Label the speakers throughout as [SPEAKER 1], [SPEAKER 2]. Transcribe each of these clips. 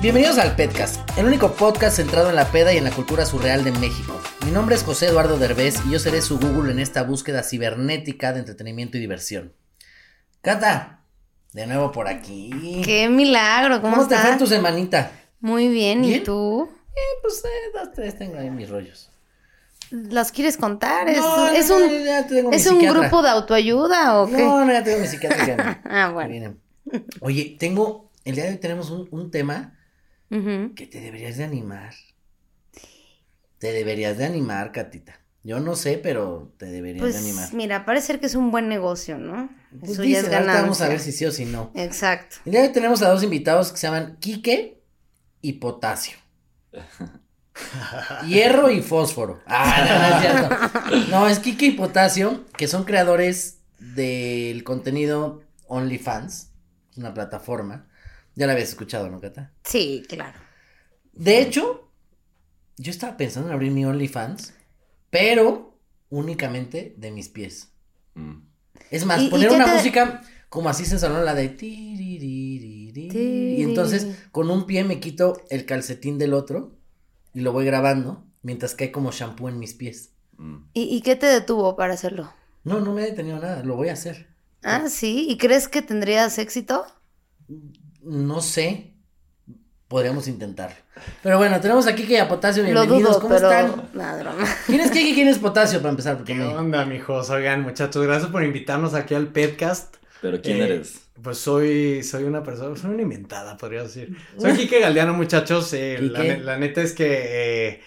[SPEAKER 1] Bienvenidos al Petcast, el único podcast centrado en la peda y en la cultura surreal de México. Mi nombre es José Eduardo Derbez y yo seré su Google en esta búsqueda cibernética de entretenimiento y diversión. Cata, de nuevo por aquí.
[SPEAKER 2] Qué milagro, ¿cómo,
[SPEAKER 1] ¿Cómo te fue
[SPEAKER 2] estás?
[SPEAKER 1] tu semanita?
[SPEAKER 2] Muy bien,
[SPEAKER 1] ¿Bien?
[SPEAKER 2] ¿y tú?
[SPEAKER 1] Eh, pues eh, dos, tres tengo ahí mis rollos.
[SPEAKER 2] ¿Los quieres contar? ¿Es,
[SPEAKER 1] No, no,
[SPEAKER 2] es
[SPEAKER 1] no,
[SPEAKER 2] un,
[SPEAKER 1] ya tengo mi
[SPEAKER 2] ¿es un
[SPEAKER 1] psiquiatra.
[SPEAKER 2] grupo de autoayuda o qué?
[SPEAKER 1] No, no, ya tengo mi psiquiatra. que me-
[SPEAKER 2] Ah,
[SPEAKER 1] me
[SPEAKER 2] bueno.
[SPEAKER 1] viene. Oye, tengo, el día de hoy tenemos un, un tema
[SPEAKER 2] Ujú.
[SPEAKER 1] que te deberías de animar. Te deberías de animar, Catita. Yo no sé, pero te deberías de animar.
[SPEAKER 2] Pues mira, parece ser que es un buen negocio, ¿no?
[SPEAKER 1] Pues
[SPEAKER 2] Eso ya
[SPEAKER 1] dicen,
[SPEAKER 2] es
[SPEAKER 1] ahorita
[SPEAKER 2] ganancia.
[SPEAKER 1] vamos a ver si sí o si no.
[SPEAKER 2] Exacto.
[SPEAKER 1] El día de hoy tenemos a dos invitados que se llaman Quique y Potasio. Hierro y fósforo. Ah, no, no, es cierto. No, es Quique y Potasio, que son creadores del contenido OnlyFans, es una plataforma. Ya la habías escuchado, ¿no, Cata?
[SPEAKER 2] Sí, claro.
[SPEAKER 1] De hecho, yo estaba pensando en abrir mi OnlyFans, pero únicamente de mis pies. Es más,
[SPEAKER 2] ¿Y- y
[SPEAKER 1] poner
[SPEAKER 2] qué
[SPEAKER 1] una
[SPEAKER 2] te-
[SPEAKER 1] música como así sensacional, la de... tiriririrí, Y entonces con un pie me quito el calcetín del otro y lo voy grabando mientras cae como shampoo en mis pies.
[SPEAKER 2] ¿Y, y qué te detuvo para hacerlo?
[SPEAKER 1] No, no me he detenido nada, lo voy a hacer.
[SPEAKER 2] Ah, sí. ¿Y crees que tendrías éxito?
[SPEAKER 1] No sé, podríamos intentarlo. Pero bueno, tenemos aquí que a Potasio,
[SPEAKER 2] Lo
[SPEAKER 1] bienvenidos,
[SPEAKER 2] dudo,
[SPEAKER 1] ¿cómo
[SPEAKER 2] pero
[SPEAKER 1] están?
[SPEAKER 2] nada, broma.
[SPEAKER 1] ¿Quién es Kiki y quién es Potasio para empezar? Porque
[SPEAKER 3] ¿Qué
[SPEAKER 1] me-
[SPEAKER 3] onda, mijos? Oigan, muchachos, gracias por invitarnos aquí al podcast.
[SPEAKER 4] Pero ¿quién
[SPEAKER 3] Eh,
[SPEAKER 4] eres?
[SPEAKER 3] Pues soy, soy una persona, soy una inventada, podría decir.
[SPEAKER 2] Mm.
[SPEAKER 3] Soy Quique Galdiano, muchachos. eh, la,
[SPEAKER 1] Quique.
[SPEAKER 3] ne- la neta es que eh,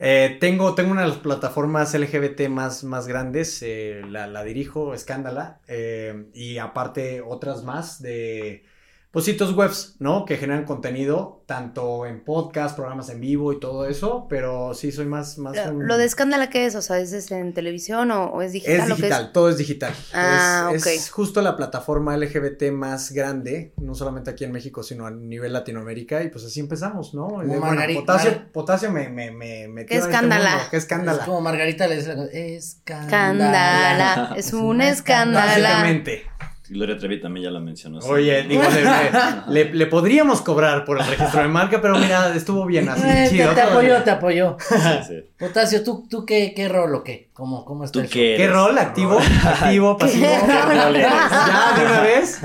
[SPEAKER 3] eh, tengo, tengo una de las plataformas LGBT más, más grandes. eh, la, la dirijo, Escándala. eh, y aparte otras más de pues, sitios webs, ¿no? Que generan contenido, tanto en podcast, programas en vivo y todo eso. Pero sí, soy más... más
[SPEAKER 2] Lo,
[SPEAKER 3] un-
[SPEAKER 2] lo de escándala, ¿qué es? O sea, ¿es, es en televisión o, o es digital?
[SPEAKER 3] es
[SPEAKER 2] lo que
[SPEAKER 3] digital, todo es digital.
[SPEAKER 2] Ah,
[SPEAKER 3] es, es
[SPEAKER 2] ok.
[SPEAKER 3] justo la plataforma LGBT más grande, no solamente aquí en México, sino a nivel Latinoamérica. Y pues así empezamos, ¿no? Y de,
[SPEAKER 1] Margarita.
[SPEAKER 3] potasio, potasio me, me, me metió
[SPEAKER 2] Qué
[SPEAKER 3] en este
[SPEAKER 2] escándala.
[SPEAKER 3] mundo, Qué
[SPEAKER 1] Es
[SPEAKER 3] escándala.
[SPEAKER 1] como Margarita le dice, escándala.
[SPEAKER 2] Escándala. Es
[SPEAKER 1] Es
[SPEAKER 2] un
[SPEAKER 1] una
[SPEAKER 2] escándala.
[SPEAKER 3] Básicamente.
[SPEAKER 4] Gloria Trevi también ya la mencionó. sí.
[SPEAKER 3] Oye, digo, le, le- le- le podríamos cobrar por el registro de marca, pero mira, estuvo bien así.
[SPEAKER 1] Eh, te,
[SPEAKER 3] chido,
[SPEAKER 1] te
[SPEAKER 3] todo
[SPEAKER 1] apoyó,
[SPEAKER 3] bien.
[SPEAKER 1] te apoyó.
[SPEAKER 4] Sí, sí.
[SPEAKER 1] Potasio, ¿tú, tú qué, qué rol o qué? ¿Cómo, cómo está
[SPEAKER 4] ¿Tú
[SPEAKER 1] el show?
[SPEAKER 4] qué eres?
[SPEAKER 3] ¿Qué rol? ¿Activo? ¿Activo? ¿Pasivo?
[SPEAKER 2] ¿Qué rol
[SPEAKER 4] eres?
[SPEAKER 3] ¿Ya de una vez?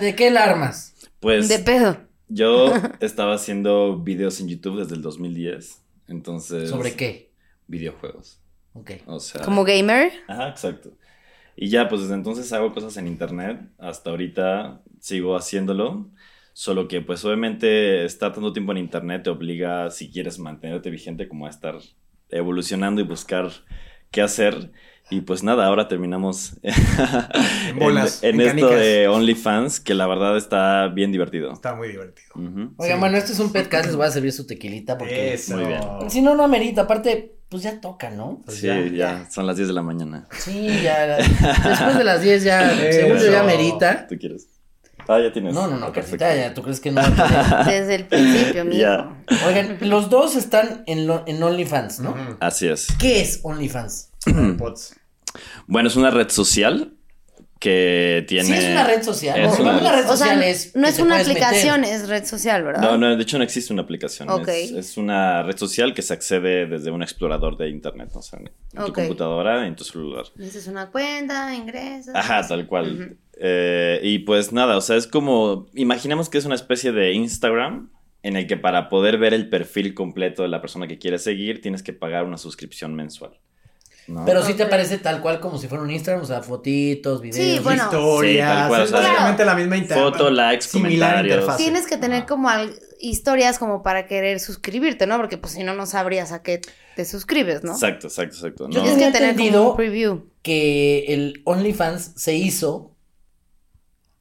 [SPEAKER 1] ¿De qué la armas?
[SPEAKER 4] Pues
[SPEAKER 2] De pedo.
[SPEAKER 4] yo estaba haciendo videos en YouTube desde el 2010. Entonces.
[SPEAKER 1] ¿Sobre qué?
[SPEAKER 4] Videojuegos.
[SPEAKER 1] Ok.
[SPEAKER 4] O sea.
[SPEAKER 2] Como gamer.
[SPEAKER 4] Ajá, exacto. Y ya, pues desde entonces hago cosas en internet. Hasta ahorita sigo haciéndolo. Solo que, pues obviamente, estar tanto tiempo en internet te obliga, si quieres mantenerte vigente, como a estar evolucionando y buscar qué hacer. Y pues nada, ahora terminamos en,
[SPEAKER 3] bolas,
[SPEAKER 4] en
[SPEAKER 3] en
[SPEAKER 4] esto
[SPEAKER 3] canicas.
[SPEAKER 4] de OnlyFans, que la verdad está bien divertido.
[SPEAKER 3] Está muy divertido.
[SPEAKER 4] Ujú.
[SPEAKER 1] Oigan, bueno, este es un podcast, les voy a servir su tequilita porque...
[SPEAKER 3] Eso.
[SPEAKER 4] Muy bien.
[SPEAKER 1] Si no, no amerita. Aparte, pues ya toca, ¿no?
[SPEAKER 3] Pues
[SPEAKER 4] sí,
[SPEAKER 3] ya,
[SPEAKER 4] ya, son las 10 de la mañana.
[SPEAKER 1] Sí, ya. Después de las 10 ya,
[SPEAKER 3] Eso.
[SPEAKER 1] según yo, ya amerita.
[SPEAKER 4] ¿Tú quieres? Ah, ya tienes.
[SPEAKER 1] No, no, no,
[SPEAKER 4] Perfecto.
[SPEAKER 1] Cartita, ya, ¿tú crees que no? Oigan,
[SPEAKER 2] Desde el principio, mijo.
[SPEAKER 4] Ya.
[SPEAKER 1] los dos están en, lo- en OnlyFans, ¿no?
[SPEAKER 3] Ujú.
[SPEAKER 4] Así es.
[SPEAKER 1] ¿Qué es OnlyFans?
[SPEAKER 3] Pots.
[SPEAKER 4] Bueno, es una red social que tiene.
[SPEAKER 1] Sí, es una red social.
[SPEAKER 4] Es
[SPEAKER 1] Porque
[SPEAKER 4] una
[SPEAKER 1] para mí la
[SPEAKER 4] red-
[SPEAKER 1] red
[SPEAKER 2] O sea,
[SPEAKER 1] social
[SPEAKER 2] no
[SPEAKER 1] es
[SPEAKER 2] no
[SPEAKER 1] que
[SPEAKER 2] es
[SPEAKER 1] te
[SPEAKER 2] una
[SPEAKER 1] puedes meter.
[SPEAKER 2] aplicación, es red social, ¿verdad?
[SPEAKER 4] No, no, de hecho no existe una aplicación.
[SPEAKER 2] Ok.
[SPEAKER 4] Es, es una red social que se accede desde un explorador de internet, o sea, en tu
[SPEAKER 2] Ok.
[SPEAKER 4] computadora, en tu celular.
[SPEAKER 2] Dices una cuenta, ingresas.
[SPEAKER 4] Ajá, tal cual.
[SPEAKER 2] Ujú.
[SPEAKER 4] Eh, y pues nada, o sea, es como, imaginemos que es una especie de Instagram en el que para poder ver el perfil completo de la persona que quieres seguir tienes que pagar una suscripción mensual. ¿no?
[SPEAKER 1] Pero sí te
[SPEAKER 2] Ok.
[SPEAKER 1] aparece tal cual como si fuera un Instagram, o sea, fotitos, videos.
[SPEAKER 2] Sí, bueno.
[SPEAKER 3] Historias,
[SPEAKER 4] Sí, tal cual,
[SPEAKER 3] es
[SPEAKER 4] o sea,
[SPEAKER 3] básicamente la misma interfaz.
[SPEAKER 4] Foto, likes,
[SPEAKER 3] Similar
[SPEAKER 4] comentarios.
[SPEAKER 3] interfaz.
[SPEAKER 4] Sí.
[SPEAKER 2] Tienes que tener
[SPEAKER 4] Ajá.
[SPEAKER 2] como al- historias como para querer suscribirte, ¿no? Porque pues si no, no sabrías a qué te suscribes, ¿no?
[SPEAKER 4] Exacto, exacto, exacto.
[SPEAKER 1] Yo
[SPEAKER 4] No,
[SPEAKER 2] Tienes
[SPEAKER 1] tenía
[SPEAKER 2] que tener como
[SPEAKER 1] entendido-
[SPEAKER 2] un preview.
[SPEAKER 1] Que el OnlyFans se hizo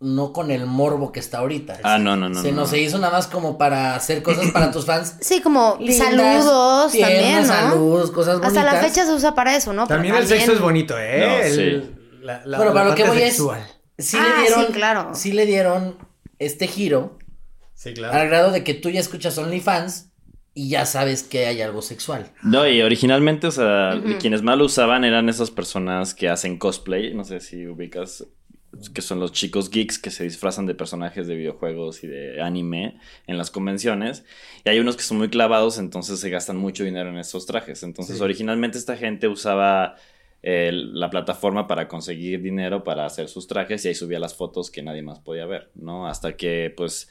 [SPEAKER 1] no con el morbo que está ahorita.
[SPEAKER 4] Ah, no, no, no.
[SPEAKER 1] se
[SPEAKER 4] no,
[SPEAKER 1] nos
[SPEAKER 4] no.
[SPEAKER 1] se hizo nada más como para hacer cosas para tus fans.
[SPEAKER 2] Sí, como
[SPEAKER 1] Lindas,
[SPEAKER 2] saludos
[SPEAKER 1] tiernas,
[SPEAKER 2] también, ¿no?
[SPEAKER 1] Saludos, cosas bonitas.
[SPEAKER 2] Hasta la fecha se usa para eso, ¿no? Pero
[SPEAKER 3] También el sexo es bonito, ¿eh?
[SPEAKER 4] No,
[SPEAKER 3] El-
[SPEAKER 4] sí.
[SPEAKER 3] la, la-
[SPEAKER 1] Bueno,
[SPEAKER 3] la
[SPEAKER 1] para lo que
[SPEAKER 3] parte
[SPEAKER 1] voy es-
[SPEAKER 3] sexual.
[SPEAKER 1] Sí
[SPEAKER 2] Ah,
[SPEAKER 1] le dieron,
[SPEAKER 2] sí, claro.
[SPEAKER 1] sí le dieron este giro
[SPEAKER 3] Sí,
[SPEAKER 1] al
[SPEAKER 3] claro.
[SPEAKER 1] grado de que tú ya escuchas OnlyFans y ya sabes que hay algo sexual.
[SPEAKER 4] No, y originalmente, o sea,
[SPEAKER 2] Ujú.
[SPEAKER 4] quienes más lo usaban eran esas personas que hacen cosplay. No sé si ubicas que son los chicos geeks que se disfrazan de personajes de videojuegos y de anime en las convenciones. Y hay unos que son muy clavados, entonces se gastan mucho dinero en esos trajes. Entonces,
[SPEAKER 3] Sí.
[SPEAKER 4] originalmente esta gente usaba eh, la plataforma para conseguir dinero para hacer sus trajes y ahí subía las fotos que nadie más podía ver, ¿no? Hasta que, pues,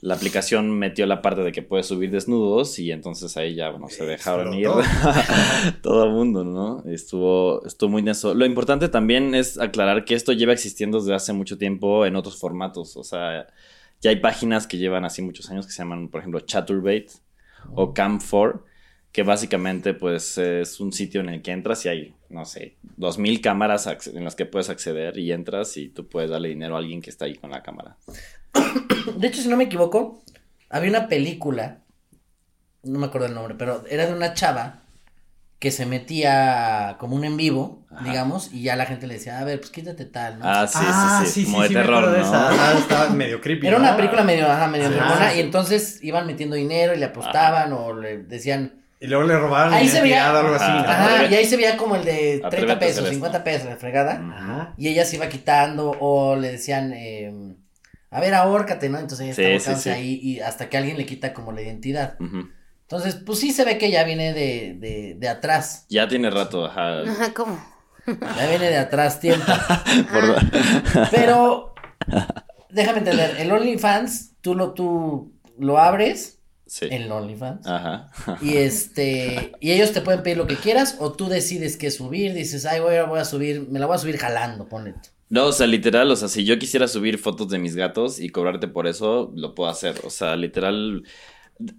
[SPEAKER 4] la aplicación metió la parte de que puedes subir desnudos y entonces ahí ya, bueno, se dejaron ir
[SPEAKER 3] Explotó.
[SPEAKER 4] todo el mundo, ¿no? Estuvo, estuvo muy denso. Lo importante también es aclarar que esto lleva existiendo desde hace mucho tiempo en otros formatos, o sea, ya hay páginas que llevan así muchos años que se llaman, por ejemplo, Chaturbate o Cam4, que básicamente pues es un sitio en el que entras y hay, no sé, 2000 cámaras acce- en las que puedes acceder y entras y tú puedes darle dinero a alguien que está ahí con la cámara.
[SPEAKER 1] De hecho, si no me equivoco, había una película, no me acuerdo el nombre, pero era de una chava que se metía como un en vivo,
[SPEAKER 4] Ajá.
[SPEAKER 1] digamos, y ya la gente le decía, a ver, pues quítate tal, ¿no?
[SPEAKER 4] Ah, sí, sí, sí, como de
[SPEAKER 3] me
[SPEAKER 4] terror,
[SPEAKER 3] acuerdo de
[SPEAKER 4] ¿no?
[SPEAKER 3] esa. Ah, estaba medio creepy.
[SPEAKER 1] Era
[SPEAKER 3] ¿no?
[SPEAKER 1] una película medio, ajá, medio
[SPEAKER 3] Sí,
[SPEAKER 1] mamona,
[SPEAKER 3] sí, sí.
[SPEAKER 1] y entonces iban metiendo dinero y le apostaban o le decían,
[SPEAKER 3] Y luego le robaron
[SPEAKER 1] Ahí
[SPEAKER 3] la
[SPEAKER 1] se veía- Ah,
[SPEAKER 3] identidad o algo así.
[SPEAKER 4] Ajá.
[SPEAKER 3] ¿no?
[SPEAKER 1] ajá,
[SPEAKER 4] atrévete.
[SPEAKER 1] y ahí se veía como el de 30
[SPEAKER 4] Ah, Atrévete a hacer
[SPEAKER 1] pesos,
[SPEAKER 4] esto.
[SPEAKER 1] 50 pesos, la fregada,
[SPEAKER 3] Ajá.
[SPEAKER 1] y ella se iba quitando o le decían, eh, a ver, ahórcate, ¿no? Entonces ella está
[SPEAKER 4] Sí, sí,
[SPEAKER 1] ahorcándose
[SPEAKER 4] sí.
[SPEAKER 1] ahí y hasta que alguien le quita como la identidad.
[SPEAKER 4] Ujú.
[SPEAKER 1] Entonces, pues sí se ve que ya viene de, de, de atrás.
[SPEAKER 4] Ya tiene rato, ajá.
[SPEAKER 2] Ajá, ¿Cómo?
[SPEAKER 1] Ya viene de atrás tiempo.
[SPEAKER 4] Por-
[SPEAKER 1] Pero, déjame entender, el OnlyFans, tú lo, tú lo abres,
[SPEAKER 4] Sí.
[SPEAKER 1] el OnlyFans,
[SPEAKER 4] Eh. Ajá.
[SPEAKER 1] y este, y ellos te pueden pedir lo que quieras, o tú decides qué subir, dices, ay, voy, a- voy a subir, me la voy a subir jalando, ponle tú.
[SPEAKER 4] No, o sea, literal, o sea, si yo quisiera subir fotos de mis gatos y cobrarte por eso, lo puedo hacer. O sea, literal,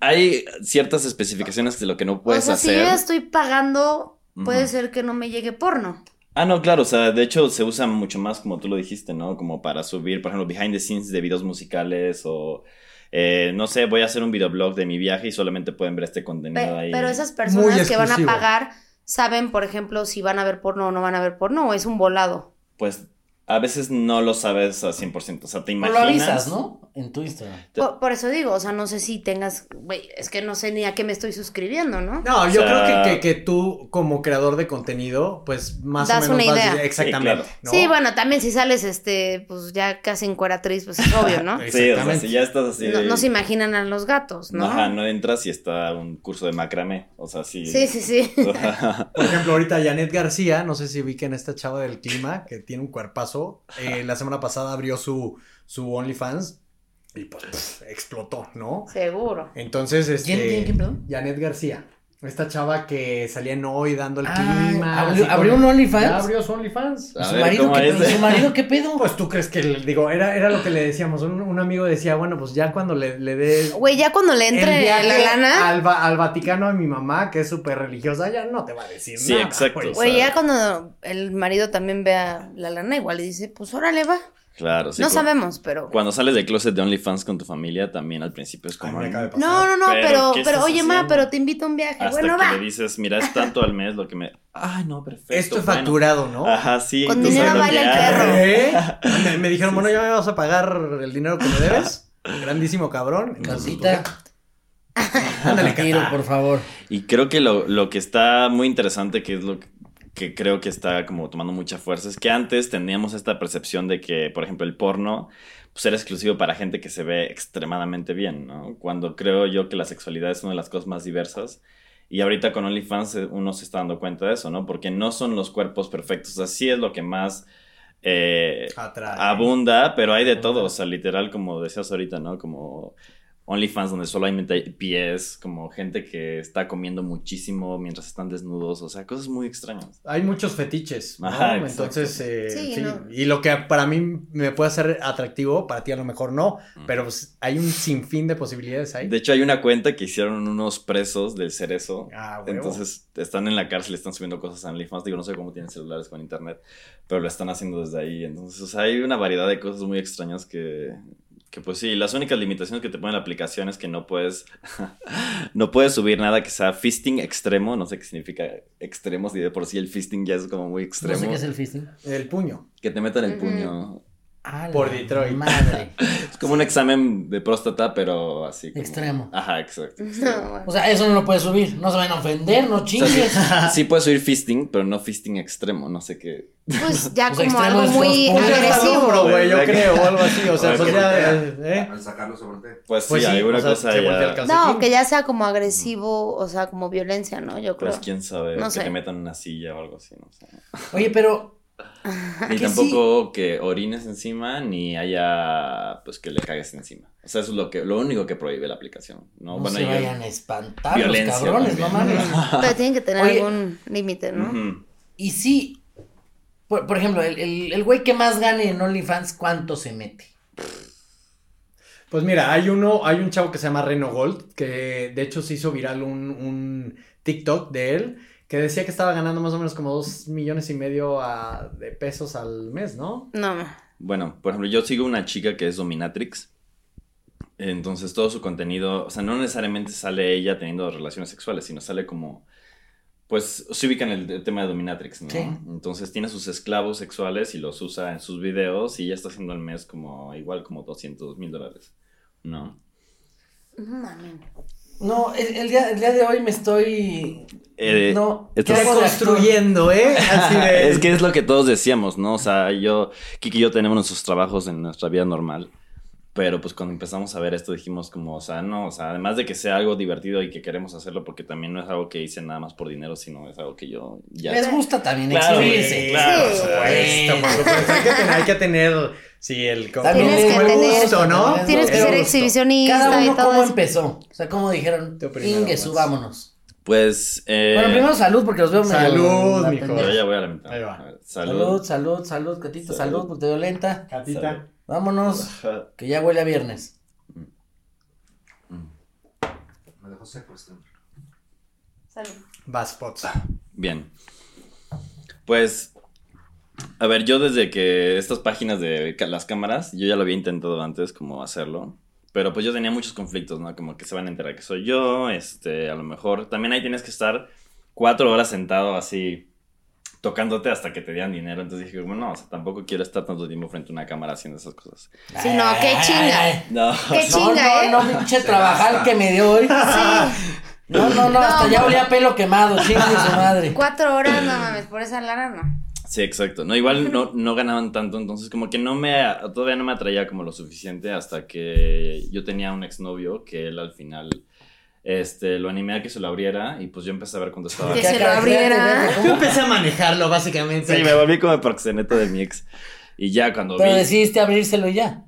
[SPEAKER 4] hay ciertas especificaciones de lo que no puedes
[SPEAKER 2] o sea, si
[SPEAKER 4] hacer.
[SPEAKER 2] yo ya estoy pagando, puede
[SPEAKER 4] Ujú.
[SPEAKER 2] ser que no me llegue porno.
[SPEAKER 4] Ah, no, claro, o sea, de hecho se usa mucho más, como tú lo dijiste, ¿no? Como para subir, por ejemplo, behind the scenes de videos musicales o, eh, no sé, voy a hacer un videoblog de mi viaje y solamente pueden ver este contenido
[SPEAKER 2] Pe-
[SPEAKER 4] ahí.
[SPEAKER 2] pero esas personas que van a
[SPEAKER 3] exclusivo.
[SPEAKER 2] pagar saben, por ejemplo, si van a ver porno o no van a ver porno, o es un volado.
[SPEAKER 4] Pues a veces no lo sabes a 100%, o sea, te
[SPEAKER 1] O
[SPEAKER 4] imaginas.
[SPEAKER 1] lo avisas, ¿no? En tu Instagram.
[SPEAKER 4] Te-
[SPEAKER 2] Por, por eso digo, o sea, no sé si tengas, güey, es que no sé ni a qué me estoy suscribiendo, ¿no?
[SPEAKER 3] No, yo
[SPEAKER 4] O sea-
[SPEAKER 3] creo que, que, que tú, como creador de contenido, pues más
[SPEAKER 2] Das
[SPEAKER 3] o menos
[SPEAKER 2] una
[SPEAKER 3] vas-
[SPEAKER 2] idea.
[SPEAKER 3] Exactamente.
[SPEAKER 4] Sí,
[SPEAKER 3] ¿no?
[SPEAKER 2] Sí, bueno, también si sales, este, pues ya casi encueratriz, pues es obvio, ¿no?
[SPEAKER 4] Sí, o sea,
[SPEAKER 3] Exactamente.
[SPEAKER 4] si ya estás así.
[SPEAKER 2] No,
[SPEAKER 4] de-
[SPEAKER 2] no se imaginan a los gatos, ¿no?
[SPEAKER 4] Ajá, no entras y está un curso de macramé. O sea, sí.
[SPEAKER 2] Sí, sí, sí.
[SPEAKER 3] Por ejemplo, ahorita Janet García, no sé si ubiquen a esta chava del clima, que tiene un cuerpazo. eh, la semana pasada abrió su, su OnlyFans y pues pff, explotó, ¿no?
[SPEAKER 2] Seguro.
[SPEAKER 3] Entonces, este.
[SPEAKER 1] ¿Quién- quién- quién, perdón?
[SPEAKER 3] Janet García. Esta chava que salía en hoy dando el
[SPEAKER 1] Ah,
[SPEAKER 3] clima.
[SPEAKER 1] ¿abrió-
[SPEAKER 3] así
[SPEAKER 1] abrió
[SPEAKER 3] con-
[SPEAKER 1] un OnlyFans?
[SPEAKER 3] Ya abrió su OnlyFans.
[SPEAKER 4] A
[SPEAKER 1] ¿Su
[SPEAKER 4] ver,
[SPEAKER 1] marido,
[SPEAKER 4] ¿cómo
[SPEAKER 1] qué,
[SPEAKER 4] es?
[SPEAKER 1] pedo? ¿Su marido qué pedo?
[SPEAKER 3] Pues tú crees que, le- digo, era, era lo que le decíamos. Un, un amigo decía, bueno, pues ya cuando le, le dé.
[SPEAKER 2] Güey, ya cuando le
[SPEAKER 3] el
[SPEAKER 2] entre
[SPEAKER 3] viaje
[SPEAKER 2] la lana,
[SPEAKER 3] Al, va- al Vaticano a mi mamá, que es súper religiosa, ya no te va a decir
[SPEAKER 4] Sí,
[SPEAKER 3] nada. pues.
[SPEAKER 4] exacto.
[SPEAKER 3] güey.
[SPEAKER 4] O sea,
[SPEAKER 2] güey, ya cuando el marido también vea la lana, igual le dice, pues órale, va.
[SPEAKER 4] Claro, sí. pues,
[SPEAKER 2] no
[SPEAKER 4] cu-
[SPEAKER 2] sabemos, pero.
[SPEAKER 4] Cuando sales del closet de OnlyFans con tu familia, también al principio es como.
[SPEAKER 3] Ay, me acaba de pasar.
[SPEAKER 2] No, no, no,
[SPEAKER 4] Pero,
[SPEAKER 2] pero,
[SPEAKER 4] ¿qué
[SPEAKER 2] pero,
[SPEAKER 4] estás
[SPEAKER 2] oye, ma,
[SPEAKER 4] haciendo?
[SPEAKER 2] pero te invito a un viaje.
[SPEAKER 4] Hasta
[SPEAKER 2] bueno,
[SPEAKER 4] que
[SPEAKER 2] va.
[SPEAKER 4] le dices, mira, es tanto al mes lo que me. Ay, no, perfecto.
[SPEAKER 3] Esto es
[SPEAKER 4] bueno".
[SPEAKER 3] facturado, ¿no?
[SPEAKER 4] Ajá, Ah. sí.
[SPEAKER 2] Con
[SPEAKER 4] entonces
[SPEAKER 2] dinero
[SPEAKER 4] lo
[SPEAKER 2] baila el
[SPEAKER 4] que haces-
[SPEAKER 2] perro.
[SPEAKER 3] ¿Eh? Me, me dijeron, bueno, ya me vas a pagar el dinero que me debes. Grandísimo cabrón. Entonces,
[SPEAKER 1] Casita,
[SPEAKER 3] Ándale,
[SPEAKER 1] tiro, por favor.
[SPEAKER 4] Y creo que lo, lo que está muy interesante, que es lo que, que creo que está como tomando mucha fuerza, es que antes teníamos esta percepción de que, por ejemplo, el porno pues era exclusivo para gente que se ve extremadamente bien, ¿no? Cuando creo yo que la sexualidad es una de las cosas más diversas. Y ahorita con OnlyFans eh, uno se está dando cuenta de eso, ¿no? Porque no son los cuerpos perfectos, así es lo que más eh,
[SPEAKER 3] Atrás.
[SPEAKER 4] abunda, pero hay de todo, o sea, literal, como decías ahorita, ¿no? Como OnlyFans donde solamente hay pies, como gente que está comiendo muchísimo mientras están desnudos, o sea, cosas muy extrañas.
[SPEAKER 3] Hay muchos fetiches, ¿no?
[SPEAKER 4] Ajá, exacto.
[SPEAKER 3] Entonces, eh,
[SPEAKER 2] Sí,
[SPEAKER 3] sí.
[SPEAKER 2] no.
[SPEAKER 3] Y lo que para mí me puede hacer atractivo, para ti a lo mejor no, pero pues, hay un sinfín de posibilidades ahí.
[SPEAKER 4] Mm. De hecho, hay una cuenta que hicieron unos presos del cerezo.
[SPEAKER 3] Ah, huevo.
[SPEAKER 4] Entonces están en la cárcel, están subiendo cosas a OnlyFans. Digo, no sé cómo tienen celulares con internet, pero lo están haciendo desde ahí. Entonces, o sea, hay una variedad de cosas muy extrañas que, que pues sí, las únicas limitaciones que te pone la aplicación es que no puedes, no puedes subir nada que sea fisting extremo. No sé qué significa extremos y de por sí el fisting ya es como muy
[SPEAKER 1] No
[SPEAKER 4] extremo.
[SPEAKER 1] sé qué es el fisting.
[SPEAKER 3] El puño.
[SPEAKER 4] Que te metan el
[SPEAKER 2] Ujú.
[SPEAKER 4] puño.
[SPEAKER 1] Ah,
[SPEAKER 3] Por
[SPEAKER 1] la
[SPEAKER 3] Detroit.
[SPEAKER 1] Madre.
[SPEAKER 4] Es como un examen de próstata, pero así. como-
[SPEAKER 1] Extremo.
[SPEAKER 4] Ajá, exacto.
[SPEAKER 2] No, bueno.
[SPEAKER 1] O sea, eso no lo puedes subir. No se van a ofender, no
[SPEAKER 4] O sea, sí,
[SPEAKER 1] chingues.
[SPEAKER 4] sí puedes subir fisting, pero no fisting extremo, no sé qué.
[SPEAKER 2] Pues
[SPEAKER 1] O sea,
[SPEAKER 2] ya como
[SPEAKER 1] extremo
[SPEAKER 2] algo
[SPEAKER 1] es
[SPEAKER 2] muy
[SPEAKER 1] los
[SPEAKER 3] Puño hasta el
[SPEAKER 2] agresivo.
[SPEAKER 3] hombro, güey, yo
[SPEAKER 4] Exacto.
[SPEAKER 3] creo, o algo así. O sea,
[SPEAKER 4] Ahora
[SPEAKER 3] pues
[SPEAKER 4] que
[SPEAKER 3] ya.
[SPEAKER 5] voltea,
[SPEAKER 3] eh,
[SPEAKER 5] Al sacarlo sobre ti.
[SPEAKER 4] Pues sí,
[SPEAKER 3] Pues sí,
[SPEAKER 4] alguna
[SPEAKER 3] o sea,
[SPEAKER 4] cosa
[SPEAKER 3] se voltea el
[SPEAKER 4] ya.
[SPEAKER 3] calzón.
[SPEAKER 2] No, que ya sea como agresivo, o sea, como violencia, ¿no? Yo creo.
[SPEAKER 4] Pues quién sabe,
[SPEAKER 2] No
[SPEAKER 4] que
[SPEAKER 2] sé.
[SPEAKER 4] te metan en una silla o algo así, no sé.
[SPEAKER 1] Oye, pero.
[SPEAKER 4] Ni
[SPEAKER 1] que
[SPEAKER 4] tampoco que orines encima, ni haya, pues que le cagues encima. O sea, eso es lo que, lo único que prohíbe la aplicación. No,
[SPEAKER 1] No
[SPEAKER 4] bueno,
[SPEAKER 1] se
[SPEAKER 4] yo-
[SPEAKER 1] vayan a espantar los
[SPEAKER 4] Violencia
[SPEAKER 1] cabrones, no
[SPEAKER 4] también.
[SPEAKER 1] mames.
[SPEAKER 2] Pero tienen que tener
[SPEAKER 1] Oye.
[SPEAKER 2] algún límite, ¿no?
[SPEAKER 4] Ujú.
[SPEAKER 1] Y sí, por, por ejemplo, el, el, el güey que más gane en OnlyFans, ¿cuánto se mete?
[SPEAKER 3] Pues mira, hay uno, hay un chavo que se llama Reno Gold, que de hecho se hizo viral un, un TikTok de él, que decía que estaba ganando más o menos como dos millones y medio a- de pesos al mes, ¿no?
[SPEAKER 2] No.
[SPEAKER 4] Bueno, por ejemplo, yo sigo una chica que es dominatrix. Entonces todo su contenido, o sea, no necesariamente sale ella teniendo relaciones sexuales, sino sale como, pues, se ubican el, el tema de dominatrix, ¿no?
[SPEAKER 1] Sí.
[SPEAKER 4] Entonces tiene sus esclavos sexuales y los usa en sus videos y ya está haciendo al mes como, igual como 200 mil dólares, ¿no?
[SPEAKER 2] Mami.
[SPEAKER 1] No, el, el día, el día de hoy me estoy.
[SPEAKER 4] Eh,
[SPEAKER 1] no,
[SPEAKER 4] esto
[SPEAKER 1] ¿qué
[SPEAKER 4] es-
[SPEAKER 1] hago de actor?
[SPEAKER 3] Construyendo, ¿eh? Así de...
[SPEAKER 4] Es que es lo que todos decíamos, ¿no? O sea, yo, Kiki y yo tenemos nuestros trabajos en nuestra vida normal, pero pues cuando empezamos a ver esto dijimos como, o sea, no, o sea, además de que sea algo divertido y que queremos hacerlo porque también no es algo que hice nada más por dinero, sino es algo que yo ya...
[SPEAKER 1] Les gusta también
[SPEAKER 4] Claro, güey,
[SPEAKER 1] exhibirse.
[SPEAKER 4] claro,
[SPEAKER 2] Sí.
[SPEAKER 4] o sea,
[SPEAKER 3] Esto, por supuesto, hay que tener, hay que tener, sí, el, como-
[SPEAKER 1] También
[SPEAKER 3] como
[SPEAKER 2] Tienes que
[SPEAKER 3] el
[SPEAKER 2] tener-
[SPEAKER 3] gusto, ¿no?
[SPEAKER 2] Tienes que
[SPEAKER 3] El
[SPEAKER 2] ser
[SPEAKER 3] gusto.
[SPEAKER 1] Cada
[SPEAKER 2] exhibicionista y
[SPEAKER 1] uno
[SPEAKER 2] todo
[SPEAKER 1] cómo
[SPEAKER 2] eso.
[SPEAKER 1] empezó. O sea, cómo dijeron,
[SPEAKER 3] Tú primero,
[SPEAKER 1] ingue,
[SPEAKER 3] Max.
[SPEAKER 1] subámonos.
[SPEAKER 4] Pues... eh,
[SPEAKER 1] Bueno, primero salud, porque los veo medio
[SPEAKER 3] Salud, mijo.
[SPEAKER 4] Yo
[SPEAKER 1] atendidos.
[SPEAKER 4] ya voy a la mitad.
[SPEAKER 3] Ahí va.
[SPEAKER 4] A ver,
[SPEAKER 1] Salud,
[SPEAKER 4] salud.
[SPEAKER 1] salud, salud, Catita,
[SPEAKER 4] Salud.
[SPEAKER 1] salud, porque te veo lenta.
[SPEAKER 3] Catita.
[SPEAKER 1] Vámonos, que ya huele a viernes.
[SPEAKER 5] Me dejó seco este hombre.
[SPEAKER 3] Vas, Potts.
[SPEAKER 4] Bien. Pues, a ver, yo desde que estas páginas de ca- las cámaras, yo ya lo había intentado antes como hacerlo, pero pues yo tenía muchos conflictos, ¿no? Como que se van a enterar que soy yo, este, a lo mejor, también ahí tienes que estar cuatro horas sentado así, tocándote hasta que te dieran dinero, entonces dije, bueno, no, o sea, tampoco quiero estar tanto tiempo frente a una cámara haciendo esas cosas.
[SPEAKER 2] Sí, no, qué chinga.
[SPEAKER 4] No,
[SPEAKER 2] Qué
[SPEAKER 1] No,
[SPEAKER 2] chinga, ¿eh?
[SPEAKER 1] no, no, pinche
[SPEAKER 5] Se
[SPEAKER 1] trabajar
[SPEAKER 5] gasta.
[SPEAKER 1] que me dio hoy.
[SPEAKER 2] Sí,
[SPEAKER 1] No, no, no, hasta
[SPEAKER 2] No,
[SPEAKER 1] ya
[SPEAKER 2] no.
[SPEAKER 1] olía a pelo quemado, chingue su madre.
[SPEAKER 2] cuatro horas, no mames, por esa lana no.
[SPEAKER 4] Sí, exacto. No, igual no, no ganaban tanto, entonces como que no me, todavía no me atraía como lo suficiente hasta que yo tenía un exnovio que él al final, este, lo animé a que se lo abriera y pues yo empecé a ver cuando estaba...
[SPEAKER 2] Que
[SPEAKER 4] Sí,
[SPEAKER 2] se lo abriera.
[SPEAKER 3] Yo empecé a manejarlo, básicamente.
[SPEAKER 4] me volví como el proxeneta de mi ex. Y ya cuando
[SPEAKER 1] Pero
[SPEAKER 4] vi...
[SPEAKER 1] decidiste abrírselo ya.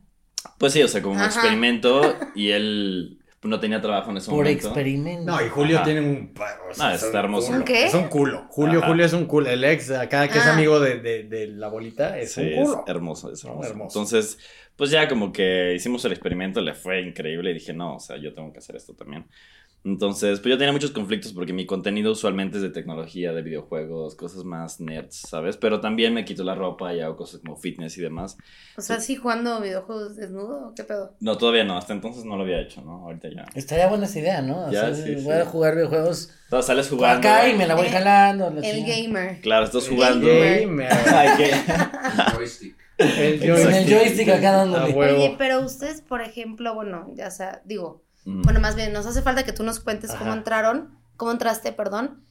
[SPEAKER 4] Pues sí, o sea, como un
[SPEAKER 2] Ajá.
[SPEAKER 4] experimento y él pues, no tenía trabajo en ese
[SPEAKER 1] Por
[SPEAKER 4] momento.
[SPEAKER 1] experimento.
[SPEAKER 3] No, y Julio
[SPEAKER 4] Ajá.
[SPEAKER 3] tiene un. o
[SPEAKER 4] No,
[SPEAKER 3] es
[SPEAKER 4] está
[SPEAKER 3] un
[SPEAKER 4] hermoso.
[SPEAKER 3] culo,
[SPEAKER 2] ¿Un qué?
[SPEAKER 3] Es un culo. Julio,
[SPEAKER 4] Ajá.
[SPEAKER 3] Julio es un culo. El ex, acá que es
[SPEAKER 2] Ah.
[SPEAKER 3] amigo de, de- de la bolita, es
[SPEAKER 4] Sí,
[SPEAKER 3] un
[SPEAKER 4] es
[SPEAKER 3] culo.
[SPEAKER 4] hermoso, es
[SPEAKER 3] No,
[SPEAKER 4] hermoso.
[SPEAKER 3] hermoso.
[SPEAKER 4] Entonces, pues ya como que hicimos el experimento, le fue increíble y dije, no, o sea, yo tengo que hacer esto también. Entonces, pues yo tenía muchos conflictos porque mi contenido usualmente es de tecnología, de videojuegos, cosas más nerds, ¿sabes? Pero también me quito la ropa y hago cosas como fitness y demás.
[SPEAKER 2] O sea, sí jugando videojuegos desnudo, ¿qué pedo?
[SPEAKER 4] No, todavía no, hasta entonces no lo había hecho, ¿no? Ahorita ya.
[SPEAKER 1] Estaría buena esa idea, ¿no? O
[SPEAKER 4] Ya,
[SPEAKER 1] sea,
[SPEAKER 4] sí,
[SPEAKER 1] voy
[SPEAKER 4] sí.
[SPEAKER 1] a jugar videojuegos
[SPEAKER 4] Entonces sales
[SPEAKER 1] por
[SPEAKER 4] jugando.
[SPEAKER 1] acá y me la voy
[SPEAKER 2] Eh,
[SPEAKER 1] jalando. la
[SPEAKER 2] El
[SPEAKER 1] chingada.
[SPEAKER 2] gamer.
[SPEAKER 4] Claro, estás jugando.
[SPEAKER 3] Gamer.
[SPEAKER 4] Ay, qué-
[SPEAKER 5] Joystick.
[SPEAKER 3] El
[SPEAKER 4] Exacto.
[SPEAKER 1] Con el
[SPEAKER 3] joystick.
[SPEAKER 1] joystick acá
[SPEAKER 3] A
[SPEAKER 1] dándole.
[SPEAKER 3] huevo.
[SPEAKER 2] Oye, pero ustedes, por ejemplo, bueno, ya sea, digo,
[SPEAKER 4] Mm.
[SPEAKER 2] bueno, más bien, nos hace falta que tú nos cuentes cómo
[SPEAKER 3] Ajá.
[SPEAKER 2] entraron, cómo entraste, perdón,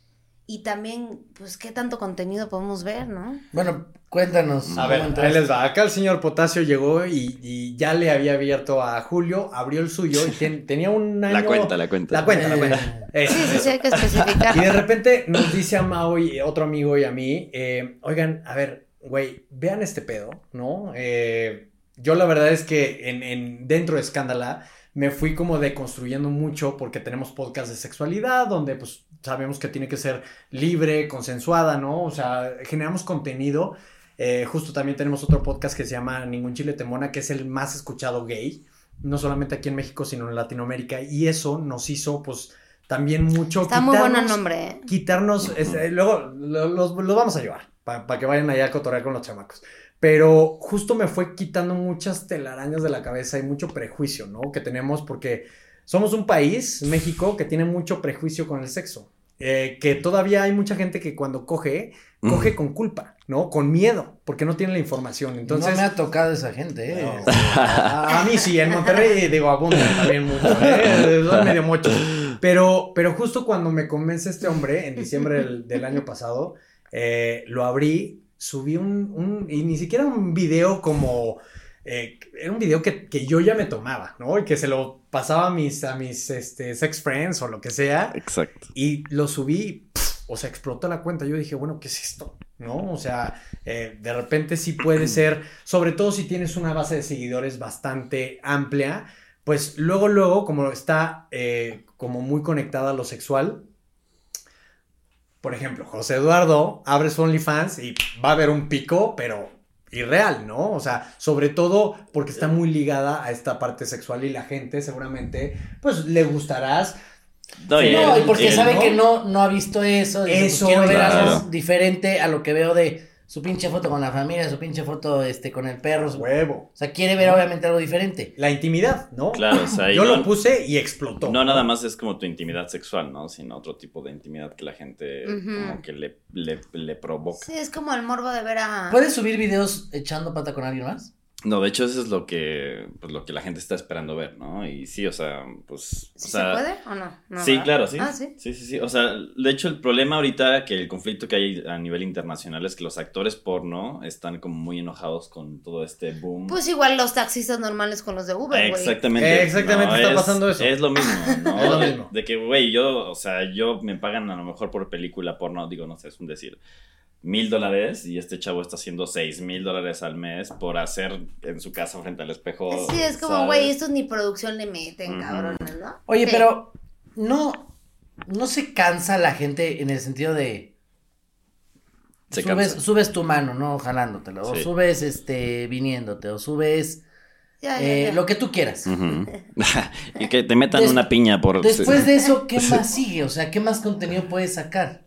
[SPEAKER 2] y también, pues, qué tanto contenido podemos ver, ¿no?
[SPEAKER 1] Bueno, cuéntanos.
[SPEAKER 3] A
[SPEAKER 1] ¿cómo
[SPEAKER 3] ver, ahí
[SPEAKER 1] entraste?
[SPEAKER 3] les va. Acá el señor Potasio llegó y, y ya le había abierto a Julio, abrió el suyo y ten- tenía un año.
[SPEAKER 4] La cuenta, la cuenta.
[SPEAKER 3] La cuenta, la
[SPEAKER 1] Eh.
[SPEAKER 3] cuenta. Eso,
[SPEAKER 2] Sí, sí,
[SPEAKER 3] eso.
[SPEAKER 2] sí, hay que especificar.
[SPEAKER 3] Y de repente nos dice a Mao y otro amigo y a mí, eh, oigan, a ver, güey, vean este pedo, ¿no? Eh, yo la verdad es que en, en- dentro de Escándala me fui como deconstruyendo mucho porque tenemos podcasts de sexualidad donde pues sabemos que tiene que ser libre, consensuada, ¿no? O sea, generamos contenido. Eh, justo también tenemos otro podcast que se llama Ningún Chile Temona, que es el más escuchado gay, no solamente aquí en México, sino en Latinoamérica. Y eso nos hizo pues también mucho...
[SPEAKER 2] Está muy bueno el
[SPEAKER 3] quitarnos-
[SPEAKER 2] nombre. ¿eh?
[SPEAKER 3] quitarnos.
[SPEAKER 4] Ujú.
[SPEAKER 3] este, luego lo- los, los vamos a llevar para que vayan allá a cotorrear con los chamacos. Pero justo me fue quitando muchas telarañas de la cabeza y mucho prejuicio, ¿no? Que tenemos porque somos un país, México, que tiene mucho prejuicio con el sexo. Eh, que todavía hay mucha gente que cuando coge, coge con culpa, ¿no? Con miedo, porque no tiene la información. Entonces,
[SPEAKER 1] no me ha tocado esa gente, ¿eh?
[SPEAKER 3] no. A, a mí sí, en Monterrey digo abunda también mucho, ¿eh? Son medio mochos. Pero, pero justo cuando me convence este hombre, en diciembre del, del año pasado, eh, lo abrí, subí un, un- y ni siquiera un video como, eh, era un video que, que yo ya me tomaba, ¿no? Y que se lo pasaba a mis, a mis este, sex friends o lo que sea.
[SPEAKER 4] Exacto.
[SPEAKER 3] Y lo subí, pf, o sea, explotó la cuenta. Yo dije, bueno, ¿qué es esto? ¿No? O sea, eh, de repente sí puede ser, sobre todo si tienes una base de seguidores bastante amplia, pues luego, luego, como está eh, como muy conectada a lo sexual, por ejemplo, José Eduardo abre su OnlyFans y va a haber un pico, pero irreal, ¿no? O sea, sobre todo porque está muy ligada a esta parte sexual y la gente seguramente, pues, le gustarás,
[SPEAKER 4] No,
[SPEAKER 3] Sí,
[SPEAKER 1] No,
[SPEAKER 4] él-
[SPEAKER 1] y porque
[SPEAKER 4] él-
[SPEAKER 1] sabe
[SPEAKER 3] ¿no?
[SPEAKER 1] que no, no ha visto eso. dice, pues,
[SPEAKER 3] Eso,
[SPEAKER 1] quiero ver
[SPEAKER 4] claro.
[SPEAKER 1] algo diferente a lo que veo de su pinche foto con la familia, su pinche foto este, con el perro. su-
[SPEAKER 3] huevo.
[SPEAKER 1] O sea, quiere ver obviamente algo diferente.
[SPEAKER 3] la intimidad, ¿no?
[SPEAKER 4] Claro, o sea, y
[SPEAKER 3] Yo lo
[SPEAKER 4] no-
[SPEAKER 3] puse y explotó.
[SPEAKER 4] No, nada más es como tu intimidad sexual, ¿no? Sino otro tipo de intimidad que la gente
[SPEAKER 2] Ujú.
[SPEAKER 4] como que le, le, le provoca.
[SPEAKER 2] Sí, es como el morbo de ver a.
[SPEAKER 1] ¿Puedes subir videos echando pata con alguien más?
[SPEAKER 4] No, de hecho, eso es lo que, pues, lo que la gente está esperando ver, ¿no? Y sí, o sea, pues. o
[SPEAKER 2] ¿Sí
[SPEAKER 4] sea,
[SPEAKER 2] ¿Se puede o no? No,
[SPEAKER 4] sí,
[SPEAKER 2] ¿verdad?
[SPEAKER 4] claro, sí.
[SPEAKER 2] Ah, sí.
[SPEAKER 4] Sí, sí, sí. O sea, de hecho, el problema ahorita que el conflicto que hay a nivel internacional es que los actores porno están como muy enojados con todo este boom.
[SPEAKER 2] Pues igual los taxistas normales con los de Uber, güey.
[SPEAKER 4] Exactamente.
[SPEAKER 3] Exactamente, está pasando eso.
[SPEAKER 4] Es lo mismo, ¿no?
[SPEAKER 3] Es lo
[SPEAKER 4] De-
[SPEAKER 3] mismo.
[SPEAKER 4] De que, güey, yo, o sea, yo me pagan a lo mejor por película porno, digo, no sé, es un decir, mil dólares y este chavo está haciendo seis mil dólares al mes por hacer en su casa frente al espejo.
[SPEAKER 2] Sí, es como,
[SPEAKER 4] ¿sabes?
[SPEAKER 2] güey, estos ni producción le meten,
[SPEAKER 4] Ujú.
[SPEAKER 2] cabrones, ¿no?
[SPEAKER 1] Oye,
[SPEAKER 2] Sí.
[SPEAKER 1] pero no, no se cansa la gente en el sentido de
[SPEAKER 4] Se
[SPEAKER 1] subes,
[SPEAKER 4] cansa.
[SPEAKER 1] subes tu mano, ¿no? Jalándotelo, o
[SPEAKER 4] Sí.
[SPEAKER 1] subes este viniéndote, o subes
[SPEAKER 2] Ya, ya,
[SPEAKER 1] eh,
[SPEAKER 2] ya.
[SPEAKER 1] lo que tú quieras.
[SPEAKER 4] Ujú. y que te metan
[SPEAKER 1] Des-
[SPEAKER 4] una piña por.
[SPEAKER 1] Después de eso, ¿qué más sigue? O sea, ¿qué más contenido puedes sacar?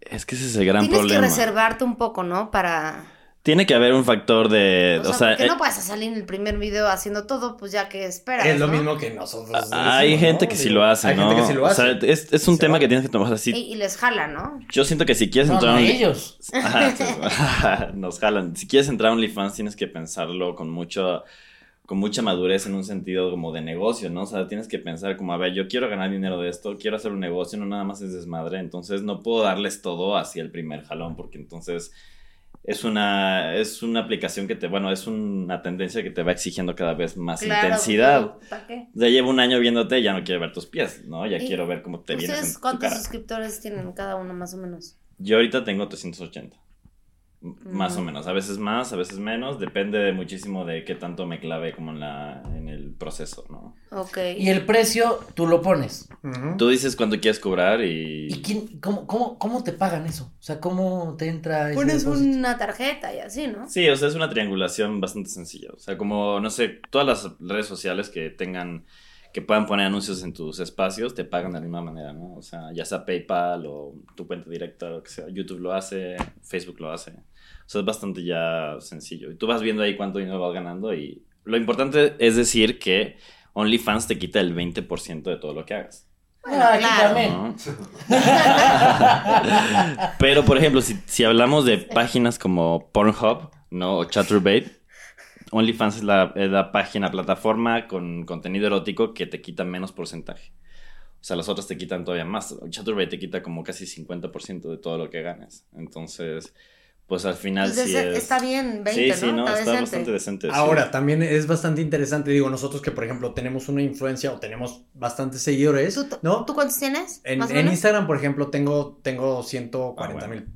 [SPEAKER 4] Es que ese es el gran
[SPEAKER 2] Tienes
[SPEAKER 4] problema.
[SPEAKER 2] que reservarte un poco, ¿no? Para.
[SPEAKER 4] Tiene que haber un factor de.
[SPEAKER 2] O sea, porque
[SPEAKER 4] eh,
[SPEAKER 2] no vas a salir en el primer video haciendo todo, pues ya que esperas.
[SPEAKER 3] Es lo
[SPEAKER 2] ¿no?
[SPEAKER 3] mismo que nosotros.
[SPEAKER 4] Ah, hay
[SPEAKER 3] decimos,
[SPEAKER 4] gente
[SPEAKER 3] ¿no?
[SPEAKER 4] que sí
[SPEAKER 3] Digo,
[SPEAKER 4] lo hace,
[SPEAKER 3] Hay
[SPEAKER 4] ¿no?
[SPEAKER 3] gente que sí lo hace.
[SPEAKER 4] O sea, es, es un
[SPEAKER 3] Se
[SPEAKER 4] tema
[SPEAKER 3] vale.
[SPEAKER 4] que tienes que tomar así.
[SPEAKER 2] Y, y les jala, ¿no?
[SPEAKER 4] Yo siento que si quieres
[SPEAKER 1] No,
[SPEAKER 4] entrar
[SPEAKER 1] no,
[SPEAKER 4] a un-
[SPEAKER 1] ellos.
[SPEAKER 2] Pues.
[SPEAKER 4] Ajá, entonces, nos jalan. Si quieres entrar a OnlyFans, tienes que pensarlo con mucho con mucha madurez en un sentido como de negocio, ¿no? O sea, tienes que pensar como, a ver, yo quiero ganar dinero de esto, quiero hacer un negocio, no nada más es desmadre, entonces no puedo darles todo hacia el primer jalón, porque entonces es una, es una aplicación que te, bueno, es una tendencia que te va exigiendo cada vez más
[SPEAKER 2] Claro,
[SPEAKER 4] intensidad.
[SPEAKER 2] pues, ¿Para qué?
[SPEAKER 4] Ya llevo un año viéndote, ya no quiero ver tus pies, ¿no? Ya
[SPEAKER 2] ¿Y
[SPEAKER 4] quiero ver cómo te vienes en
[SPEAKER 2] ¿Ustedes
[SPEAKER 4] tu
[SPEAKER 2] cuántos
[SPEAKER 4] cara.
[SPEAKER 2] suscriptores tienen cada uno, más o menos?
[SPEAKER 4] Yo ahorita tengo 380. M- Más o
[SPEAKER 2] Mm.
[SPEAKER 4] menos, a veces más, a veces menos, depende de muchísimo de qué tanto me clave como en, la, en el proceso, ¿no?
[SPEAKER 2] Ok.
[SPEAKER 1] Y el precio, tú lo pones.
[SPEAKER 3] Ujú.
[SPEAKER 4] Tú dices cuánto quieres cobrar y...
[SPEAKER 1] ¿Y quién, cómo, cómo, cómo te pagan eso? O sea, ¿cómo te entra ese
[SPEAKER 2] Pones
[SPEAKER 1] depósito?
[SPEAKER 2] una tarjeta y así, ¿no?
[SPEAKER 4] Sí, o sea, es una triangulación bastante sencilla. O sea, como, no sé, todas las redes sociales que tengan, que puedan poner anuncios en tus espacios, te pagan de la misma manera, ¿no? O sea, ya sea PayPal o tu cuenta directa, lo que sea. YouTube lo hace, Facebook lo hace. O sea, es bastante ya sencillo. Y tú vas viendo ahí cuánto dinero vas ganando y lo importante es decir que OnlyFans te quita el 20% de todo lo que hagas.
[SPEAKER 2] Bueno,
[SPEAKER 1] Ah, aquí
[SPEAKER 2] claro.
[SPEAKER 1] también.
[SPEAKER 4] ¿no? Pero, por ejemplo, si, si hablamos de páginas como Pornhub, ¿no? O Chaturbate, OnlyFans es la, es la página, plataforma con contenido erótico que te quita menos porcentaje. O sea, las otras te quitan todavía más. Chaturbate te quita como casi 50% de todo lo que ganes. Entonces, pues al final
[SPEAKER 2] Entonces,
[SPEAKER 4] sí es...
[SPEAKER 2] está bien, 20,
[SPEAKER 4] sí, sí,
[SPEAKER 2] ¿no?
[SPEAKER 4] ¿no? Está,
[SPEAKER 2] decente.
[SPEAKER 4] bastante decente. sí.
[SPEAKER 3] Ahora, también es bastante interesante, digo, nosotros que, por ejemplo, tenemos una influencia o tenemos bastantes seguidores,
[SPEAKER 2] ¿Tú,
[SPEAKER 3] ¿no?
[SPEAKER 2] ¿Tú cuántos tienes?
[SPEAKER 3] En,
[SPEAKER 2] más o
[SPEAKER 3] en
[SPEAKER 2] menos?
[SPEAKER 3] Instagram, por ejemplo, tengo, tengo 140
[SPEAKER 4] Ah,
[SPEAKER 3] mil
[SPEAKER 4] bueno.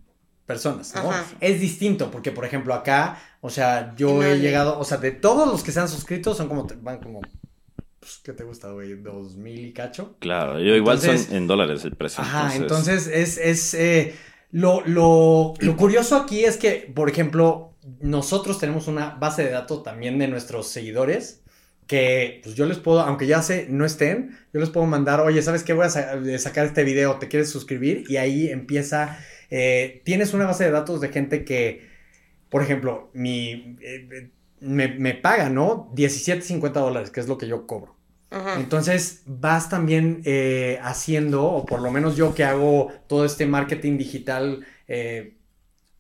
[SPEAKER 3] personas, ¿no?
[SPEAKER 2] Ajá.
[SPEAKER 3] Es distinto, porque, por ejemplo, acá, o sea, yo
[SPEAKER 2] No,
[SPEAKER 3] he
[SPEAKER 2] no.
[SPEAKER 3] llegado, o sea, de todos los que se han suscrito, son como, van como pues, ¿qué te gusta, güey? ¿Dos mil y cacho?
[SPEAKER 4] Claro, yo igual
[SPEAKER 3] Entonces-
[SPEAKER 4] son en dólares el precio.
[SPEAKER 3] Ajá, entonces es, es eh, lo, lo, lo curioso aquí es que, por ejemplo, nosotros tenemos una base de datos también de nuestros seguidores que pues yo les puedo, aunque ya sé, no estén, yo les puedo mandar, oye, ¿sabes qué? Voy a sa- eh, sacar este video, ¿te quieres suscribir? Y ahí empieza, eh, tienes una base de datos de gente que, por ejemplo, mi, eh, eh, me, me paga, ¿no? 17.50 dólares, que es lo que yo cobro.
[SPEAKER 2] Ajá.
[SPEAKER 3] Entonces vas también eh, haciendo, o por lo menos yo que hago todo este marketing digital eh,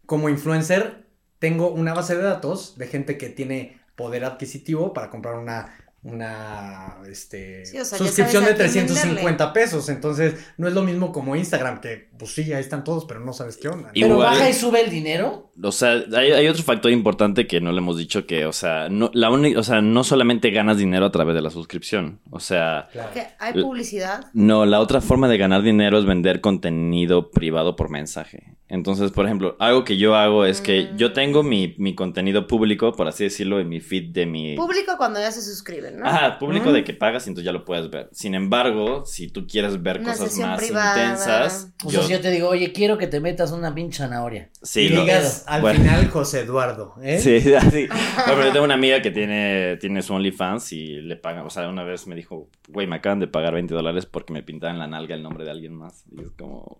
[SPEAKER 3] como influencer, tengo una base de datos de gente que tiene poder adquisitivo para comprar una, una este,
[SPEAKER 2] Sí, o sea, ya
[SPEAKER 3] suscripción de
[SPEAKER 2] sabes a quién
[SPEAKER 3] 350 pesos. Entonces no es lo mismo como Instagram, que pues sí, ahí están todos, pero no sabes qué onda. ¿no?
[SPEAKER 1] Pero
[SPEAKER 4] Igual-
[SPEAKER 1] baja y sube el dinero.
[SPEAKER 4] O sea, hay, hay otro factor importante que no le hemos dicho que, o sea, no, la uni- o sea, no solamente ganas dinero a través de la suscripción. O sea,
[SPEAKER 3] Claro.
[SPEAKER 2] Que hay publicidad.
[SPEAKER 4] no, la otra forma de ganar dinero es vender contenido privado por mensaje. Entonces, por ejemplo, algo que yo hago es que
[SPEAKER 2] Mm.
[SPEAKER 4] yo tengo mi, mi contenido público, por así decirlo, en mi feed de mi...
[SPEAKER 2] Público cuando ya se suscriben,
[SPEAKER 1] Ah,
[SPEAKER 2] ¿no?
[SPEAKER 4] Ajá, público
[SPEAKER 3] Mm.
[SPEAKER 4] de que pagas y entonces ya lo puedes ver. Sin embargo, si tú quieres ver
[SPEAKER 2] Una
[SPEAKER 4] cosas
[SPEAKER 2] sesión
[SPEAKER 4] más
[SPEAKER 2] privada.
[SPEAKER 4] intensas,
[SPEAKER 1] Pues, O
[SPEAKER 4] yo-
[SPEAKER 1] sea, si yo te digo, oye, quiero que te metas una pinche zanahoria.
[SPEAKER 4] sí,
[SPEAKER 3] Y
[SPEAKER 4] lo-
[SPEAKER 3] digas al
[SPEAKER 4] Bueno.
[SPEAKER 3] final José Eduardo, ¿eh?
[SPEAKER 4] Sí, así. No, pero yo tengo una amiga que tiene, tiene su OnlyFans y le pagan. O sea, una vez me dijo, güey, me acaban de pagar 20 dólares porque me pintaban la nalga el nombre de alguien más. Y es como.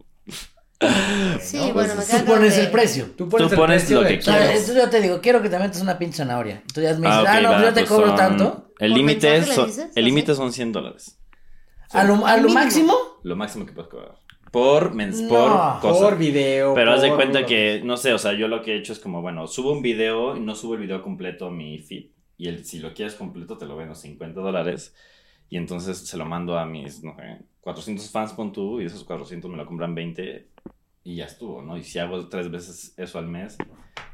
[SPEAKER 2] Sí,
[SPEAKER 4] No,
[SPEAKER 2] bueno, me
[SPEAKER 4] pues,
[SPEAKER 2] queda
[SPEAKER 1] Tú pones
[SPEAKER 2] claro
[SPEAKER 1] el
[SPEAKER 2] que-
[SPEAKER 1] precio.
[SPEAKER 3] Tú
[SPEAKER 4] Tú pones
[SPEAKER 3] precio
[SPEAKER 4] lo
[SPEAKER 3] de-
[SPEAKER 4] que
[SPEAKER 1] O sea,
[SPEAKER 4] quieres.
[SPEAKER 1] entonces yo te digo, quiero que te metas una pinche zanahoria. Tú ya me dices,
[SPEAKER 4] Ah,
[SPEAKER 1] ah,
[SPEAKER 4] ok,
[SPEAKER 1] no,
[SPEAKER 4] va,
[SPEAKER 1] yo te
[SPEAKER 4] pues
[SPEAKER 1] cobro
[SPEAKER 4] son-
[SPEAKER 1] tanto.
[SPEAKER 4] El
[SPEAKER 2] ¿Por
[SPEAKER 4] límite
[SPEAKER 2] mensaje le
[SPEAKER 4] son,
[SPEAKER 2] dices?
[SPEAKER 4] el
[SPEAKER 2] ¿Así?
[SPEAKER 4] límite son 100 dólares.
[SPEAKER 1] ¿A lo, a lo
[SPEAKER 2] Mínimo.
[SPEAKER 1] máximo?
[SPEAKER 4] Lo máximo que puedes cobrar. Por, mens,
[SPEAKER 1] No.
[SPEAKER 4] por cosa.
[SPEAKER 3] Por video.
[SPEAKER 4] Pero haz de
[SPEAKER 3] por-
[SPEAKER 4] cuenta que, no sé, o sea, yo lo que he hecho es como, bueno, subo un video y no subo el video completo a mi feed. Y el, si lo quieres completo, te lo vendo 50 dólares. Y entonces se lo mando a mis, no sé, 400 fans con tú. Y de esos 400 me lo compran 20. Y ya estuvo, ¿no? Y si hago tres veces eso al mes, ¿me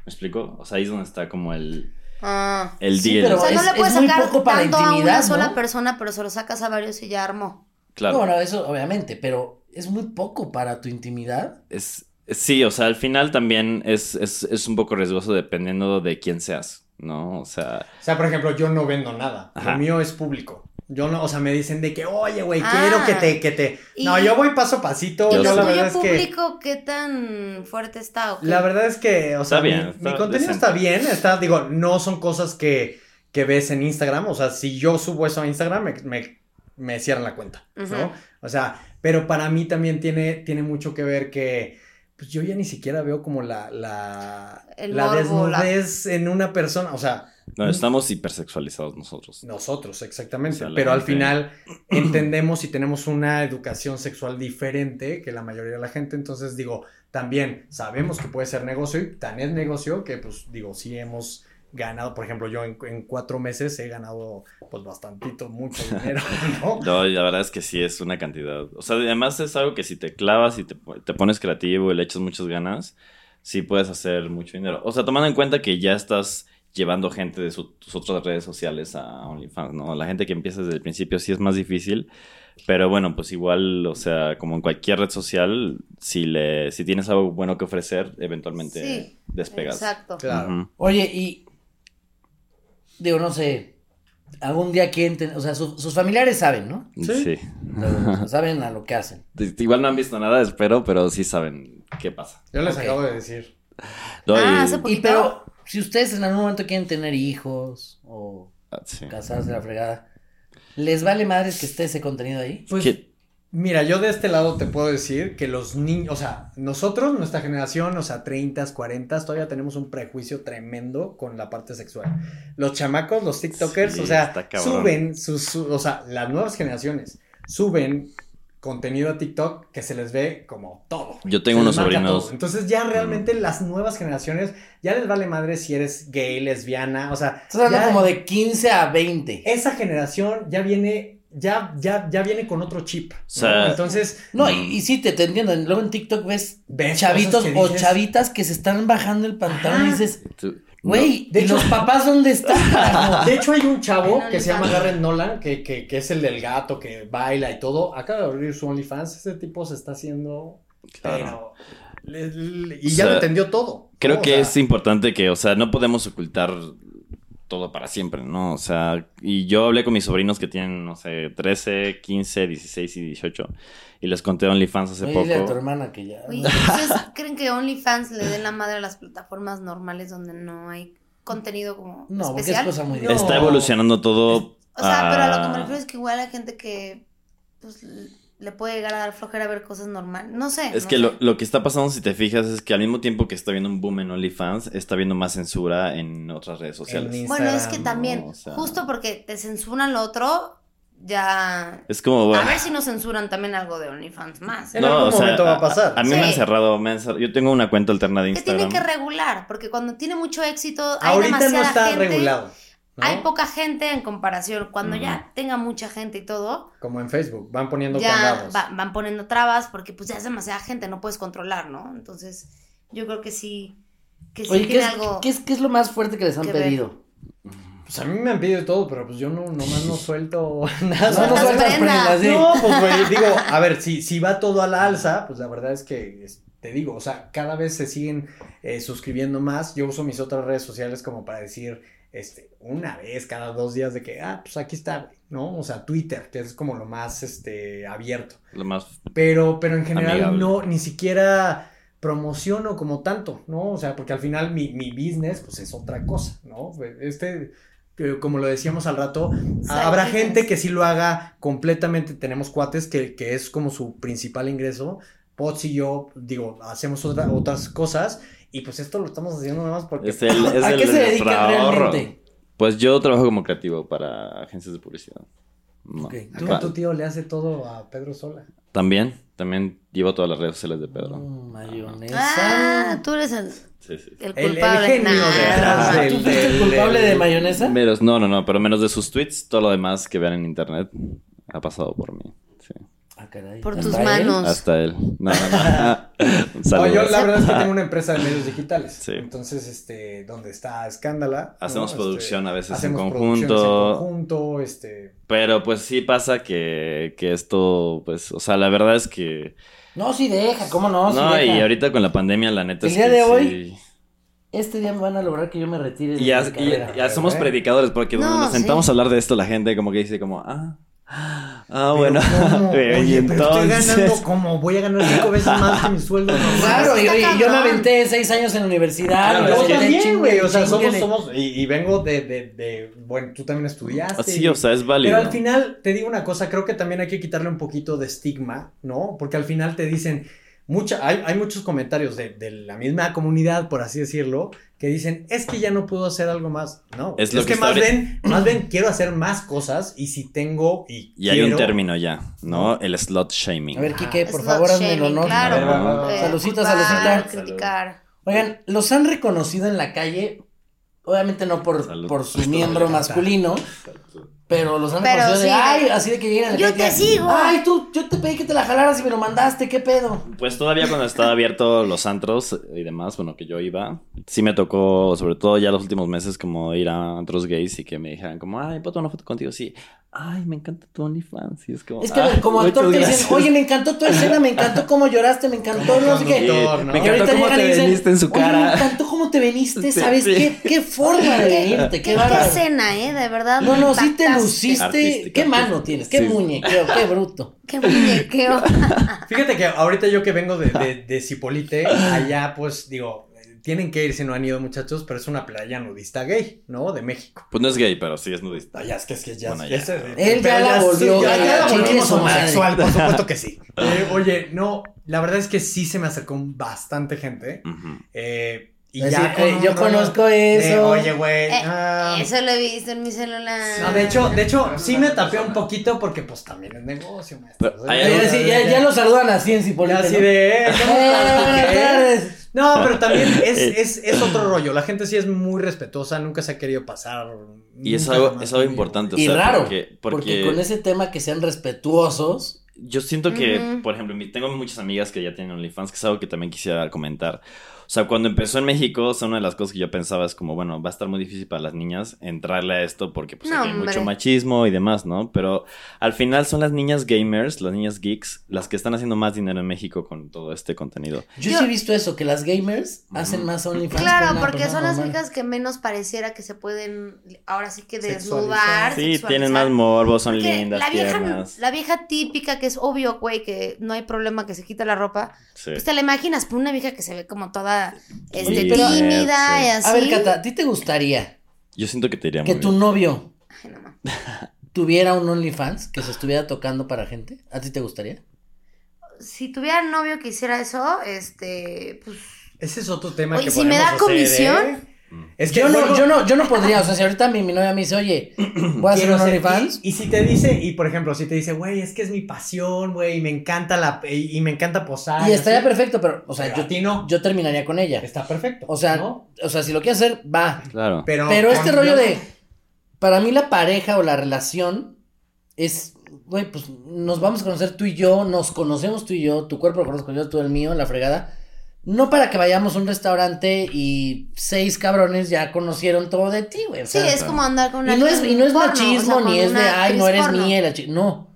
[SPEAKER 4] explico? O sea, ahí es donde está como el,
[SPEAKER 2] Ah.
[SPEAKER 4] el
[SPEAKER 1] Sí,
[SPEAKER 4] deal.
[SPEAKER 1] pero-
[SPEAKER 2] O sea, no
[SPEAKER 1] Es-
[SPEAKER 2] le puedes
[SPEAKER 1] es muy
[SPEAKER 2] sacar
[SPEAKER 1] poco para
[SPEAKER 2] tanto a
[SPEAKER 1] intimidad,
[SPEAKER 2] una
[SPEAKER 1] ¿no?
[SPEAKER 2] sola persona, pero se lo sacas a varios y ya armó.
[SPEAKER 4] Claro.
[SPEAKER 1] Bueno, eso obviamente, pero es muy poco para tu intimidad.
[SPEAKER 4] Es, sí, o sea, al final también es, es, es un poco riesgoso dependiendo de quién seas, ¿no? O sea,
[SPEAKER 3] O sea, por ejemplo, yo no vendo nada.
[SPEAKER 4] Ajá.
[SPEAKER 3] Lo mío es público. Yo no, o sea, me dicen de que, oye, güey,
[SPEAKER 2] Ah.
[SPEAKER 3] quiero que te, que te.
[SPEAKER 2] Y-
[SPEAKER 3] No, yo voy paso a pasito.
[SPEAKER 4] Yo
[SPEAKER 3] Yo,
[SPEAKER 2] ¿Y
[SPEAKER 4] sé.
[SPEAKER 2] el
[SPEAKER 3] la
[SPEAKER 2] tuyo
[SPEAKER 3] verdad es que.
[SPEAKER 2] público qué tan fuerte está? o qué?
[SPEAKER 3] La verdad es que, o sea, mi-
[SPEAKER 4] bien,
[SPEAKER 3] mi,
[SPEAKER 4] está
[SPEAKER 3] contenido
[SPEAKER 4] decente.
[SPEAKER 3] está bien, está, digo, no son cosas que, que ves en Instagram. O sea, si yo subo eso a Instagram, me, me- me cierran la cuenta, ¿no?
[SPEAKER 2] Ujú.
[SPEAKER 3] O sea, pero para mí también tiene, tiene mucho que ver que. Pues yo ya ni siquiera veo como la, la,
[SPEAKER 2] El
[SPEAKER 3] la
[SPEAKER 2] morbo, la-
[SPEAKER 3] desnudez en una persona. O sea,
[SPEAKER 4] no, estamos hipersexualizados nosotros.
[SPEAKER 3] Nosotros, exactamente.
[SPEAKER 4] O sea, la
[SPEAKER 3] Pero al
[SPEAKER 4] gente-
[SPEAKER 3] final entendemos y tenemos una educación sexual diferente que la mayoría de la gente. Entonces, digo, también sabemos que puede ser negocio y tan es negocio que, pues, digo, sí hemos ganado. Por ejemplo, yo en, en cuatro meses he ganado, pues, bastantito, mucho dinero, ¿no?
[SPEAKER 4] No, la verdad es que sí es una cantidad. O sea, además es algo que si te clavas y te, te pones creativo y le echas muchas ganas, sí puedes hacer mucho dinero. O sea, tomando en cuenta que ya estás llevando gente de su- tus otras redes sociales a OnlyFans, ¿no? La gente que empieza desde el principio sí es más difícil, pero bueno, pues igual, o sea, como en cualquier red social, si le si tienes algo bueno que ofrecer, eventualmente
[SPEAKER 2] Sí,
[SPEAKER 4] despegas.
[SPEAKER 2] Exacto.
[SPEAKER 3] Claro.
[SPEAKER 4] Ujú.
[SPEAKER 1] Oye, y. Digo, no sé. Algún día quieren tener. O sea, su- sus familiares saben, ¿no?
[SPEAKER 4] Sí.
[SPEAKER 1] Pero saben a lo que hacen.
[SPEAKER 4] Igual no han visto nada, espero, pero sí saben qué pasa.
[SPEAKER 3] Yo les
[SPEAKER 1] Ok.
[SPEAKER 3] acabo de decir.
[SPEAKER 4] No,
[SPEAKER 2] Ah,
[SPEAKER 4] y-
[SPEAKER 2] hace po-
[SPEAKER 1] Y
[SPEAKER 2] Poquito.
[SPEAKER 1] pero, si ustedes en algún momento quieren tener hijos o
[SPEAKER 4] Ah, sí.
[SPEAKER 1] casarse la fregada, ¿les vale madres que esté ese contenido ahí?
[SPEAKER 3] Pues,
[SPEAKER 4] ¿Qué-
[SPEAKER 3] Mira, yo de este lado te puedo decir que los niños, o sea, nosotros, nuestra generación, o sea, 30, 40, todavía tenemos un prejuicio tremendo con la parte sexual. Los chamacos, los TikTokers,
[SPEAKER 4] Sí,
[SPEAKER 3] o sea,
[SPEAKER 4] está cabrón.
[SPEAKER 3] suben sus, su- o sea, las nuevas generaciones suben contenido a TikTok que se les ve como todo.
[SPEAKER 4] Yo tengo
[SPEAKER 3] Se
[SPEAKER 4] unos
[SPEAKER 3] les marca
[SPEAKER 4] sobrinos. Mm.
[SPEAKER 3] todo. Entonces ya realmente las nuevas generaciones ya les vale madre si eres gay, lesbiana, o sea,
[SPEAKER 1] Estás hablando
[SPEAKER 3] ya-
[SPEAKER 1] como de 15 a 20.
[SPEAKER 3] esa generación ya viene, ya, ya, ya viene con otro chip. ¿no?
[SPEAKER 4] sea,
[SPEAKER 3] Entonces,
[SPEAKER 1] No, y, y sí, te, te entiendo. Luego en TikTok ves
[SPEAKER 3] ves
[SPEAKER 1] chavitos
[SPEAKER 3] cosas que
[SPEAKER 1] o
[SPEAKER 3] dices,
[SPEAKER 1] chavitas que se están bajando el pantalón y dices,
[SPEAKER 4] Tú-
[SPEAKER 1] güey,
[SPEAKER 3] De
[SPEAKER 1] ¿y
[SPEAKER 3] hecho-
[SPEAKER 1] los papás dónde están? carajo?"
[SPEAKER 3] De hecho, hay un chavo
[SPEAKER 2] En
[SPEAKER 3] que se llama
[SPEAKER 2] OnlyFans.
[SPEAKER 3] Garrett Nolan, que, que, que es el del gato, que baila y todo. Acaba de abrir su OnlyFans. Ese tipo se está haciendo.
[SPEAKER 4] Claro.
[SPEAKER 3] Pero. le- le- y
[SPEAKER 4] O
[SPEAKER 3] ya
[SPEAKER 4] sea,
[SPEAKER 3] lo entendió todo.
[SPEAKER 4] Creo
[SPEAKER 3] ¿no? O
[SPEAKER 4] que
[SPEAKER 3] sea,
[SPEAKER 4] es importante que, o sea, no podemos ocultar todo para siempre, ¿no? O sea, y yo hablé con mis sobrinos que tienen, no sé, 13, 15, 16 y 18 y les conté OnlyFans hace
[SPEAKER 1] Oye,
[SPEAKER 4] poco.
[SPEAKER 1] dile a tu hermana que ya.
[SPEAKER 2] Oye, ¿ustedes creen que OnlyFans le den la madre a las plataformas normales donde no hay contenido como
[SPEAKER 1] No, porque es
[SPEAKER 2] especial?
[SPEAKER 1] cosa muy
[SPEAKER 4] Está evolucionando todo.
[SPEAKER 2] O sea, pero a lo
[SPEAKER 4] a-
[SPEAKER 2] que me refiero es que igual hay gente que pues, le puede llegar a dar flojera ver cosas normales. No sé.
[SPEAKER 4] Es
[SPEAKER 2] no
[SPEAKER 4] que
[SPEAKER 2] sé.
[SPEAKER 4] lo, lo que está pasando, si te fijas, es que al mismo tiempo que está viendo un boom en OnlyFans, está viendo más censura en otras redes sociales.
[SPEAKER 3] En
[SPEAKER 2] Bueno, es que
[SPEAKER 3] Instagram,
[SPEAKER 2] también,
[SPEAKER 4] no, o sea.
[SPEAKER 2] justo porque te censuran lo otro, ya...
[SPEAKER 4] Es como,
[SPEAKER 2] A
[SPEAKER 4] bueno,
[SPEAKER 2] ver si nos censuran también algo de OnlyFans más.
[SPEAKER 3] En algún momento va a pasar.
[SPEAKER 4] A, mí me han
[SPEAKER 2] Sí.
[SPEAKER 4] cerrado, me han cer- yo tengo una cuenta alterna de
[SPEAKER 2] Que tienen
[SPEAKER 4] Instagram.
[SPEAKER 2] que regular, porque cuando tiene mucho éxito hay
[SPEAKER 3] Ahorita no
[SPEAKER 2] demasiada
[SPEAKER 3] está
[SPEAKER 2] gente,
[SPEAKER 3] regulado. ¿no?
[SPEAKER 2] hay poca gente en comparación. Cuando ya
[SPEAKER 4] Ujú.
[SPEAKER 2] tenga mucha gente y todo,
[SPEAKER 3] Como en Facebook, van poniendo
[SPEAKER 2] ya
[SPEAKER 3] candados.
[SPEAKER 2] va- van poniendo trabas porque pues ya es demasiada gente, no puedes controlar, ¿no? Entonces, yo creo que sí, que sí
[SPEAKER 1] Oye, ¿qué
[SPEAKER 2] tiene
[SPEAKER 1] es,
[SPEAKER 2] algo.
[SPEAKER 1] qué es- qué es lo más fuerte que les han
[SPEAKER 2] que ver.
[SPEAKER 1] pedido?
[SPEAKER 3] Pues a mí me han pedido todo, pero pues yo no, nomás no suelto nada.
[SPEAKER 2] Sueltas prendas.
[SPEAKER 1] prendas, sí.
[SPEAKER 3] No, pues güey, digo, a ver, si, si va todo a la alza, pues la verdad es que es- te digo, o sea, cada vez se siguen eh, suscribiendo más. Yo uso mis otras redes sociales como para decir, este, una vez cada dos días de que, ah, pues aquí está, güey, ¿no? O sea, Twitter, que es como lo más, este, abierto.
[SPEAKER 4] Lo más
[SPEAKER 3] Pero, pero en general
[SPEAKER 4] Amigable.
[SPEAKER 3] no, ni siquiera promociono como tanto, ¿no? O sea, porque al final mi, mi business, pues es otra cosa, ¿no? Este, que como lo decíamos al rato, Ah, habrá
[SPEAKER 2] business.
[SPEAKER 3] gente que sí lo haga completamente, tenemos cuates que, que es como su principal ingreso, Pots y yo, digo, hacemos otra- otras cosas y pues esto lo estamos haciendo nada más porque...
[SPEAKER 4] Es el, es
[SPEAKER 1] ¿A
[SPEAKER 4] el
[SPEAKER 1] qué se dedican
[SPEAKER 4] ahorro.
[SPEAKER 1] realmente?
[SPEAKER 4] Pues yo trabajo como creativo para agencias de publicidad. No.
[SPEAKER 1] Ok.
[SPEAKER 3] Acá
[SPEAKER 4] Pa-
[SPEAKER 3] tu tío le hace todo a Pedro Sola.
[SPEAKER 4] También, también llevo todas las redes sociales de Pedro.
[SPEAKER 1] Mm, mayonesa.
[SPEAKER 2] Ah, tú eres el,
[SPEAKER 4] Sí, sí.
[SPEAKER 2] el
[SPEAKER 3] El- el
[SPEAKER 2] culpable.
[SPEAKER 3] genio
[SPEAKER 2] Nah.
[SPEAKER 3] detrás
[SPEAKER 1] Ah,
[SPEAKER 3] del-
[SPEAKER 1] ¿Tú fuiste el
[SPEAKER 3] del-
[SPEAKER 1] culpable
[SPEAKER 3] del-
[SPEAKER 1] de mayonesa?
[SPEAKER 4] Menos, no, no, no, pero menos de sus tweets, todo lo demás que vean en internet ha pasado por mí. sí.
[SPEAKER 1] Ah, caray.
[SPEAKER 2] Por
[SPEAKER 1] ¿Hasta
[SPEAKER 2] tus
[SPEAKER 1] él?
[SPEAKER 2] manos.
[SPEAKER 4] Hasta él. No, no, no. Un saludo.
[SPEAKER 3] No, yo la verdad es que tengo una empresa de medios digitales.
[SPEAKER 4] Sí.
[SPEAKER 3] Entonces, este, donde está Escándala. ¿no?
[SPEAKER 4] Hacemos
[SPEAKER 3] Este,
[SPEAKER 4] producción a veces en
[SPEAKER 3] hacemos
[SPEAKER 4] conjunto.
[SPEAKER 3] producciones en conjunto, este.
[SPEAKER 4] Pero pues sí pasa que, que esto, pues, o sea, la verdad es que...
[SPEAKER 1] No, sí deja, ¿cómo no? Sí
[SPEAKER 4] no,
[SPEAKER 1] deja.
[SPEAKER 4] y ahorita con la pandemia, la neta
[SPEAKER 1] El
[SPEAKER 4] es
[SPEAKER 1] día
[SPEAKER 4] que
[SPEAKER 1] de hoy-
[SPEAKER 4] sí.
[SPEAKER 1] Este día me van a lograr que yo me retire. de
[SPEAKER 4] Y ya,
[SPEAKER 1] mi
[SPEAKER 4] y-
[SPEAKER 1] carrera.
[SPEAKER 4] ya somos
[SPEAKER 3] ¿eh?
[SPEAKER 4] predicadores, porque
[SPEAKER 2] No,
[SPEAKER 4] cuando nos
[SPEAKER 2] sí.
[SPEAKER 4] sentamos a hablar de esto, la gente como que dice como, ah, ah, ah,
[SPEAKER 3] Pero
[SPEAKER 4] bueno.
[SPEAKER 3] ¿cómo?
[SPEAKER 4] Pero, y
[SPEAKER 3] Oye, pero estoy ganando
[SPEAKER 4] entonces...
[SPEAKER 3] como voy a ganar cinco veces más que mi sueldo. normal.
[SPEAKER 1] Claro, y,
[SPEAKER 2] Pues Está
[SPEAKER 1] oye, y yo me
[SPEAKER 2] cabrón.
[SPEAKER 1] aventé seis años en la universidad.
[SPEAKER 4] Claro,
[SPEAKER 1] y luego
[SPEAKER 3] Ah, Yo
[SPEAKER 4] es que-
[SPEAKER 1] quedé
[SPEAKER 3] también,
[SPEAKER 1] chingue,
[SPEAKER 3] güey. O sea, somos,
[SPEAKER 1] chingue.
[SPEAKER 3] somos. Y, y vengo de, de, de- Bueno, tú también estudiaste.
[SPEAKER 4] Así, o sea, es válido.
[SPEAKER 3] Pero al final, te digo una cosa, creo que también hay que quitarle un poquito de estigma, ¿no? Porque al final te dicen, mucha, hay, hay muchos comentarios de, de la misma comunidad, por así decirlo, que dicen, es que ya no puedo hacer algo más. No,
[SPEAKER 4] Es
[SPEAKER 3] es,
[SPEAKER 4] lo que
[SPEAKER 3] que,
[SPEAKER 4] está
[SPEAKER 3] más,
[SPEAKER 4] ahorita-
[SPEAKER 3] bien, más bien quiero hacer más cosas y si tengo y
[SPEAKER 4] Y hay un
[SPEAKER 3] quiero-
[SPEAKER 4] término ya, ¿no? El slot shaming.
[SPEAKER 1] A ver, Kike, por
[SPEAKER 2] Slut
[SPEAKER 1] favor, hazme el
[SPEAKER 2] Ah, shaming,
[SPEAKER 1] honor.
[SPEAKER 2] Claro.
[SPEAKER 4] A ver, va, va, va.
[SPEAKER 2] Eh,
[SPEAKER 1] Salucita,
[SPEAKER 2] culpar,
[SPEAKER 1] salucita.
[SPEAKER 2] criticar.
[SPEAKER 1] Oigan, los han reconocido en la calle, obviamente no por,
[SPEAKER 4] Salud.
[SPEAKER 1] por su miembro masculino, pero los han
[SPEAKER 2] Pero
[SPEAKER 1] reconocido de,
[SPEAKER 2] sí,
[SPEAKER 1] ay,
[SPEAKER 2] de-
[SPEAKER 1] así de que llegan a la
[SPEAKER 2] Yo
[SPEAKER 1] calle y
[SPEAKER 2] te
[SPEAKER 1] digan,
[SPEAKER 2] sigo.
[SPEAKER 1] Ay, tú, yo te pedí que te la jalaras y me lo mandaste, ¿qué pedo?
[SPEAKER 4] Pues todavía cuando estaba abierto los antros y demás, bueno, que yo iba, sí me tocó, sobre todo ya los últimos meses, como ir a antros gays y que me dijeran como, ay, ¿puedo tomar una foto contigo? Sí. Ay, me encanta tu OnlyFans. Y es como,
[SPEAKER 1] Es que a ver,
[SPEAKER 4] "Ah,
[SPEAKER 1] como actor
[SPEAKER 4] muchas
[SPEAKER 1] te
[SPEAKER 4] gracias".
[SPEAKER 1] dicen, oye, me encantó tu escena, me encantó cómo lloraste, me encantó, no sé qué.
[SPEAKER 4] Sí,
[SPEAKER 3] doctor, ¿no?
[SPEAKER 4] Me
[SPEAKER 1] Y ahorita
[SPEAKER 4] encantó cómo
[SPEAKER 1] llegan y
[SPEAKER 4] te
[SPEAKER 1] dicen,
[SPEAKER 4] veniste en su
[SPEAKER 1] "Oye, Me
[SPEAKER 4] cara.
[SPEAKER 1] encantó cómo te veniste,
[SPEAKER 4] Sí,
[SPEAKER 1] ¿sabes
[SPEAKER 4] sí.
[SPEAKER 1] qué? Qué forma de venirte, qué
[SPEAKER 2] Qué, qué
[SPEAKER 1] bárbaro.
[SPEAKER 2] escena, ¿eh? De verdad.
[SPEAKER 1] No,
[SPEAKER 2] me
[SPEAKER 1] no, sí te
[SPEAKER 2] impactaste.
[SPEAKER 1] luciste.
[SPEAKER 4] Artística,
[SPEAKER 1] qué mano
[SPEAKER 4] artística.
[SPEAKER 1] tienes, qué
[SPEAKER 4] Sí.
[SPEAKER 1] muñequeo, qué bruto.
[SPEAKER 2] Qué muñequeo.
[SPEAKER 3] Fíjate que ahorita yo que vengo de, de, de Cipolite, allá pues digo, tienen que ir si no han ido muchachos, pero es una playa nudista gay, ¿no? De México.
[SPEAKER 4] Pues no es gay, pero sí es nudista.
[SPEAKER 3] Ay, Ah, ya, es que es que ya.
[SPEAKER 4] Bueno,
[SPEAKER 3] ya
[SPEAKER 4] ya.
[SPEAKER 3] se-
[SPEAKER 1] Él ya
[SPEAKER 3] pero
[SPEAKER 1] la volvió
[SPEAKER 3] ya,
[SPEAKER 1] gay,
[SPEAKER 3] ya la
[SPEAKER 1] chingue
[SPEAKER 3] volvimos
[SPEAKER 1] su madre.
[SPEAKER 3] homosexual, por supuesto que sí. Eh, oye, no, la verdad es que sí se me acercó bastante gente.
[SPEAKER 4] Ujú.
[SPEAKER 2] Mm,
[SPEAKER 3] eh, y
[SPEAKER 1] Es
[SPEAKER 3] ya
[SPEAKER 1] decir,
[SPEAKER 3] con
[SPEAKER 1] eh,
[SPEAKER 3] un
[SPEAKER 1] yo
[SPEAKER 3] rollo
[SPEAKER 1] conozco
[SPEAKER 3] de,
[SPEAKER 1] eso.
[SPEAKER 3] oye, güey.
[SPEAKER 2] Eh,
[SPEAKER 3] ah,
[SPEAKER 2] Eso lo he visto en mi celular.
[SPEAKER 1] Ah,
[SPEAKER 3] no, de hecho, de hecho, sí me tapé un poquito porque pues también es negocio, maestro.
[SPEAKER 4] Pero, ay,
[SPEAKER 1] Ya, ya, sí, ya, ya lo saludan así en Cipolite.
[SPEAKER 3] Ya así
[SPEAKER 1] ¿no?
[SPEAKER 3] de, eh, ¿cómo estás,
[SPEAKER 1] Eh,
[SPEAKER 3] Miguel?
[SPEAKER 1] tardes.
[SPEAKER 3] No, pero también es,
[SPEAKER 4] Eh.
[SPEAKER 3] es, es otro rollo. La gente sí es muy respetuosa, nunca se ha querido pasar.
[SPEAKER 4] Y es
[SPEAKER 3] nunca
[SPEAKER 4] algo,
[SPEAKER 3] jamás
[SPEAKER 4] es algo
[SPEAKER 3] conmigo.
[SPEAKER 4] importante. o
[SPEAKER 1] Y
[SPEAKER 4] sea,
[SPEAKER 1] raro,
[SPEAKER 4] Porque,
[SPEAKER 1] porque...
[SPEAKER 4] porque
[SPEAKER 1] con ese tema que sean respetuosos,
[SPEAKER 4] Yo siento que,
[SPEAKER 2] Ujú.
[SPEAKER 4] por ejemplo, mi- tengo muchas amigas que ya tienen OnlyFans, que es algo que también quisiera comentar. O sea, cuando empezó en México, o sea, una de las cosas que yo pensaba es como, bueno, va a estar muy difícil para las niñas entrarle a esto porque pues,
[SPEAKER 2] No,
[SPEAKER 4] aquí hay mucho
[SPEAKER 2] hombre.
[SPEAKER 4] machismo y demás, ¿no? Pero al final son las niñas gamers, las niñas geeks, las que están haciendo más dinero en México con todo este contenido.
[SPEAKER 1] Yo,
[SPEAKER 2] Yo-
[SPEAKER 1] sí he visto eso, que las gamers
[SPEAKER 4] Ujú.
[SPEAKER 1] hacen más OnlyFans. que
[SPEAKER 4] Este,
[SPEAKER 2] Claro,
[SPEAKER 1] una
[SPEAKER 4] pues,
[SPEAKER 2] porque
[SPEAKER 1] persona
[SPEAKER 2] son las
[SPEAKER 1] normal.
[SPEAKER 2] únicas que menos pareciera que se pueden, ahora sí que desnudar.
[SPEAKER 3] Sexualizar.
[SPEAKER 4] Sí, tienen
[SPEAKER 2] sexualizar.
[SPEAKER 4] más morbo, son
[SPEAKER 2] Porque
[SPEAKER 4] lindas,
[SPEAKER 2] la vieja,
[SPEAKER 4] tiernas.
[SPEAKER 2] la vieja típica que es obvio, güey, que no hay problema que se quita la ropa,
[SPEAKER 4] Sí.
[SPEAKER 2] pues te la imaginas, pero una vieja que se ve como toda este,
[SPEAKER 4] Sí, pero-
[SPEAKER 2] tímida
[SPEAKER 4] Sí.
[SPEAKER 2] y así.
[SPEAKER 1] A ver, Cata, ¿a ti te gustaría
[SPEAKER 4] Yo siento que te iría
[SPEAKER 1] que
[SPEAKER 4] muy
[SPEAKER 1] tu
[SPEAKER 4] bien.
[SPEAKER 1] novio
[SPEAKER 2] Ay, no, ma.
[SPEAKER 1] tuviera un OnlyFans que se estuviera tocando para gente? ¿A ti te gustaría?
[SPEAKER 2] Si tuviera novio que hiciera eso, este, pues
[SPEAKER 3] Ese es otro tema
[SPEAKER 2] Oye,
[SPEAKER 3] que
[SPEAKER 2] si me da
[SPEAKER 3] podemos hacer,
[SPEAKER 2] comisión.
[SPEAKER 3] ¿eh?
[SPEAKER 4] Mm.
[SPEAKER 3] Es que
[SPEAKER 1] Yo no,
[SPEAKER 3] luego-
[SPEAKER 1] yo no, yo no podría. O sea, si ahorita mi, mi novia me dice, oye, voy a hacer
[SPEAKER 3] Quiero
[SPEAKER 1] un
[SPEAKER 3] hacer-
[SPEAKER 1] OnlyFans.
[SPEAKER 3] Y, y si te dice, y por ejemplo, si te dice, güey, es que es mi pasión, güey, y me encanta la y, y me encanta posar.
[SPEAKER 1] Y estaría
[SPEAKER 3] así".
[SPEAKER 1] perfecto, Ah, pero, Este, o sea,
[SPEAKER 3] Pero
[SPEAKER 1] yo,
[SPEAKER 3] a ti no.
[SPEAKER 1] yo terminaría con ella.
[SPEAKER 3] Está perfecto.
[SPEAKER 1] O sea,
[SPEAKER 3] ¿no?
[SPEAKER 1] o sea, si lo quiere hacer, va.
[SPEAKER 4] Claro.
[SPEAKER 3] Pero,
[SPEAKER 1] Pero este
[SPEAKER 3] con-
[SPEAKER 1] rollo de. Para mí, la pareja o la relación es. Güey, pues nos vamos a conocer tú y yo, nos conocemos tú y yo, tu cuerpo lo conozco yo, tú el mío, la fregada. No para que vayamos a un restaurante y seis cabrones ya conocieron todo de ti, güey. o
[SPEAKER 2] sí,
[SPEAKER 1] sea,
[SPEAKER 2] es como andar con una
[SPEAKER 1] y no es, y no es
[SPEAKER 2] porno,
[SPEAKER 1] machismo,
[SPEAKER 2] o sea, con
[SPEAKER 1] ni es de,
[SPEAKER 2] una
[SPEAKER 1] ay, no
[SPEAKER 2] actriz
[SPEAKER 1] eres
[SPEAKER 2] porno".
[SPEAKER 1] mía, y la chi-". No.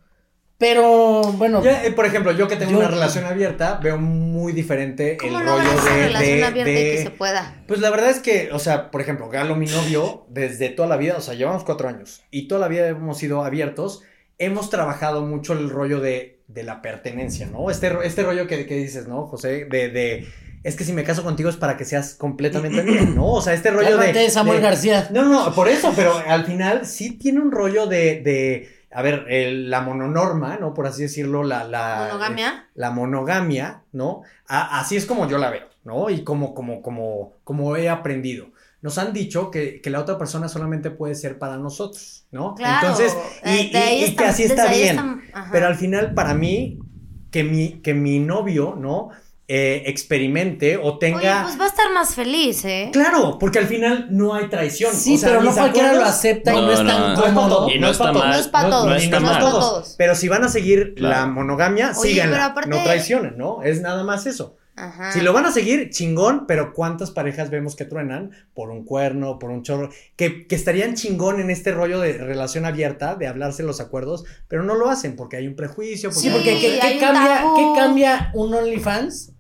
[SPEAKER 1] Pero, bueno.
[SPEAKER 3] Ya, eh, por ejemplo, yo que tengo
[SPEAKER 1] Yo-
[SPEAKER 3] una relación abierta, veo muy diferente el
[SPEAKER 2] ¿Cómo
[SPEAKER 3] rollo
[SPEAKER 2] logras esa
[SPEAKER 3] de-
[SPEAKER 2] relación
[SPEAKER 3] de-
[SPEAKER 2] abierta y que
[SPEAKER 3] de-
[SPEAKER 2] se pueda?
[SPEAKER 3] Pues la verdad es que, o sea, por ejemplo, Galo, mi novio, desde toda la vida, o sea, llevamos cuatro años y toda la vida hemos sido abiertos, hemos trabajado mucho el rollo de, de la pertenencia, ¿no? Este, ro- este rollo que, que dices, ¿no, José? De, de, es que si me caso contigo es para que seas completamente mía, ¿no? O sea, este rollo de...
[SPEAKER 1] Cálmate, Samuel
[SPEAKER 3] de-
[SPEAKER 1] García.
[SPEAKER 3] no, no, por eso, pero al final sí tiene un rollo de, de a ver, el- la mononorma, ¿no? Por así decirlo, la... la
[SPEAKER 2] ¿Monogamia?
[SPEAKER 3] la monogamia, ¿no? A- así es como yo la veo, ¿no? Y como, como, como, como he aprendido. Nos han dicho que, que la otra persona solamente puede ser para nosotros, ¿no?
[SPEAKER 2] Claro.
[SPEAKER 3] Entonces, y,
[SPEAKER 2] eh, de
[SPEAKER 3] y-
[SPEAKER 2] ahí
[SPEAKER 3] y que
[SPEAKER 2] está-
[SPEAKER 3] así está
[SPEAKER 2] desde ahí
[SPEAKER 3] bien.
[SPEAKER 2] está- ajá.
[SPEAKER 3] Pero al final, para mí, que mi, que mi novio, ¿no? Eh, experimente o tenga...
[SPEAKER 2] Oye, pues va a estar más feliz, ¿eh?
[SPEAKER 3] Claro, porque al final no hay traición.
[SPEAKER 1] Sí,
[SPEAKER 3] O sea,
[SPEAKER 1] pero no
[SPEAKER 3] mis
[SPEAKER 1] cualquiera lo
[SPEAKER 3] acuerdos-
[SPEAKER 1] acepta y
[SPEAKER 4] No,
[SPEAKER 1] no es tan
[SPEAKER 4] no.
[SPEAKER 3] No es para
[SPEAKER 1] cómodo.
[SPEAKER 3] todos,
[SPEAKER 4] Y no está
[SPEAKER 3] para todos.
[SPEAKER 4] mal.
[SPEAKER 2] No es para todos.
[SPEAKER 4] No
[SPEAKER 3] ni
[SPEAKER 4] está
[SPEAKER 3] no es
[SPEAKER 4] mal.
[SPEAKER 2] para todos.
[SPEAKER 3] Pero si van a seguir la
[SPEAKER 4] Claro.
[SPEAKER 3] monogamia,
[SPEAKER 2] Oye,
[SPEAKER 3] síganla.
[SPEAKER 2] pero aparte-
[SPEAKER 3] No traicionen, ¿no? Es nada más eso.
[SPEAKER 2] Ajá.
[SPEAKER 3] Si lo van a seguir, chingón, pero ¿cuántas parejas vemos que truenan por un cuerno, por un chorro? Que, que estarían chingón en este rollo de relación abierta, de hablarse los acuerdos, pero no lo hacen porque hay un prejuicio.
[SPEAKER 1] Sí, porque
[SPEAKER 2] Sí,
[SPEAKER 1] ¿qué, qué
[SPEAKER 2] hay un
[SPEAKER 1] cambia,
[SPEAKER 2] tabú.
[SPEAKER 1] ¿qué cambia un OnlyFans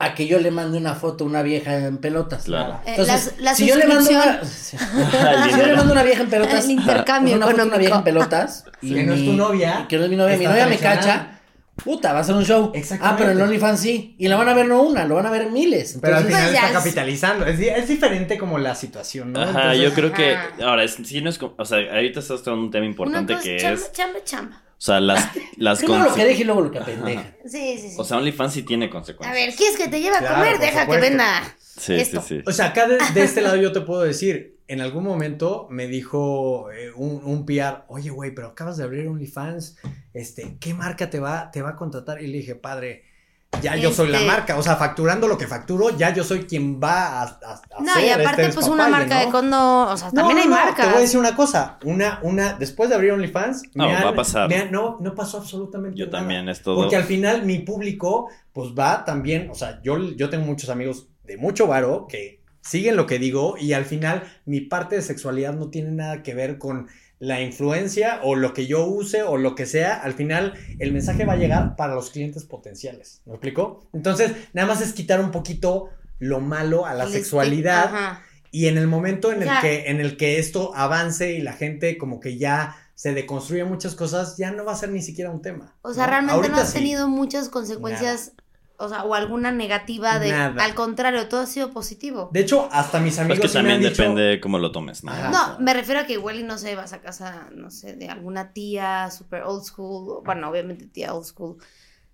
[SPEAKER 1] a que yo le mande una foto a una vieja en pelotas?
[SPEAKER 4] Claro.
[SPEAKER 2] Eh,
[SPEAKER 1] Entonces,
[SPEAKER 2] las- la
[SPEAKER 1] si yo le mando una, si yo le mando una vieja en pelotas, pues,
[SPEAKER 2] El intercambio
[SPEAKER 1] una foto a una vieja en
[SPEAKER 2] económico.
[SPEAKER 1] pelotas y
[SPEAKER 3] Que no es tu
[SPEAKER 1] mi-
[SPEAKER 3] novia,
[SPEAKER 1] y que no es mi novia, mi
[SPEAKER 3] está
[SPEAKER 1] novia me
[SPEAKER 3] traicionando.
[SPEAKER 1] cacha, puta, va a ser un show. Ah,
[SPEAKER 3] Exactamente.
[SPEAKER 1] pero en OnlyFans sí, y la van a ver no una, lo van a ver miles.
[SPEAKER 3] Pero al
[SPEAKER 1] Entonces,
[SPEAKER 3] final
[SPEAKER 2] Pues ya
[SPEAKER 3] está
[SPEAKER 2] es-
[SPEAKER 3] capitalizando. Es, di- es diferente como la situación, ¿no?
[SPEAKER 4] Ajá,
[SPEAKER 3] Entonces-
[SPEAKER 4] yo creo que
[SPEAKER 2] Ajá.
[SPEAKER 4] ahora es- sí no es, como- o sea, ahorita estás tocando un tema importante
[SPEAKER 3] pues,
[SPEAKER 2] Una cosa
[SPEAKER 4] que
[SPEAKER 2] chamba,
[SPEAKER 4] es,
[SPEAKER 2] Chamba, chamba.
[SPEAKER 4] o sea, las las
[SPEAKER 1] primero lo
[SPEAKER 4] conse-
[SPEAKER 1] que deje y luego lo que pendeja.
[SPEAKER 2] Sí, sí, sí.
[SPEAKER 4] o sea, OnlyFans sí tiene consecuencias.
[SPEAKER 2] a ver, ¿quieres que te lleve a
[SPEAKER 3] pues, Claro,
[SPEAKER 2] comer?
[SPEAKER 3] por
[SPEAKER 2] Deja
[SPEAKER 3] supuesto.
[SPEAKER 2] que venda.
[SPEAKER 4] sí,
[SPEAKER 2] esto.
[SPEAKER 4] sí, sí.
[SPEAKER 3] O sea, acá de, de este lado yo te puedo decir, en algún momento me dijo eh, un, un PR, oye, güey, pero acabas de abrir OnlyFans, este, ¿qué marca te va, te va a contratar? Y le dije, padre, ya yo soy la
[SPEAKER 2] Este-
[SPEAKER 3] marca, o sea, facturando lo que facturo, ya yo soy quien va a, a- a
[SPEAKER 2] No,
[SPEAKER 3] hacer
[SPEAKER 2] y aparte,
[SPEAKER 3] este
[SPEAKER 2] pues una
[SPEAKER 3] despapalle,
[SPEAKER 2] marca de
[SPEAKER 3] ¿no?
[SPEAKER 2] condo. O sea,
[SPEAKER 3] No,
[SPEAKER 2] también
[SPEAKER 3] no,
[SPEAKER 2] hay
[SPEAKER 3] no,
[SPEAKER 2] marcas.
[SPEAKER 3] Te voy a decir una cosa, una, una, después de abrir OnlyFans, me
[SPEAKER 4] No,
[SPEAKER 3] han-
[SPEAKER 4] va a pasar.
[SPEAKER 3] me han- no, no pasó absolutamente
[SPEAKER 4] Yo
[SPEAKER 3] nada.
[SPEAKER 4] también es todo.
[SPEAKER 3] Porque al final mi público, pues va también, o sea, yo, yo tengo muchos amigos de mucho varo que siguen lo que digo y al final mi parte de sexualidad no tiene nada que ver con la influencia o lo que yo use o lo que sea. Al final el mensaje va a llegar para los clientes potenciales. ¿Me explico? Entonces, nada más es quitar un poquito lo malo a la
[SPEAKER 2] Listi-
[SPEAKER 3] sexualidad
[SPEAKER 2] Ajá.
[SPEAKER 3] y en el momento en el,
[SPEAKER 2] Ya.
[SPEAKER 3] que, en el que esto avance y la gente como que ya se deconstruye muchas cosas, ya no va a ser ni siquiera un tema.
[SPEAKER 2] O sea, realmente no
[SPEAKER 3] Ahorita
[SPEAKER 2] has
[SPEAKER 3] sí.
[SPEAKER 2] tenido muchas consecuencias. O sea, o alguna negativa de.
[SPEAKER 3] Nada.
[SPEAKER 2] Al contrario, todo ha sido positivo.
[SPEAKER 3] De hecho, hasta mis
[SPEAKER 4] Pues
[SPEAKER 3] amigos
[SPEAKER 4] que
[SPEAKER 3] sí me
[SPEAKER 4] también
[SPEAKER 3] han dicho,
[SPEAKER 4] depende cómo lo tomes, ¿no?
[SPEAKER 3] Ajá.
[SPEAKER 2] No, me refiero a que igual y no sé, vas a casa, no sé, de alguna tía super old school, bueno, obviamente tía old school,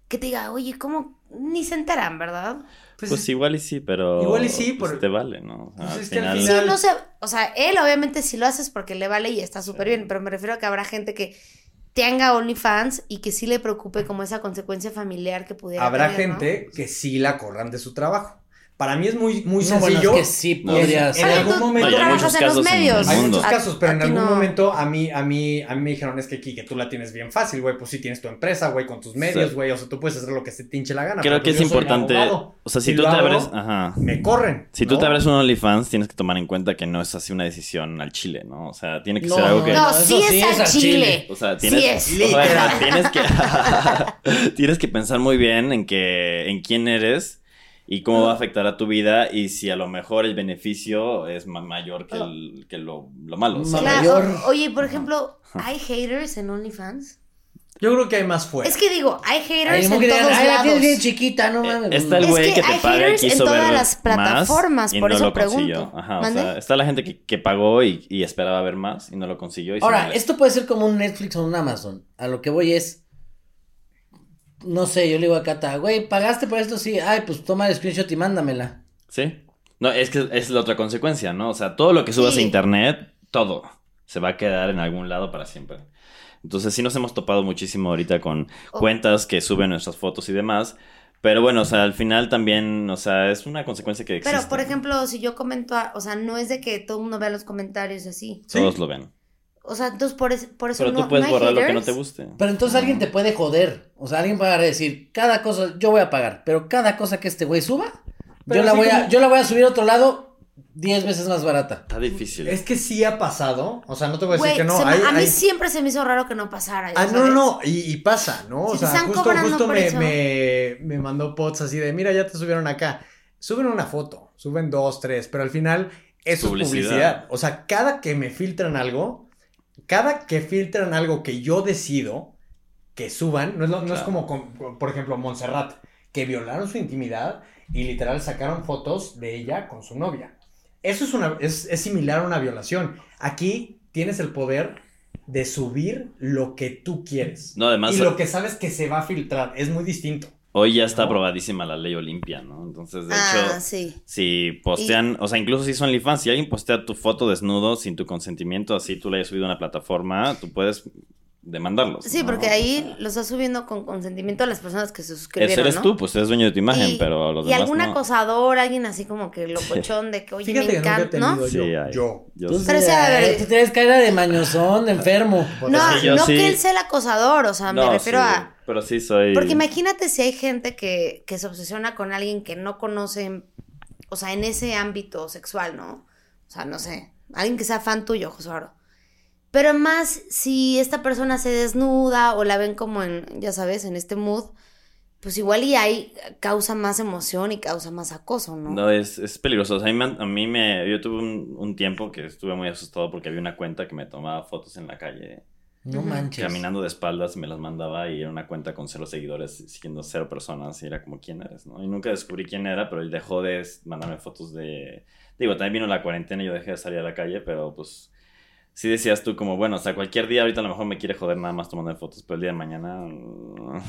[SPEAKER 2] que te diga, oye, ¿cómo? Ni se enteran, ¿verdad?
[SPEAKER 3] Pues,
[SPEAKER 4] Pues igual y sí, pero.
[SPEAKER 3] Igual y sí,
[SPEAKER 4] pues,
[SPEAKER 3] por-
[SPEAKER 4] te vale, ¿no? O sea,
[SPEAKER 3] Pues
[SPEAKER 4] al
[SPEAKER 3] es que al
[SPEAKER 4] final-
[SPEAKER 2] Sí,
[SPEAKER 3] final-
[SPEAKER 2] no sé, o sea, él obviamente si lo haces porque le vale y está súper bien, pero me refiero a que habrá gente que tenga OnlyFans y que sí le preocupe como esa consecuencia familiar que pudiera
[SPEAKER 3] habrá
[SPEAKER 2] tener, ¿no?
[SPEAKER 3] gente que sí la corran de su trabajo. Para mí es muy, muy
[SPEAKER 1] No, bueno,
[SPEAKER 3] sencillo.
[SPEAKER 1] es que sí
[SPEAKER 4] No.
[SPEAKER 1] podrías.
[SPEAKER 3] En
[SPEAKER 2] Oye,
[SPEAKER 3] algún
[SPEAKER 2] tú-
[SPEAKER 3] momento-
[SPEAKER 2] tú
[SPEAKER 3] Hay
[SPEAKER 2] trabajas
[SPEAKER 4] muchos
[SPEAKER 2] en los
[SPEAKER 4] casos en el
[SPEAKER 2] medios.
[SPEAKER 4] mundo.
[SPEAKER 3] Hay muchos
[SPEAKER 2] A-
[SPEAKER 3] casos, pero
[SPEAKER 2] a
[SPEAKER 3] en
[SPEAKER 2] ti
[SPEAKER 3] algún
[SPEAKER 2] no.
[SPEAKER 3] momento a mí, a mí, a mí me dijeron, es que Kike, tú la tienes bien fácil, güey, pues sí tienes tu empresa, güey, con tus medios,
[SPEAKER 4] Sí.
[SPEAKER 3] güey, o sea, tú puedes hacer lo que se te hinche la gana.
[SPEAKER 4] Creo
[SPEAKER 3] pero
[SPEAKER 4] que
[SPEAKER 3] pues
[SPEAKER 4] es
[SPEAKER 3] yo soy
[SPEAKER 4] importante.
[SPEAKER 3] abogado.
[SPEAKER 4] O sea, si
[SPEAKER 3] Y
[SPEAKER 4] tú
[SPEAKER 3] lo
[SPEAKER 4] te
[SPEAKER 3] hago,
[SPEAKER 4] abres. Ajá.
[SPEAKER 3] Me corren.
[SPEAKER 4] Si tú
[SPEAKER 3] ¿no?
[SPEAKER 4] te abres un OnlyFans, tienes que tomar en cuenta que no es así una decisión al chile, ¿no? O sea, tiene que
[SPEAKER 1] No,
[SPEAKER 4] ser algo que.
[SPEAKER 2] No,
[SPEAKER 1] Bueno,
[SPEAKER 2] sí
[SPEAKER 1] eso sí
[SPEAKER 2] es
[SPEAKER 1] es
[SPEAKER 2] al
[SPEAKER 1] al
[SPEAKER 2] chile.
[SPEAKER 4] O sea,
[SPEAKER 2] Sí
[SPEAKER 4] tienes,
[SPEAKER 2] es.
[SPEAKER 4] o sea, tienes que tienes que pensar muy bien en que en quién eres y cómo va a afectar a tu vida y si a lo mejor el beneficio es ma- mayor que, el- que lo, lo malo. ¿sabes?
[SPEAKER 2] Ah. Claro,
[SPEAKER 1] mayor.
[SPEAKER 2] o- oye, por ejemplo, ¿hay haters en OnlyFans?
[SPEAKER 3] Yo creo que hay más fuera.
[SPEAKER 2] Es que digo, hay
[SPEAKER 1] Ay,
[SPEAKER 2] haters
[SPEAKER 1] como que
[SPEAKER 2] en
[SPEAKER 1] digan,
[SPEAKER 2] todos
[SPEAKER 1] "Ay, la tienes
[SPEAKER 2] lados.
[SPEAKER 1] bien chiquita, no mames.
[SPEAKER 4] Eh, Está el
[SPEAKER 2] Es
[SPEAKER 4] güey
[SPEAKER 2] que
[SPEAKER 4] que, te
[SPEAKER 2] hay
[SPEAKER 4] paga y
[SPEAKER 2] haters en
[SPEAKER 4] quiso
[SPEAKER 2] todas
[SPEAKER 4] ver
[SPEAKER 2] las
[SPEAKER 4] más
[SPEAKER 2] plataformas,
[SPEAKER 4] y
[SPEAKER 2] por
[SPEAKER 4] no
[SPEAKER 2] eso
[SPEAKER 4] lo consiguió.
[SPEAKER 2] pregunto.
[SPEAKER 4] Ajá, o
[SPEAKER 2] ¿Mande?
[SPEAKER 4] sea, está la gente que, que pagó y, y esperaba ver más y no lo consiguió. y se
[SPEAKER 1] Ahora,
[SPEAKER 4] molesta.
[SPEAKER 1] esto puede ser como un Netflix o un Amazon. A lo que voy es. No sé, yo le digo a Cata, güey, ¿pagaste por esto? Sí. Ay, pues toma el screenshot y mándamela.
[SPEAKER 4] Sí. No, es que es la otra consecuencia, ¿no? O sea, todo lo que subas
[SPEAKER 2] Sí.
[SPEAKER 4] a internet, todo se va a quedar en algún lado para siempre. Entonces, sí nos hemos topado muchísimo ahorita con
[SPEAKER 2] Oh.
[SPEAKER 4] cuentas que suben nuestras fotos y demás. Pero bueno, o sea, al final también, o sea, es una consecuencia que existe.
[SPEAKER 2] Pero, por ejemplo, si yo comento, a- o sea, no es de que todo el mundo vea los comentarios y así.
[SPEAKER 4] Todos lo ven.
[SPEAKER 2] O sea, entonces por, es- por eso
[SPEAKER 4] Pero
[SPEAKER 2] no,
[SPEAKER 4] tú puedes
[SPEAKER 2] no hay
[SPEAKER 4] borrar lo que no
[SPEAKER 2] haters.
[SPEAKER 4] te guste.
[SPEAKER 1] Pero entonces alguien te puede joder. O sea, alguien va a agarrar y decir, cada cosa, yo voy a pagar, pero cada cosa que este güey suba,
[SPEAKER 3] Pero
[SPEAKER 1] yo la,
[SPEAKER 3] así
[SPEAKER 1] voy a,
[SPEAKER 3] como-
[SPEAKER 1] yo la voy a subir a otro lado 10 veces más barata.
[SPEAKER 4] Está difícil.
[SPEAKER 3] Es que sí ha pasado. O sea, no te voy a decir
[SPEAKER 2] Güey,
[SPEAKER 3] que no.
[SPEAKER 2] se me-
[SPEAKER 3] hay-
[SPEAKER 2] a mí
[SPEAKER 3] hay-
[SPEAKER 2] siempre se me hizo raro que no pasara.
[SPEAKER 3] Ah,
[SPEAKER 2] ¿ya
[SPEAKER 3] no, no,
[SPEAKER 2] sabes?
[SPEAKER 3] no, y, y pasa, ¿no?
[SPEAKER 2] Si
[SPEAKER 3] o
[SPEAKER 2] te
[SPEAKER 3] sea,
[SPEAKER 2] están
[SPEAKER 3] justo,
[SPEAKER 2] cobrando
[SPEAKER 3] justo
[SPEAKER 2] por
[SPEAKER 3] me,
[SPEAKER 2] eso.
[SPEAKER 3] me- me mandó pots así de, mira, ya te subieron acá. Suben una foto, suben dos, tres, pero al final eso
[SPEAKER 4] Publicidad.
[SPEAKER 3] es publicidad. O sea, cada que me filtran algo, cada que filtran algo que yo decido que suban, no es, lo- no es
[SPEAKER 4] Claro.
[SPEAKER 3] como, con- con- por ejemplo, Montserrat, que violaron su intimidad y literal sacaron fotos de ella con su novia. Eso es, una, es, es similar a una violación. Aquí tienes el poder de subir lo que tú quieres.
[SPEAKER 4] No, además,
[SPEAKER 3] y lo que sabes que se va a filtrar. Es muy distinto.
[SPEAKER 4] hoy ya está
[SPEAKER 3] No.
[SPEAKER 4] aprobadísima la ley Olimpia, ¿no? Entonces, de
[SPEAKER 2] Ah,
[SPEAKER 4] hecho,
[SPEAKER 2] sí.
[SPEAKER 4] Si postean, o sea, incluso si son OnlyFans, si alguien postea tu foto desnudo sin tu consentimiento, así tú la hayas subido a una plataforma, tú puedes demandarlos.
[SPEAKER 2] Sí,
[SPEAKER 4] pues, ¿no?
[SPEAKER 2] porque ahí los está subiendo con consentimiento a las personas que se suscribieron.
[SPEAKER 4] Ese eres
[SPEAKER 2] ¿no?
[SPEAKER 4] tú, pues eres dueño de tu imagen,
[SPEAKER 2] Y-
[SPEAKER 4] pero los
[SPEAKER 2] Y
[SPEAKER 4] demás
[SPEAKER 2] algún
[SPEAKER 4] no.
[SPEAKER 2] acosador, alguien así como que locochón de que, oye,
[SPEAKER 3] Fíjate
[SPEAKER 2] me
[SPEAKER 3] que nunca he
[SPEAKER 2] encanta, ¿no?
[SPEAKER 3] tenido
[SPEAKER 4] Sí,
[SPEAKER 3] yo.
[SPEAKER 4] hay.
[SPEAKER 3] yo.
[SPEAKER 4] Yo
[SPEAKER 1] Tú
[SPEAKER 4] sí.
[SPEAKER 2] Pero
[SPEAKER 1] sí,
[SPEAKER 2] sí, a ver,
[SPEAKER 1] ay, tú tienes cara de mañosón, de enfermo.
[SPEAKER 2] No,
[SPEAKER 4] Es que yo
[SPEAKER 2] no
[SPEAKER 4] sí-
[SPEAKER 2] que él sea el acosador, o sea, me
[SPEAKER 4] No,
[SPEAKER 2] refiero
[SPEAKER 4] sí,
[SPEAKER 2] a...
[SPEAKER 4] Pero sí soy...
[SPEAKER 2] Porque imagínate si hay gente que, que se obsesiona con alguien que no conoce, o sea, en ese ámbito sexual, ¿no? O sea, no sé, alguien que sea fan tuyo, José Oro. Pero más si esta persona se desnuda o la ven como en, ya sabes, en este mood, pues igual y ahí causa más emoción y causa más acoso, ¿no?
[SPEAKER 4] No, es, es peligroso. O sea, a mí, me- a mí me... Yo tuve un, un tiempo que estuve muy asustado porque había una cuenta que me tomaba fotos en la calle,
[SPEAKER 1] No
[SPEAKER 2] Ujú.
[SPEAKER 1] manches.
[SPEAKER 4] caminando de espaldas, me las mandaba y era una cuenta con cero seguidores, siguiendo cero personas y era como, ¿quién eres? ¿no? Y nunca descubrí quién era, pero él dejó de s- mandarme fotos de... Digo, también vino la cuarentena y yo dejé de salir a la calle, pero pues sí decías tú como, bueno, o sea, cualquier día ahorita a lo mejor me quiere joder nada más tomando fotos, pero el día de mañana, mm,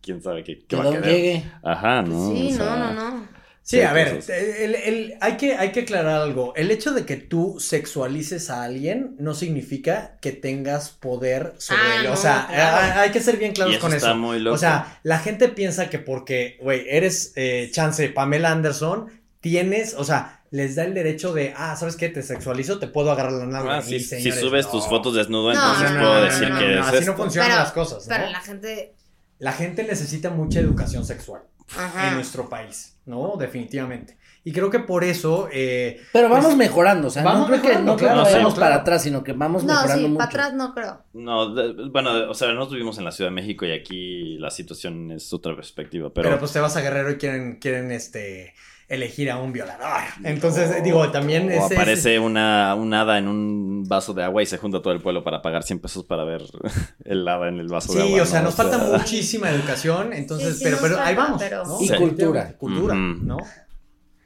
[SPEAKER 4] quién sabe qué, qué
[SPEAKER 1] Que
[SPEAKER 4] va a
[SPEAKER 1] Don
[SPEAKER 4] querer.
[SPEAKER 1] llegue.
[SPEAKER 4] Ajá, ¿no?
[SPEAKER 2] sí,
[SPEAKER 4] O sea,
[SPEAKER 2] no, no, no.
[SPEAKER 3] Sí, a
[SPEAKER 4] hay
[SPEAKER 3] ver,
[SPEAKER 4] cosas.
[SPEAKER 3] el- el- hay, que, hay que aclarar algo. El hecho de que tú sexualices a alguien no significa que tengas poder sobre
[SPEAKER 2] Ah,
[SPEAKER 3] él. O
[SPEAKER 2] no,
[SPEAKER 3] sea,
[SPEAKER 2] claro.
[SPEAKER 3] hay- hay que ser bien
[SPEAKER 4] Y
[SPEAKER 3] claros
[SPEAKER 4] eso
[SPEAKER 3] con
[SPEAKER 4] está
[SPEAKER 3] eso.
[SPEAKER 4] muy loco.
[SPEAKER 3] O sea, la gente piensa que porque, güey, eres eh, chance Pamela Anderson, tienes, o sea, les da el derecho de, ah, ¿sabes qué? Te sexualizo, te puedo agarrar la nalga.
[SPEAKER 4] Ah,
[SPEAKER 3] Y,
[SPEAKER 4] si, si
[SPEAKER 3] señores,
[SPEAKER 4] subes
[SPEAKER 3] no.
[SPEAKER 4] tus fotos
[SPEAKER 2] No,
[SPEAKER 4] desnudo, entonces
[SPEAKER 2] no, no,
[SPEAKER 4] puedo
[SPEAKER 2] no,
[SPEAKER 4] decir
[SPEAKER 2] no,
[SPEAKER 4] que
[SPEAKER 2] no,
[SPEAKER 4] es
[SPEAKER 3] así
[SPEAKER 4] esto.
[SPEAKER 3] no funcionan las cosas, ¿no?
[SPEAKER 2] pero la gente...
[SPEAKER 3] La gente necesita mucha educación sexual en
[SPEAKER 2] Ajá.
[SPEAKER 3] nuestro país, ¿no? Definitivamente. Y creo que por eso eh,
[SPEAKER 1] Pero vamos
[SPEAKER 3] Pues,
[SPEAKER 1] mejorando, o sea,
[SPEAKER 3] vamos
[SPEAKER 1] no creo que
[SPEAKER 3] mejorando,
[SPEAKER 1] no creo que
[SPEAKER 4] claro,
[SPEAKER 1] vayamos
[SPEAKER 3] sí,
[SPEAKER 1] para
[SPEAKER 3] claro.
[SPEAKER 1] atrás, sino que vamos
[SPEAKER 2] No,
[SPEAKER 1] mejorando
[SPEAKER 2] sí,
[SPEAKER 1] mucho.
[SPEAKER 2] para atrás no creo.
[SPEAKER 4] No, de- bueno, de- o sea, nosotros vivimos en la Ciudad de México y aquí la situación es otra perspectiva,
[SPEAKER 3] Pero,
[SPEAKER 4] pero...
[SPEAKER 3] pues te vas a Guerrero y quieren, quieren este, elegir a un violador. Entonces, digo, también
[SPEAKER 4] o
[SPEAKER 3] es... es-
[SPEAKER 4] aparece una, un hada en un vaso de agua y se junta todo el pueblo para pagar 100 pesos para ver el hada en el vaso de agua.
[SPEAKER 3] Sí, o sea,
[SPEAKER 4] ¿no?
[SPEAKER 3] nos falta muchísima educación, entonces,
[SPEAKER 2] Sí, sí,
[SPEAKER 3] pero,
[SPEAKER 2] nos
[SPEAKER 3] pero ahí
[SPEAKER 2] falta,
[SPEAKER 3] vamos.
[SPEAKER 2] pero-
[SPEAKER 3] ¿no?
[SPEAKER 1] Y Sí. cultura.
[SPEAKER 3] Cultura,
[SPEAKER 4] Ujú.
[SPEAKER 3] ¿no?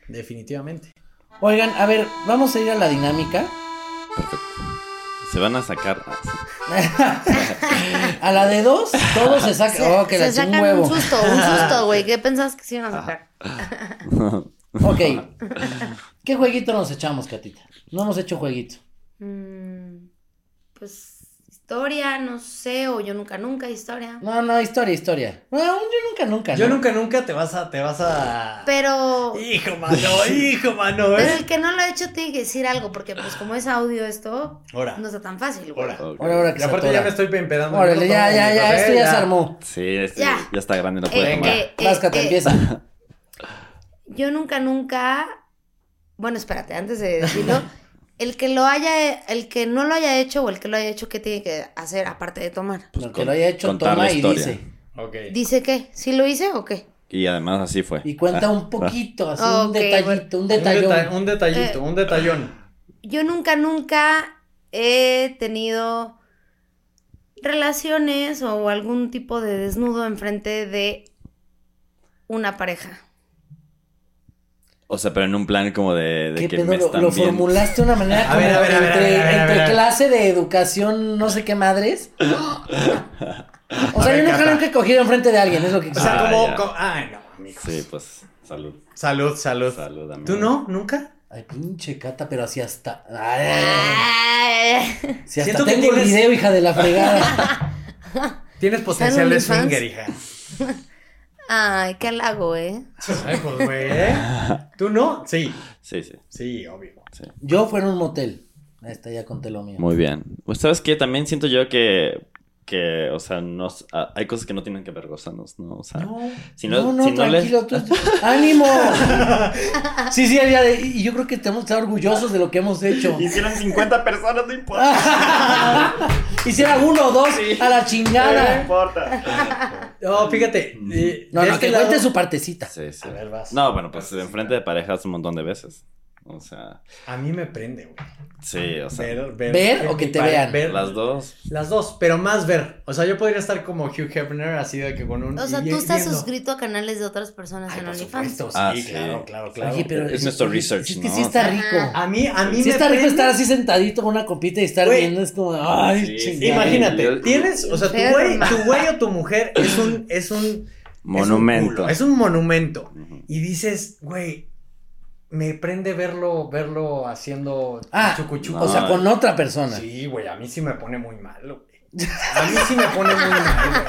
[SPEAKER 3] Definitivamente.
[SPEAKER 1] Oigan, a ver, vamos a ir a la dinámica.
[SPEAKER 4] Se van a sacar...
[SPEAKER 1] A la de dos, todo se saca.
[SPEAKER 2] Se,
[SPEAKER 1] oh, que
[SPEAKER 2] se
[SPEAKER 1] la chingue un
[SPEAKER 2] sacan un
[SPEAKER 1] huevo.
[SPEAKER 2] susto, un susto, güey. ¿Qué pensabas que se iban a sacar?
[SPEAKER 1] Ok. ¿Qué jueguito nos echamos, Catita? No hemos hecho jueguito.
[SPEAKER 2] Mm, pues historia, no sé, o yo nunca, nunca, historia.
[SPEAKER 1] No, no, historia, historia. No, un yo nunca, nunca.
[SPEAKER 3] Yo
[SPEAKER 1] ¿no?
[SPEAKER 3] nunca, nunca te vas a. Te vas a...
[SPEAKER 2] Pero,
[SPEAKER 3] Hijo, mano, hijo, mano,
[SPEAKER 2] pero
[SPEAKER 3] ¿eh?
[SPEAKER 2] el que no lo ha hecho tiene que decir algo, porque pues como es audio esto,
[SPEAKER 3] Ahora.
[SPEAKER 2] no está tan fácil, güey.
[SPEAKER 3] Ahora.
[SPEAKER 4] Ok.
[SPEAKER 1] Ahora, ahora que
[SPEAKER 3] Y
[SPEAKER 1] se
[SPEAKER 3] aparte
[SPEAKER 1] atora.
[SPEAKER 3] ya me estoy empedando.
[SPEAKER 1] Órale, ya, ya, ya, esto ya se armó.
[SPEAKER 4] Sí, este,
[SPEAKER 2] Ya.
[SPEAKER 4] ya. está grande, no puede
[SPEAKER 2] Eh,
[SPEAKER 4] tomar.
[SPEAKER 2] eh, eh,
[SPEAKER 1] Pláscate,
[SPEAKER 2] eh,
[SPEAKER 1] empieza.
[SPEAKER 2] Yo nunca, nunca. Bueno, espérate, antes de decirlo. El que lo haya, el que no lo haya hecho o el que lo haya hecho, ¿qué tiene que hacer aparte de tomar?
[SPEAKER 4] Pues
[SPEAKER 1] Lo que
[SPEAKER 4] con-
[SPEAKER 1] lo haya hecho,
[SPEAKER 4] contar la
[SPEAKER 1] toma y
[SPEAKER 4] historia.
[SPEAKER 1] dice.
[SPEAKER 3] Ok.
[SPEAKER 2] ¿Dice qué? ¿Sí lo hice o qué?
[SPEAKER 4] Y además así fue.
[SPEAKER 1] Y cuenta
[SPEAKER 4] Ah,
[SPEAKER 1] un poquito, así un
[SPEAKER 2] Ah, Ok,
[SPEAKER 1] detallito, un
[SPEAKER 3] Un,
[SPEAKER 1] detallón.
[SPEAKER 3] deta- un
[SPEAKER 2] Eh.
[SPEAKER 3] detallito, un detallón.
[SPEAKER 2] Yo nunca, nunca he tenido relaciones o algún tipo de desnudo enfrente de una pareja.
[SPEAKER 4] O sea, pero en un plan como de, de
[SPEAKER 1] ¿Qué
[SPEAKER 4] que
[SPEAKER 1] pedo?
[SPEAKER 4] me
[SPEAKER 1] Lo,
[SPEAKER 4] están
[SPEAKER 1] lo
[SPEAKER 4] viendo.
[SPEAKER 1] formulaste de una manera
[SPEAKER 3] A
[SPEAKER 1] como
[SPEAKER 3] ver, a ver, a ver, a
[SPEAKER 1] entre,
[SPEAKER 3] ver, a ver, a
[SPEAKER 1] entre
[SPEAKER 3] ver.
[SPEAKER 1] clase de educación, no sé qué madres. O sea,
[SPEAKER 3] ver,
[SPEAKER 1] yo nunca
[SPEAKER 3] Cata.
[SPEAKER 1] nunca he cogido enfrente de alguien, es lo que
[SPEAKER 3] O sea,
[SPEAKER 4] Ah,
[SPEAKER 3] como,
[SPEAKER 4] ya.
[SPEAKER 3] co- Ay, no, amigo.
[SPEAKER 4] Sí, pues, salud.
[SPEAKER 3] Salud, salud.
[SPEAKER 4] Salud, amigo.
[SPEAKER 3] ¿Tú no? ¿Nunca?
[SPEAKER 1] Ay, pinche cata, pero así hasta. Ay, ay,
[SPEAKER 4] Ah,
[SPEAKER 1] ay.
[SPEAKER 2] Ay,
[SPEAKER 1] si hasta
[SPEAKER 3] Siento que
[SPEAKER 1] tengo el
[SPEAKER 3] tienes-
[SPEAKER 1] video, hija de la fregada.
[SPEAKER 3] Tienes potencial de
[SPEAKER 2] OnlyFans?
[SPEAKER 3] swinger, hija.
[SPEAKER 2] Ay, qué halago, ¿eh?
[SPEAKER 3] Ay, pues, güey. ¿eh? ¿Tú no? Sí.
[SPEAKER 4] Sí, sí,
[SPEAKER 3] Sí, obvio.
[SPEAKER 4] sí.
[SPEAKER 1] Yo fui en un motel. Ahí está, ya conté lo mío.
[SPEAKER 4] Muy bien. Pues, ¿sabes qué? También siento yo que, que o sea, nos, a- hay cosas que no tienen que avergonzarnos, ¿no? O sea, si no,
[SPEAKER 1] no, no,
[SPEAKER 4] si no les-
[SPEAKER 1] tranquilo, tú- ¡Ánimo! Sí, sí, ya de- y yo creo que tenemos que estar orgullosos de lo que hemos hecho.
[SPEAKER 4] Hicieron 50 personas, no importa.
[SPEAKER 1] Hiciera uno o dos a la chingada.
[SPEAKER 4] importa.
[SPEAKER 3] No, fíjate. eh,
[SPEAKER 1] No,
[SPEAKER 3] de
[SPEAKER 1] no,
[SPEAKER 3] este
[SPEAKER 1] que
[SPEAKER 3] lado-
[SPEAKER 1] cuente su partecita.
[SPEAKER 4] Sí, sí.
[SPEAKER 3] A ver, vas.
[SPEAKER 4] No, bueno, pues enfrente de parejas un montón de veces. O sea,
[SPEAKER 3] A mí me prende, güey.
[SPEAKER 4] sí, o sea,
[SPEAKER 3] Ver, ver,
[SPEAKER 1] ¿Ver o
[SPEAKER 3] mi
[SPEAKER 1] que te
[SPEAKER 3] pare-
[SPEAKER 1] vean?
[SPEAKER 3] ver-
[SPEAKER 4] las dos.
[SPEAKER 3] Las dos, pero más ver. O sea, yo podría estar como Hugh Hefner, así de que con un.
[SPEAKER 2] O sea,
[SPEAKER 3] y-
[SPEAKER 2] tú estás
[SPEAKER 3] viendo.
[SPEAKER 2] suscrito a canales de otras personas
[SPEAKER 3] Ay,
[SPEAKER 2] en
[SPEAKER 3] por
[SPEAKER 2] OnlyFans.
[SPEAKER 3] supuesto, sí,
[SPEAKER 4] Ah, sí.
[SPEAKER 3] claro, claro, claro.
[SPEAKER 1] Oye, pero
[SPEAKER 4] Es nuestro research,
[SPEAKER 1] Es que
[SPEAKER 4] ¿no?
[SPEAKER 1] sí está
[SPEAKER 2] Ajá.
[SPEAKER 1] rico.
[SPEAKER 3] A mí, a mí
[SPEAKER 1] Sí
[SPEAKER 3] me
[SPEAKER 1] está rico
[SPEAKER 3] prende-
[SPEAKER 1] estar así sentadito con una copita y estar
[SPEAKER 3] Güey.
[SPEAKER 1] viendo. Es como, ay,
[SPEAKER 4] Sí, sí,
[SPEAKER 1] chingada.
[SPEAKER 3] Imagínate,
[SPEAKER 4] Yo-
[SPEAKER 3] tienes, o sea, tu güey,
[SPEAKER 2] Enferma.
[SPEAKER 3] tu güey o tu mujer es un, es un Es un,
[SPEAKER 4] Monumento.
[SPEAKER 3] culo, es un monumento.
[SPEAKER 4] Ujú.
[SPEAKER 3] Y dices, güey, me prende verlo, verlo haciendo
[SPEAKER 1] Ah,
[SPEAKER 3] chucuchuco.
[SPEAKER 1] O sea,
[SPEAKER 4] Ay.
[SPEAKER 1] con otra persona.
[SPEAKER 3] Sí, güey, a mí sí me pone muy malo, güey. A mí sí me pone muy mal,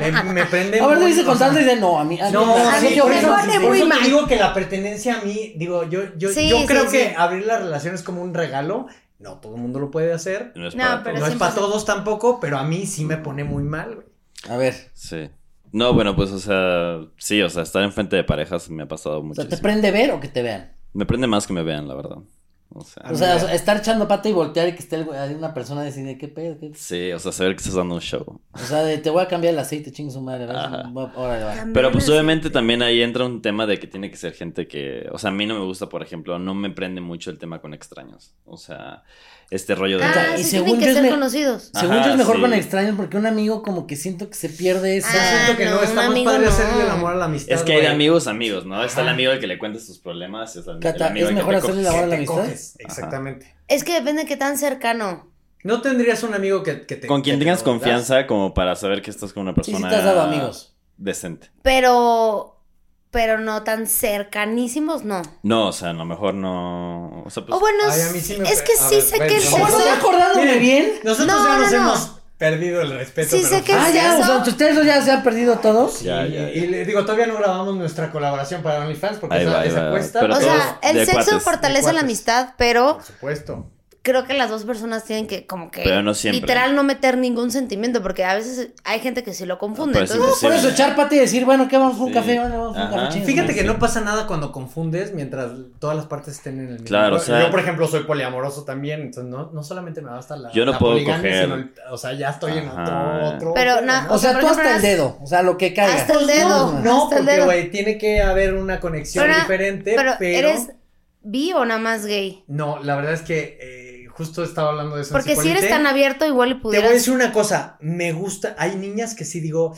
[SPEAKER 3] güey. Me, me prende
[SPEAKER 1] A ver, lo
[SPEAKER 3] muy-
[SPEAKER 1] dice
[SPEAKER 3] o
[SPEAKER 1] con
[SPEAKER 3] sea,
[SPEAKER 1] tanto y dice, no, a mí. a mí-
[SPEAKER 3] No,
[SPEAKER 1] a mí
[SPEAKER 3] sí,
[SPEAKER 1] yo-
[SPEAKER 3] por
[SPEAKER 2] me
[SPEAKER 3] eso,
[SPEAKER 2] pone
[SPEAKER 3] por
[SPEAKER 2] muy
[SPEAKER 3] eso te
[SPEAKER 2] mal.
[SPEAKER 3] digo que la pertenencia a mí, digo, yo, yo,
[SPEAKER 2] Sí,
[SPEAKER 3] yo creo
[SPEAKER 2] sí,
[SPEAKER 3] que
[SPEAKER 2] sí.
[SPEAKER 3] abrir las relaciones como un regalo, no todo el mundo lo puede hacer.
[SPEAKER 4] No es
[SPEAKER 2] No,
[SPEAKER 4] para
[SPEAKER 2] pero
[SPEAKER 4] todos.
[SPEAKER 3] no es
[SPEAKER 2] sí
[SPEAKER 3] para
[SPEAKER 2] pasa.
[SPEAKER 3] todos tampoco, pero a mí sí me pone muy mal, güey.
[SPEAKER 1] A ver,
[SPEAKER 4] Sí. No, bueno, pues, o sea, sí, o sea, estar enfrente de parejas me ha pasado
[SPEAKER 1] o sea,
[SPEAKER 4] muchísimo.
[SPEAKER 1] ¿te prende ver o que te vean?
[SPEAKER 4] Me prende más que me vean, la verdad. O sea,
[SPEAKER 3] Ah,
[SPEAKER 1] O sea,
[SPEAKER 3] mira.
[SPEAKER 1] estar echando pata y voltear y que esté el güey- ahí una persona decide, ¿qué pedo? ¿Qué-?"
[SPEAKER 4] sí, o sea, saber que estás dando un show.
[SPEAKER 1] O sea, de, te voy a cambiar el aceite, chingue su madre. ¿verdad?
[SPEAKER 4] Ajá.
[SPEAKER 1] Voy a- Órale, va.
[SPEAKER 4] Pero pues obviamente también ahí entra un tema de que tiene que ser gente que, o sea, a mí no me gusta, por ejemplo, no me prende mucho el tema con extraños. O sea, este rollo de...
[SPEAKER 2] Ah,
[SPEAKER 1] Y
[SPEAKER 2] sí,
[SPEAKER 1] según
[SPEAKER 2] tienen
[SPEAKER 1] yo
[SPEAKER 2] que
[SPEAKER 1] es
[SPEAKER 2] ser
[SPEAKER 1] me-
[SPEAKER 2] conocidos.
[SPEAKER 4] Ah,
[SPEAKER 1] Según
[SPEAKER 4] Ajá,
[SPEAKER 1] yo es mejor
[SPEAKER 4] sí.
[SPEAKER 1] con extraños porque un amigo como que siento que se pierde esa...
[SPEAKER 3] Yo
[SPEAKER 2] Ah,
[SPEAKER 3] siento que no,
[SPEAKER 2] no,
[SPEAKER 3] está
[SPEAKER 2] un
[SPEAKER 3] más
[SPEAKER 2] amigo
[SPEAKER 3] padre
[SPEAKER 2] no.
[SPEAKER 3] hacerle el amor a la amistad.
[SPEAKER 4] Es que hay de
[SPEAKER 3] güey.
[SPEAKER 4] amigos a amigos, ¿no? Está el
[SPEAKER 3] Ajá.
[SPEAKER 4] amigo al que le cuentas tus problemas, es el, el
[SPEAKER 1] Cata,
[SPEAKER 4] amigo
[SPEAKER 1] es
[SPEAKER 4] al que
[SPEAKER 1] mejor
[SPEAKER 4] te
[SPEAKER 1] hacerle
[SPEAKER 4] coges.
[SPEAKER 1] la hora a la
[SPEAKER 3] Te
[SPEAKER 1] amistad.
[SPEAKER 3] coges, exactamente.
[SPEAKER 2] Es que depende de qué tan cercano.
[SPEAKER 3] No tendrías un amigo que, que te.
[SPEAKER 4] Con
[SPEAKER 3] que
[SPEAKER 4] quien
[SPEAKER 3] te
[SPEAKER 4] tengas
[SPEAKER 3] lo das?
[SPEAKER 4] confianza como para saber que estás con una
[SPEAKER 1] Sí,
[SPEAKER 4] persona...
[SPEAKER 1] sí te has dado amigos.
[SPEAKER 4] Decente.
[SPEAKER 2] Pero, pero no tan cercanísimos, no.
[SPEAKER 4] No, o sea, a lo mejor no... O sea, pues...
[SPEAKER 2] o bueno,
[SPEAKER 3] Pues, ay, a mí sí me
[SPEAKER 2] es que
[SPEAKER 3] pe- a
[SPEAKER 2] sí
[SPEAKER 3] ver,
[SPEAKER 2] sé
[SPEAKER 3] ven,
[SPEAKER 2] que el
[SPEAKER 3] no,
[SPEAKER 1] ¿Cómo
[SPEAKER 3] Eso-
[SPEAKER 1] estoy
[SPEAKER 2] sexo...
[SPEAKER 1] acordándome
[SPEAKER 3] Miren,
[SPEAKER 1] bien?
[SPEAKER 3] Nosotros
[SPEAKER 2] No,
[SPEAKER 3] ya nos
[SPEAKER 2] no, no.
[SPEAKER 3] hemos perdido el respeto.
[SPEAKER 2] Sí,
[SPEAKER 3] pero-
[SPEAKER 2] sé que-
[SPEAKER 1] Ah, ya, o
[SPEAKER 2] eso?
[SPEAKER 1] sea, entre ustedes dos ya se han perdido todos.
[SPEAKER 4] Ya,
[SPEAKER 3] y,
[SPEAKER 4] ya, ya.
[SPEAKER 3] y le digo, todavía no grabamos nuestra colaboración para OnlyFans porque
[SPEAKER 4] Ahí
[SPEAKER 3] esa,
[SPEAKER 4] va, ahí
[SPEAKER 3] esa
[SPEAKER 4] va.
[SPEAKER 3] cuesta.
[SPEAKER 4] Pero
[SPEAKER 2] O sea,
[SPEAKER 4] todos
[SPEAKER 2] el
[SPEAKER 4] de
[SPEAKER 2] sexo
[SPEAKER 4] cuates, de
[SPEAKER 2] fortalece la
[SPEAKER 3] cuates.
[SPEAKER 2] amistad, pero
[SPEAKER 3] Por supuesto.
[SPEAKER 2] creo que las dos personas tienen que como que
[SPEAKER 4] Pero no siempre.
[SPEAKER 2] literal no meter ningún sentimiento, porque a veces hay gente que sí lo confunde.
[SPEAKER 4] pero es
[SPEAKER 2] entonces,
[SPEAKER 4] pues, Sí,
[SPEAKER 1] Por
[SPEAKER 4] sí.
[SPEAKER 1] eso echar pata y decir, bueno, ¿qué vamos con un
[SPEAKER 4] Sí.
[SPEAKER 1] café? Bueno, vamos con un
[SPEAKER 4] Ajá.
[SPEAKER 1] café. chingue.
[SPEAKER 3] Fíjate
[SPEAKER 4] Sí,
[SPEAKER 3] que
[SPEAKER 4] sí.
[SPEAKER 3] no pasa nada cuando confundes mientras todas las partes estén en el mismo.
[SPEAKER 4] Claro, o sea-
[SPEAKER 3] yo, por ejemplo, soy poliamoroso también, entonces no, no solamente me basta la.
[SPEAKER 4] Yo no
[SPEAKER 3] la
[SPEAKER 4] puedo
[SPEAKER 3] poligamia,
[SPEAKER 4] coger.
[SPEAKER 3] sino el- o sea, ya estoy en
[SPEAKER 4] Ajá.
[SPEAKER 3] otro. otro
[SPEAKER 2] Pero
[SPEAKER 3] otro,
[SPEAKER 2] na-
[SPEAKER 3] ¿no?
[SPEAKER 1] O sea,
[SPEAKER 2] por
[SPEAKER 1] tú
[SPEAKER 2] ejemplo,
[SPEAKER 1] hasta el
[SPEAKER 2] las-
[SPEAKER 1] dedo, o sea, lo que caiga.
[SPEAKER 2] Hasta el dedo.
[SPEAKER 1] No,
[SPEAKER 3] No,
[SPEAKER 2] Hasta el
[SPEAKER 3] porque,
[SPEAKER 2] dedo.
[SPEAKER 3] güey, tiene que haber una conexión
[SPEAKER 2] Pero-
[SPEAKER 4] pues,
[SPEAKER 3] diferente, pero...
[SPEAKER 2] pero, ¿eres bi o nada más gay?
[SPEAKER 3] No, la verdad es que eh, justo estaba hablando de eso. en
[SPEAKER 2] Porque si eres
[SPEAKER 3] Cipolite.
[SPEAKER 2] tan abierto, igual y
[SPEAKER 3] Te voy a
[SPEAKER 2] pudieras.
[SPEAKER 3] decir una cosa, me gusta, hay niñas que sí digo,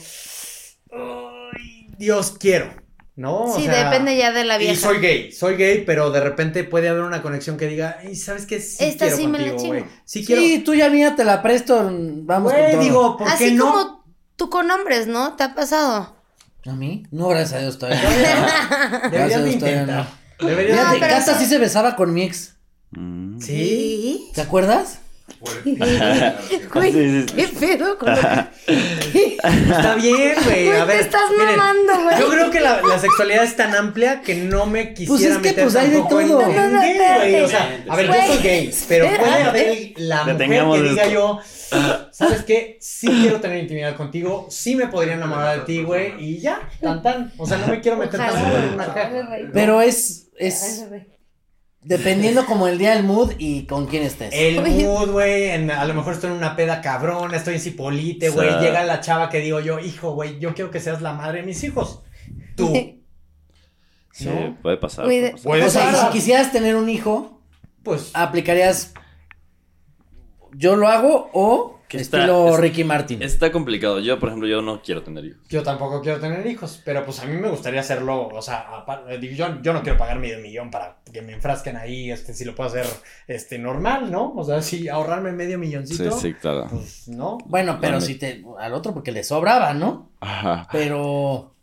[SPEAKER 3] "Ay, Dios quiero, ¿no? O
[SPEAKER 2] Sí,
[SPEAKER 3] sea,
[SPEAKER 2] depende ya de la vieja.
[SPEAKER 3] Y soy gay, soy gay, pero de repente puede haber una conexión que diga, "Ay, ¿sabes qué? Sí
[SPEAKER 2] Esta
[SPEAKER 3] quiero
[SPEAKER 2] sí me la
[SPEAKER 3] contigo, güey.
[SPEAKER 2] chingo.
[SPEAKER 3] Sí quiero.
[SPEAKER 1] Sí, tú ya mía, te la presto, vamos
[SPEAKER 3] Güey,
[SPEAKER 1] con todo.
[SPEAKER 3] digo, ¿por qué
[SPEAKER 2] Así
[SPEAKER 3] no?
[SPEAKER 2] como tú con hombres, ¿no? ¿Te ha pasado?
[SPEAKER 1] ¿A mí? No, gracias a Dios todavía. Gracias,
[SPEAKER 3] Deberías de
[SPEAKER 1] todavía
[SPEAKER 3] intentar.
[SPEAKER 1] Fíjate,
[SPEAKER 3] Deberías de
[SPEAKER 2] pero
[SPEAKER 1] Cata
[SPEAKER 2] sí.
[SPEAKER 1] sí se besaba con mi ex,
[SPEAKER 4] Mm.
[SPEAKER 3] Sí.
[SPEAKER 1] ¿te acuerdas?
[SPEAKER 2] Güey,
[SPEAKER 4] Sí, sí, sí.
[SPEAKER 2] ¿qué pedo con lo que-
[SPEAKER 3] Está bien, güey.
[SPEAKER 2] Güey,
[SPEAKER 3] A
[SPEAKER 2] te
[SPEAKER 3] ver.
[SPEAKER 2] estás
[SPEAKER 3] miren,
[SPEAKER 2] mamando, güey.
[SPEAKER 3] Yo creo que la, la sexualidad es tan amplia que no me quisiera
[SPEAKER 1] Pues es que,
[SPEAKER 3] meter
[SPEAKER 1] pues, hay de
[SPEAKER 3] tampoco en-
[SPEAKER 1] todo.
[SPEAKER 3] en
[SPEAKER 2] No, no,
[SPEAKER 3] gay,
[SPEAKER 2] espérate.
[SPEAKER 3] güey. O sea, a ver, yo soy
[SPEAKER 2] Güey,
[SPEAKER 3] gay, pero puede
[SPEAKER 2] espérate.
[SPEAKER 3] haber la mujer
[SPEAKER 4] Detengamos
[SPEAKER 3] que diga
[SPEAKER 4] esto.
[SPEAKER 3] yo, ¿sabes qué? Sí quiero tener intimidad contigo, sí me podría enamorar de ti, güey, y ya, tan tan. O sea, no me quiero meter
[SPEAKER 2] Ojalá,
[SPEAKER 3] tampoco en una
[SPEAKER 2] ojalá,
[SPEAKER 3] caja.
[SPEAKER 2] güey.
[SPEAKER 1] Pero es,
[SPEAKER 2] Ay,
[SPEAKER 1] es
[SPEAKER 2] güey.
[SPEAKER 1] dependiendo como el día, el mood y con quién estés.
[SPEAKER 3] El
[SPEAKER 2] Oye.
[SPEAKER 3] mood, güey, en- a lo mejor estoy en una peda cabrona, estoy en Cipolite,
[SPEAKER 4] O
[SPEAKER 3] güey,
[SPEAKER 4] sea-
[SPEAKER 3] llega la chava que digo yo, hijo, güey, yo quiero que seas la madre de mis hijos. Tú.
[SPEAKER 4] Sí,
[SPEAKER 3] ¿No?
[SPEAKER 4] puede pasar.
[SPEAKER 2] Güey,
[SPEAKER 4] puede
[SPEAKER 2] de-
[SPEAKER 4] pasar.
[SPEAKER 3] Puede
[SPEAKER 1] o sea, y si
[SPEAKER 3] pasar.
[SPEAKER 1] quisieras tener un hijo,
[SPEAKER 3] Pues,
[SPEAKER 1] aplicarías yo lo hago o
[SPEAKER 4] Que está-
[SPEAKER 1] estilo
[SPEAKER 4] es-
[SPEAKER 1] Ricky Martin.
[SPEAKER 4] Está complicado. Yo, por ejemplo, yo no quiero tener hijos.
[SPEAKER 3] Yo tampoco quiero tener hijos, pero pues a mí me gustaría hacerlo, o sea, apar- eh, digo, yo, yo no quiero pagar medio millón para que me enfrasquen ahí, este, si lo puedo hacer, este, normal, ¿no? O sea, si ahorrarme medio
[SPEAKER 4] Sí,
[SPEAKER 3] milloncito,
[SPEAKER 4] sí, claro.
[SPEAKER 3] pues, ¿no?
[SPEAKER 1] bueno, pero
[SPEAKER 4] Dame.
[SPEAKER 1] si te al otro porque le sobraba, ¿no?
[SPEAKER 4] Ajá.
[SPEAKER 1] Pero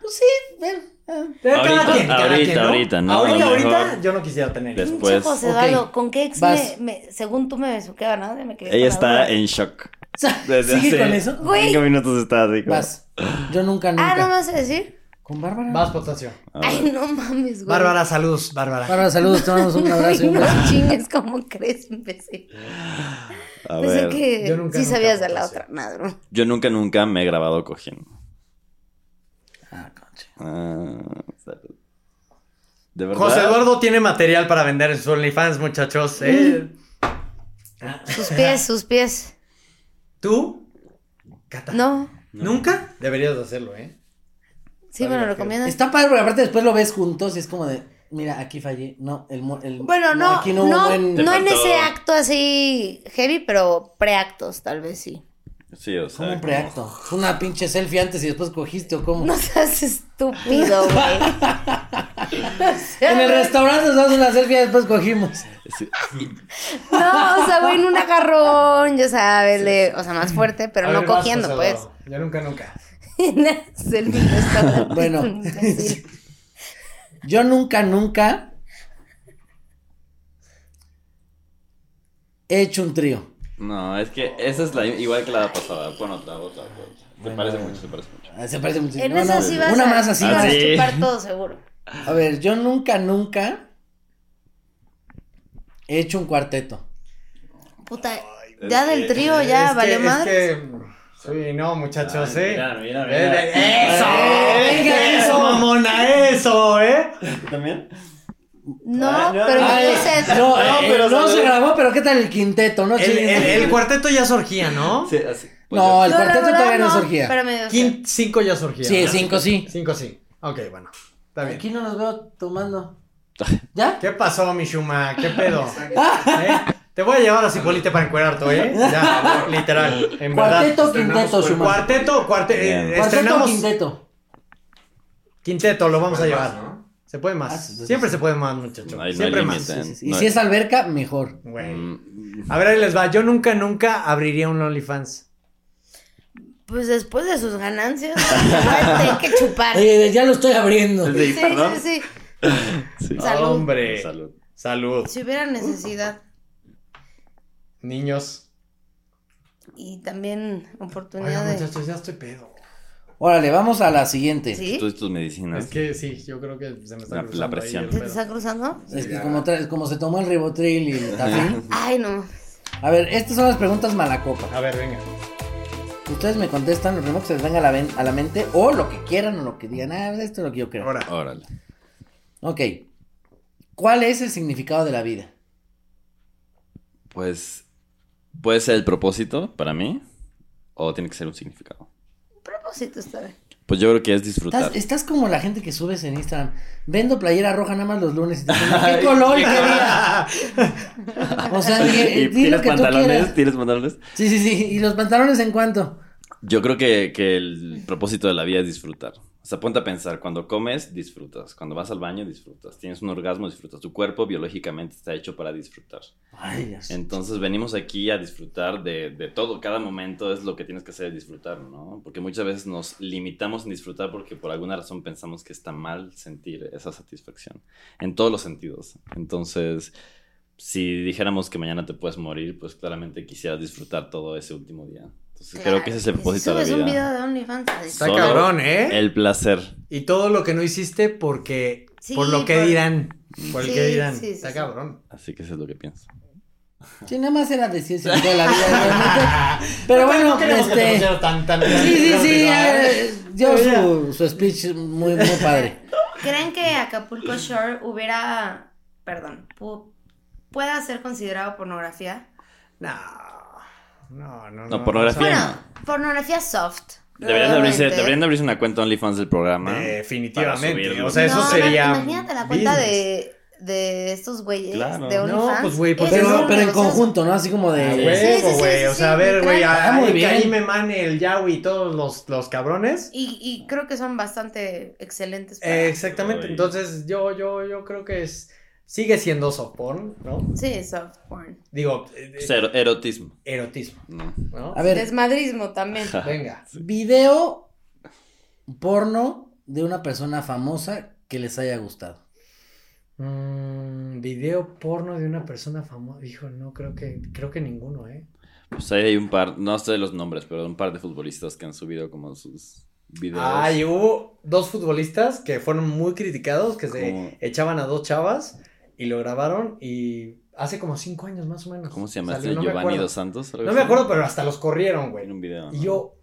[SPEAKER 1] pues sí, bueno, eh,
[SPEAKER 3] Pero
[SPEAKER 4] Ahorita,
[SPEAKER 3] cada quien, cada
[SPEAKER 4] ahorita,
[SPEAKER 3] quien, ¿no?
[SPEAKER 4] ahorita, ¿no?
[SPEAKER 3] Ahorita,
[SPEAKER 4] A lo
[SPEAKER 3] ahorita,
[SPEAKER 4] mejor
[SPEAKER 3] yo no quisiera tener hijos.
[SPEAKER 4] después.
[SPEAKER 2] Pinche José
[SPEAKER 1] Ok.
[SPEAKER 2] Eduardo, ¿con qué ex
[SPEAKER 1] Vas.
[SPEAKER 2] me, me- según tú me besuqueaba, ¿no? Me quedé
[SPEAKER 4] Ella
[SPEAKER 2] con la
[SPEAKER 4] está
[SPEAKER 2] duda.
[SPEAKER 4] en shock.
[SPEAKER 1] o sea,
[SPEAKER 4] Desde
[SPEAKER 1] sigue
[SPEAKER 4] hace
[SPEAKER 1] con eso.
[SPEAKER 2] Güey.
[SPEAKER 4] Cinco minutos está así como-
[SPEAKER 1] Vas. Yo nunca nunca.
[SPEAKER 2] Ah, ¿no me vas a decir?
[SPEAKER 1] Con Bárbara.
[SPEAKER 3] Vas, Potasio.
[SPEAKER 4] A ver.
[SPEAKER 2] Ay, no mames, güey.
[SPEAKER 3] Bárbara, saludos, Bárbara.
[SPEAKER 1] Bárbara, saludos, te mandamos un abrazo y
[SPEAKER 2] Ay,
[SPEAKER 1] un
[SPEAKER 2] no
[SPEAKER 1] beso.
[SPEAKER 2] chingues, ¿cómo crees, imbécil?
[SPEAKER 4] A
[SPEAKER 2] Pensé
[SPEAKER 4] ver.
[SPEAKER 2] que
[SPEAKER 3] Yo nunca,
[SPEAKER 2] sí
[SPEAKER 3] nunca
[SPEAKER 2] sabías de la
[SPEAKER 3] conocí.
[SPEAKER 2] otra madre. ¿no?
[SPEAKER 4] Yo nunca, nunca me he grabado cogiendo.
[SPEAKER 1] Ah, concha.
[SPEAKER 4] Ah, salud. De verdad.
[SPEAKER 3] José Eduardo tiene material para vender en sus OnlyFans, muchachos. ¿eh?
[SPEAKER 4] Mm.
[SPEAKER 2] Sus pies, sus pies.
[SPEAKER 3] ¿Tú? Cata.
[SPEAKER 2] No,
[SPEAKER 3] ¿Nunca? Deberías de hacerlo, ¿eh?
[SPEAKER 2] sí me lo recomiendan.
[SPEAKER 1] Está padre, porque aparte después lo ves juntos y es como de, mira, aquí fallé. No, el, mu- el-
[SPEAKER 2] Bueno, no,
[SPEAKER 1] aquí
[SPEAKER 2] no,
[SPEAKER 1] hubo
[SPEAKER 2] no,
[SPEAKER 1] buen-
[SPEAKER 2] en
[SPEAKER 4] Te faltó-
[SPEAKER 2] ese acto así heavy, pero preactos, tal vez sí.
[SPEAKER 4] Sí, o sea.
[SPEAKER 1] ¿Cómo un
[SPEAKER 4] como-
[SPEAKER 1] preacto? ¿Fue una pinche selfie antes y después cogiste o cómo?
[SPEAKER 2] No seas estúpido, güey. No seas-
[SPEAKER 1] En el restaurante nos damos una selfie y después cogimos.
[SPEAKER 4] Sí.
[SPEAKER 2] No, o sea, güey, en un agarrón, ya sabes, le- o sea, más fuerte, pero
[SPEAKER 3] A
[SPEAKER 2] no
[SPEAKER 3] ver, vas,
[SPEAKER 2] cogiendo,
[SPEAKER 3] José
[SPEAKER 2] pues.
[SPEAKER 3] Eduardo. Yo nunca, nunca.
[SPEAKER 2] Selfie en el restaurante,
[SPEAKER 1] Bueno.
[SPEAKER 2] un imbécil.
[SPEAKER 1] Yo nunca, nunca he hecho un trío.
[SPEAKER 4] No, es que esa es la igual que la pasada. Pon otra, otra, otra. Te parece mucho, te parece mucho.
[SPEAKER 1] Ah, Se parece mucho.
[SPEAKER 2] En
[SPEAKER 1] No,
[SPEAKER 2] eso
[SPEAKER 1] no,
[SPEAKER 2] sí vas
[SPEAKER 1] una
[SPEAKER 2] a,
[SPEAKER 1] más así.
[SPEAKER 2] vas a
[SPEAKER 4] Ah, sí.
[SPEAKER 2] chupar todo seguro.
[SPEAKER 1] A ver, yo nunca, nunca he hecho un cuarteto.
[SPEAKER 2] Puta,
[SPEAKER 4] es
[SPEAKER 2] ya del
[SPEAKER 4] que-
[SPEAKER 2] trío ya
[SPEAKER 3] Es que-
[SPEAKER 2] valió madre.
[SPEAKER 3] Es que... Sí, no, muchachos,
[SPEAKER 4] Ay,
[SPEAKER 3] ¿eh?
[SPEAKER 4] mira, mira,
[SPEAKER 3] Eh,
[SPEAKER 4] mira.
[SPEAKER 3] eh, ¡Eso!
[SPEAKER 1] Eh, venga,
[SPEAKER 3] ¡Eso,
[SPEAKER 1] eso.
[SPEAKER 3] mamona! ¡Eso, eh!
[SPEAKER 4] ¿Tú también?
[SPEAKER 2] No,
[SPEAKER 4] Ay, no,
[SPEAKER 2] pero
[SPEAKER 4] ay,
[SPEAKER 2] yo sé.
[SPEAKER 1] no,
[SPEAKER 4] No,
[SPEAKER 1] eh,
[SPEAKER 4] pero
[SPEAKER 1] no
[SPEAKER 4] salió-
[SPEAKER 1] se grabó, pero ¿qué tal el quinteto? No,
[SPEAKER 3] El,
[SPEAKER 1] Sí,
[SPEAKER 3] el-
[SPEAKER 1] no.
[SPEAKER 3] el cuarteto ya surgía, ¿no?
[SPEAKER 4] Sí, así. Pues
[SPEAKER 1] No,
[SPEAKER 4] ya.
[SPEAKER 1] el
[SPEAKER 2] No, la
[SPEAKER 1] cuarteto
[SPEAKER 2] verdad
[SPEAKER 1] todavía no, surgía.
[SPEAKER 2] Pero me
[SPEAKER 3] Quin- cinco ya surgía.
[SPEAKER 1] Sí,
[SPEAKER 3] ¿no?
[SPEAKER 1] cinco sí.
[SPEAKER 3] Cinco sí. Ok, bueno. Está bien.
[SPEAKER 1] Aquí no nos veo tomando. ¿Ya?
[SPEAKER 3] ¿Qué pasó, mi Shuma? ¿Qué pedo? ¿Eh? Te voy a llevar a Cipolite para encuerarte, ¿eh? Ya, literal. En verdad.
[SPEAKER 1] Cuarteto, quinteto,
[SPEAKER 5] estrenamos
[SPEAKER 1] Schumann.
[SPEAKER 3] Cuarteto, cuarte- eh,
[SPEAKER 4] Bien.
[SPEAKER 1] Cuarteto,
[SPEAKER 3] estrenamos
[SPEAKER 1] quinteto.
[SPEAKER 3] quinteto, lo vamos a llevar.
[SPEAKER 5] ¿no?
[SPEAKER 3] Se puede
[SPEAKER 1] Ah,
[SPEAKER 3] más.
[SPEAKER 1] sí, sí,
[SPEAKER 3] Siempre se puede más, muchachos.
[SPEAKER 4] Pues No hay- no
[SPEAKER 3] Siempre
[SPEAKER 4] hay
[SPEAKER 3] más.
[SPEAKER 4] límite.
[SPEAKER 1] Sí, sí, sí. Y
[SPEAKER 4] No,
[SPEAKER 1] si
[SPEAKER 4] eh.
[SPEAKER 1] es alberca, mejor.
[SPEAKER 3] Güey.
[SPEAKER 4] Mm,
[SPEAKER 3] A ver, ahí les va. Yo nunca, nunca abriría un OnlyFans.
[SPEAKER 2] Pues después de sus ganancias, hay que chupar. Sí,
[SPEAKER 1] Oye, ya lo estoy abriendo.
[SPEAKER 4] Sí, perdón.
[SPEAKER 2] sí, sí.
[SPEAKER 4] sí.
[SPEAKER 2] Salud.
[SPEAKER 3] Ah, Oh, Hombre. Salud.
[SPEAKER 4] Salud.
[SPEAKER 2] Si hubiera necesidad
[SPEAKER 3] Niños.
[SPEAKER 2] y también oportunidad
[SPEAKER 3] Oigan,
[SPEAKER 2] de.
[SPEAKER 3] muchachos, ya estoy pedo.
[SPEAKER 1] Órale, vamos a la siguiente.
[SPEAKER 2] ¿Sí?
[SPEAKER 4] Tú y tus medicinas.
[SPEAKER 3] Es que sí, yo creo que se me está
[SPEAKER 4] La- la
[SPEAKER 3] cruzando ahí
[SPEAKER 4] presión.
[SPEAKER 3] el
[SPEAKER 2] ¿Se te
[SPEAKER 3] pedo.
[SPEAKER 2] está cruzando?
[SPEAKER 1] Es que como, tra- como se tomó el ribotril y el tafil.
[SPEAKER 2] Ay, no.
[SPEAKER 1] A ver, estas son las preguntas malacopa.
[SPEAKER 3] A ver, venga.
[SPEAKER 1] Ustedes me contestan lo primero que se les venga a la, ven- a la mente o lo que quieran o lo que digan. Ah, esto es lo que yo creo.
[SPEAKER 3] Ahora.
[SPEAKER 4] Órale.
[SPEAKER 1] Ok. ¿Cuál es el significado de la vida?
[SPEAKER 4] Pues puede ser el propósito para mí o tiene que ser un significado.
[SPEAKER 2] Propósito está bien.
[SPEAKER 4] Pues yo creo que es disfrutar.
[SPEAKER 1] Estás, estás como la gente que subes en Instagram. Vendo playera roja nada más los lunes. Y te dicen, ¿Qué color y qué día? O sea, dije,
[SPEAKER 4] ¿Y
[SPEAKER 1] di lo
[SPEAKER 4] tienes
[SPEAKER 1] que tú quieras.
[SPEAKER 4] pantalones? ¿Tienes pantalones?
[SPEAKER 1] Sí, sí, sí. ¿Y los pantalones en cuánto?
[SPEAKER 4] Yo creo que, que el propósito de la vida es disfrutar. O sea, ponte a pensar, cuando comes, disfrutas. Cuando vas al baño, disfrutas. Tienes un orgasmo, disfrutas. Tu cuerpo biológicamente está hecho para disfrutar.
[SPEAKER 1] Ay, Dios.
[SPEAKER 4] Entonces venimos aquí a disfrutar de, de todo. Cada momento es lo que tienes que hacer, disfrutar, ¿no? Porque muchas veces nos limitamos en disfrutar porque por alguna razón pensamos que está mal sentir esa satisfacción. En todos los sentidos. Entonces, si dijéramos que mañana te puedes morir, pues claramente quisieras disfrutar todo ese último día. Entonces
[SPEAKER 2] Claro,
[SPEAKER 4] creo que ese es el
[SPEAKER 2] si
[SPEAKER 4] propósito de
[SPEAKER 2] subes
[SPEAKER 4] la
[SPEAKER 2] un video
[SPEAKER 4] vida.
[SPEAKER 2] de OnlyFans. ay,
[SPEAKER 3] Está
[SPEAKER 4] Solo
[SPEAKER 3] cabrón, ¿eh?
[SPEAKER 4] El placer.
[SPEAKER 3] Y todo lo que no hiciste porque.
[SPEAKER 2] Sí,
[SPEAKER 3] por lo que
[SPEAKER 2] por-
[SPEAKER 3] dirán. Por el
[SPEAKER 2] Sí,
[SPEAKER 3] que dirán.
[SPEAKER 2] sí, sí,
[SPEAKER 3] Está
[SPEAKER 2] sí.
[SPEAKER 3] cabrón.
[SPEAKER 4] Así que eso es lo que pienso.
[SPEAKER 1] Sí, nada más era decir si toda la vida. realmente. Pero bueno,
[SPEAKER 3] queremos que te
[SPEAKER 1] este.
[SPEAKER 3] pusieras tan, tan-
[SPEAKER 1] Sí, sí,
[SPEAKER 3] tan-
[SPEAKER 1] sí.
[SPEAKER 3] ¿eh?
[SPEAKER 1] eh, Dio su, su speech muy, muy padre.
[SPEAKER 2] ¿Creen que Acapulco Shore hubiera, perdón, pu- pueda ser considerado pornografía?
[SPEAKER 3] No. No, no,
[SPEAKER 4] No, pornografía.
[SPEAKER 3] o sea,
[SPEAKER 2] Bueno, pornografía soft.
[SPEAKER 4] Deberían de, abrirse,
[SPEAKER 2] obviamente.
[SPEAKER 4] deberían de abrirse una cuenta OnlyFans del programa.
[SPEAKER 3] Eh,
[SPEAKER 4] Para
[SPEAKER 3] Definitivamente.
[SPEAKER 4] subirlo.
[SPEAKER 3] O sea, eso
[SPEAKER 2] No,
[SPEAKER 3] sería.
[SPEAKER 2] Imagínate la cuenta
[SPEAKER 3] business.
[SPEAKER 2] de, de estos güeyes
[SPEAKER 4] Claro.
[SPEAKER 2] de
[SPEAKER 4] No,
[SPEAKER 2] OnlyFans.
[SPEAKER 3] pues, güey, pues,
[SPEAKER 2] Ese es
[SPEAKER 1] Pero,
[SPEAKER 2] un
[SPEAKER 1] pero en
[SPEAKER 2] negocio.
[SPEAKER 1] conjunto, ¿no? Así como
[SPEAKER 3] A
[SPEAKER 1] de.
[SPEAKER 2] Sí, sí,
[SPEAKER 3] Ah, huevo,
[SPEAKER 2] sí,
[SPEAKER 3] güey.
[SPEAKER 2] sí,
[SPEAKER 3] o
[SPEAKER 2] sí,
[SPEAKER 3] sea, a
[SPEAKER 2] me
[SPEAKER 3] ver, güey.
[SPEAKER 2] encanta.
[SPEAKER 3] a-
[SPEAKER 1] Muy
[SPEAKER 3] ahí que
[SPEAKER 1] bien.
[SPEAKER 3] ahí me mane el Yahweh y todos los, los cabrones.
[SPEAKER 2] Y, y creo que son bastante excelentes. para-
[SPEAKER 3] Eh, exactamente.
[SPEAKER 4] Ay.
[SPEAKER 3] Entonces, yo, yo, yo creo que es. Sigue siendo soft porn, ¿no?
[SPEAKER 2] Sí, soft porn.
[SPEAKER 3] Digo, eh, eh,
[SPEAKER 4] Cero, erotismo.
[SPEAKER 3] erotismo,
[SPEAKER 4] No.
[SPEAKER 3] ¿no?
[SPEAKER 1] A ver,
[SPEAKER 2] Desmadrismo también.
[SPEAKER 3] Venga.
[SPEAKER 1] video porno de una persona famosa que les haya gustado.
[SPEAKER 3] Mm, video porno de una persona famosa. Hijo, no creo que. Creo que ninguno, ¿eh?
[SPEAKER 4] Pues ahí hay un par, no sé los nombres, pero un par de futbolistas que han subido como sus videos.
[SPEAKER 3] Ay, hubo dos futbolistas que fueron muy criticados, que se
[SPEAKER 4] ¿Cómo?
[SPEAKER 3] echaban a dos chavas y lo grabaron y hace como cinco años más o menos.
[SPEAKER 4] ¿Cómo se llama
[SPEAKER 3] Salió,
[SPEAKER 4] este?
[SPEAKER 3] no me
[SPEAKER 4] Giovanni
[SPEAKER 3] acuerdo.
[SPEAKER 4] Dos Santos. algo
[SPEAKER 3] No me
[SPEAKER 4] así.
[SPEAKER 3] acuerdo, pero hasta los corrieron, güey.
[SPEAKER 4] Tiene un video.
[SPEAKER 3] Y
[SPEAKER 4] ¿no?
[SPEAKER 3] yo,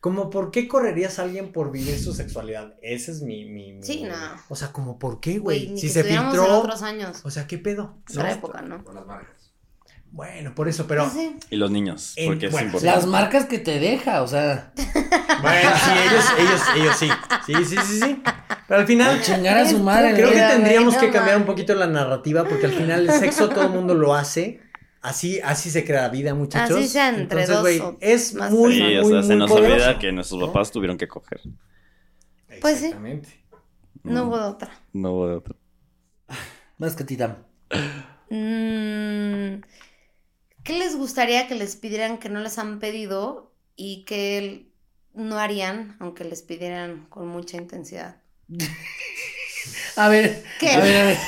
[SPEAKER 3] como, ¿por qué correrías a alguien por vivir su sexualidad? Ese es mi... mi, mi-
[SPEAKER 2] Sí, no.
[SPEAKER 3] O sea, como, ¿por qué,
[SPEAKER 2] Güey,
[SPEAKER 3] güey?
[SPEAKER 2] ni
[SPEAKER 3] Si
[SPEAKER 2] que
[SPEAKER 3] se
[SPEAKER 2] estuviéramos en
[SPEAKER 3] filtró...
[SPEAKER 2] otros años.
[SPEAKER 3] O sea, ¿qué pedo?
[SPEAKER 2] Otra
[SPEAKER 3] No,
[SPEAKER 2] época, ¿no?
[SPEAKER 5] Con las marcas.
[SPEAKER 3] Bueno, por eso, pero...
[SPEAKER 2] Sí.
[SPEAKER 4] Y los niños,
[SPEAKER 3] En-
[SPEAKER 4] porque
[SPEAKER 3] bueno,
[SPEAKER 4] es importante.
[SPEAKER 1] Las marcas que te deja, o sea,
[SPEAKER 3] Bueno, sí, ellos, ellos, ellos sí. Sí, sí, sí, sí. Pero al final...
[SPEAKER 1] chingar a su madre.
[SPEAKER 3] Creo que
[SPEAKER 2] Mira, güey,
[SPEAKER 3] tendríamos
[SPEAKER 2] no
[SPEAKER 3] que cambiar un
[SPEAKER 2] mames.
[SPEAKER 3] poquito la narrativa porque al final el sexo todo el mundo lo hace. Así, así se crea la vida, muchachos.
[SPEAKER 2] Así sea entre
[SPEAKER 3] Entonces,
[SPEAKER 2] dos
[SPEAKER 3] güey,
[SPEAKER 2] o
[SPEAKER 3] es
[SPEAKER 2] más
[SPEAKER 3] muy,
[SPEAKER 4] Sí,
[SPEAKER 3] muy,
[SPEAKER 4] o sea, se
[SPEAKER 3] muy
[SPEAKER 4] nos
[SPEAKER 3] poderoso.
[SPEAKER 4] olvida que nuestros papás tuvieron que coger.
[SPEAKER 2] Pues sí.
[SPEAKER 3] Exactamente.
[SPEAKER 2] No
[SPEAKER 4] Mm,
[SPEAKER 2] hubo de otra.
[SPEAKER 4] No hubo de otro.
[SPEAKER 1] Más que titán.
[SPEAKER 2] Mm, ¿Qué les gustaría que les pidieran que no les han pedido y que l- no harían, aunque les pidieran con mucha intensidad?
[SPEAKER 1] A ver,
[SPEAKER 2] ¿Qué?
[SPEAKER 1] a ver, a ver.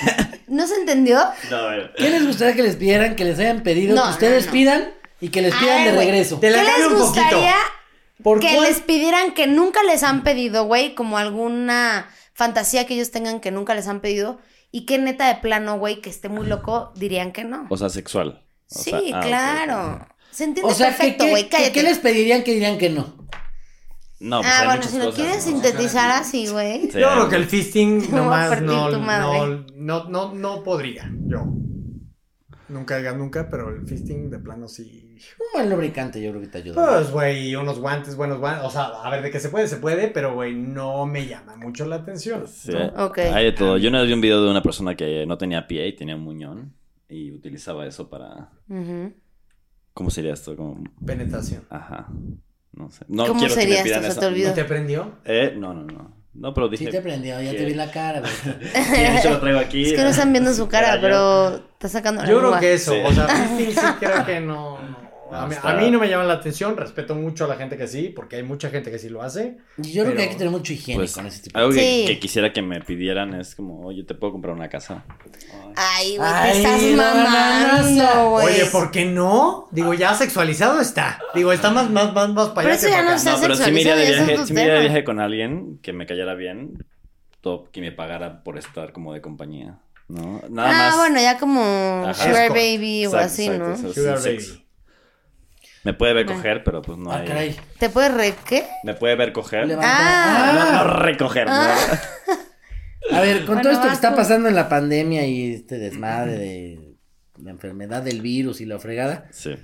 [SPEAKER 2] ¿No se entendió?
[SPEAKER 4] No, a ver.
[SPEAKER 1] ¿Qué les gustaría que les pidieran, que les hayan pedido,
[SPEAKER 2] No,
[SPEAKER 1] que ustedes
[SPEAKER 2] no, no.
[SPEAKER 1] pidan y que les
[SPEAKER 2] A
[SPEAKER 1] pidan
[SPEAKER 2] ver,
[SPEAKER 1] de
[SPEAKER 2] güey.
[SPEAKER 1] regreso?
[SPEAKER 3] Te la
[SPEAKER 2] ¿Qué
[SPEAKER 3] cambio
[SPEAKER 2] les
[SPEAKER 3] un poquito.
[SPEAKER 2] gustaría
[SPEAKER 3] ¿Por
[SPEAKER 2] que
[SPEAKER 3] cuál?
[SPEAKER 2] les pidieran que nunca les han pedido, güey? Como alguna fantasía que ellos tengan que nunca les han pedido y que neta de plano, güey, que esté muy loco, dirían que no.
[SPEAKER 4] O sea, sexual. O
[SPEAKER 2] Sí,
[SPEAKER 4] sea, ah, ok, ok.
[SPEAKER 2] claro. Se entiende
[SPEAKER 1] O sea, ¿qué,
[SPEAKER 2] perfecto,
[SPEAKER 1] qué-
[SPEAKER 2] güey.
[SPEAKER 1] qué-
[SPEAKER 2] Cállate.
[SPEAKER 1] qué les pedirían que dirían que no?
[SPEAKER 4] No, pues
[SPEAKER 2] ah,
[SPEAKER 4] hay
[SPEAKER 2] bueno,
[SPEAKER 4] muchas
[SPEAKER 2] si lo
[SPEAKER 4] cosas,
[SPEAKER 2] quieres
[SPEAKER 4] ¿no?
[SPEAKER 2] sintetizar así, güey.
[SPEAKER 4] Sí,
[SPEAKER 3] Yo
[SPEAKER 4] hay
[SPEAKER 3] creo que el fisting
[SPEAKER 2] voy a
[SPEAKER 3] nomás
[SPEAKER 2] partir
[SPEAKER 3] no,
[SPEAKER 2] tu
[SPEAKER 3] no,
[SPEAKER 2] madre.
[SPEAKER 3] no, no, no podría. Yo. Nunca digas nunca, pero el fisting de plano sí.
[SPEAKER 1] Un buen lubricante yo creo que te ayuda.
[SPEAKER 3] Pues, güey, unos guantes, buenos guantes. O sea, a ver, de que se puede, se puede, pero, güey, no me llama mucho la atención.
[SPEAKER 4] Sí,
[SPEAKER 3] ¿no?
[SPEAKER 2] Ok.
[SPEAKER 4] Hay de todo. Yo una vez vi un video de una persona que no tenía pie y tenía un muñón y utilizaba eso para.
[SPEAKER 2] Ujú.
[SPEAKER 4] ¿Cómo sería esto? Como...
[SPEAKER 3] Penetración.
[SPEAKER 4] Ajá. No sé. No
[SPEAKER 2] ¿Cómo
[SPEAKER 4] quiero que
[SPEAKER 2] sería
[SPEAKER 4] me
[SPEAKER 2] esto?
[SPEAKER 4] pidan
[SPEAKER 2] Se
[SPEAKER 4] esa-
[SPEAKER 2] te olvidó.
[SPEAKER 3] ¿No te prendió?
[SPEAKER 4] Eh, no, no, no. No, pero
[SPEAKER 1] Sí
[SPEAKER 3] Pues,
[SPEAKER 4] dije.
[SPEAKER 1] te prendió, ya te vi la cara. güey.
[SPEAKER 4] Sí, de hecho lo traigo aquí.
[SPEAKER 2] Es que no están viendo su cara,
[SPEAKER 4] Era yo.
[SPEAKER 2] pero está sacando la
[SPEAKER 3] Yo creo
[SPEAKER 2] lengua.
[SPEAKER 3] que eso.
[SPEAKER 4] Sí.
[SPEAKER 3] O sea, fisting sí creo que no. no. A
[SPEAKER 4] No,
[SPEAKER 3] mí,
[SPEAKER 4] está-
[SPEAKER 3] a mí no me llama la atención, respeto mucho a la gente que sí, porque hay mucha gente que sí lo hace.
[SPEAKER 1] Yo creo
[SPEAKER 3] Pero-
[SPEAKER 1] que hay que tener mucho higiene
[SPEAKER 4] Pues,
[SPEAKER 1] con ese tipo de
[SPEAKER 4] algo que,
[SPEAKER 2] Sí.
[SPEAKER 4] que quisiera que me pidieran es como, oye, ¿te puedo comprar una casa?
[SPEAKER 2] Ay, güey, te
[SPEAKER 1] Ay,
[SPEAKER 2] estás
[SPEAKER 1] no, no, no,
[SPEAKER 2] mamando,
[SPEAKER 1] no.
[SPEAKER 2] güey.
[SPEAKER 3] Oye, ¿por qué no? Digo, ya sexualizado está. Digo, está más, más, más, más para
[SPEAKER 2] Pero
[SPEAKER 3] allá
[SPEAKER 2] eso
[SPEAKER 3] que
[SPEAKER 2] ya
[SPEAKER 3] para
[SPEAKER 2] no
[SPEAKER 3] acá.
[SPEAKER 2] se
[SPEAKER 4] No, pero sí me iría de
[SPEAKER 2] sexualizado, ya son
[SPEAKER 4] viaje,
[SPEAKER 2] tus
[SPEAKER 4] sí me iría de
[SPEAKER 2] temas.
[SPEAKER 4] viaje con alguien que me cayera bien, top, que me pagara por estar como de compañía, ¿no? Nada
[SPEAKER 2] ah,
[SPEAKER 4] más.
[SPEAKER 2] bueno, ya como
[SPEAKER 4] Ajá.
[SPEAKER 2] Sugar
[SPEAKER 3] Escort.
[SPEAKER 2] Baby o
[SPEAKER 4] Exacto,
[SPEAKER 2] así,
[SPEAKER 4] exacto,
[SPEAKER 2] ¿no?
[SPEAKER 4] eso es
[SPEAKER 3] Sugar
[SPEAKER 4] sin
[SPEAKER 3] baby.
[SPEAKER 4] sexo. Me puede ver coger, pero pues no
[SPEAKER 1] Ah,
[SPEAKER 4] hay.
[SPEAKER 1] caray.
[SPEAKER 2] ¿Te puedes re qué?
[SPEAKER 4] Me puede ver coger.
[SPEAKER 1] Levanta-
[SPEAKER 2] Ah.
[SPEAKER 4] No,
[SPEAKER 1] Ah.
[SPEAKER 4] no recoger, ¿no?
[SPEAKER 1] A ver, con
[SPEAKER 2] Bueno,
[SPEAKER 1] todo esto que
[SPEAKER 2] vas
[SPEAKER 1] está
[SPEAKER 2] tú.
[SPEAKER 1] pasando en la pandemia y este desmadre de la enfermedad del virus y la fregada,
[SPEAKER 4] Sí,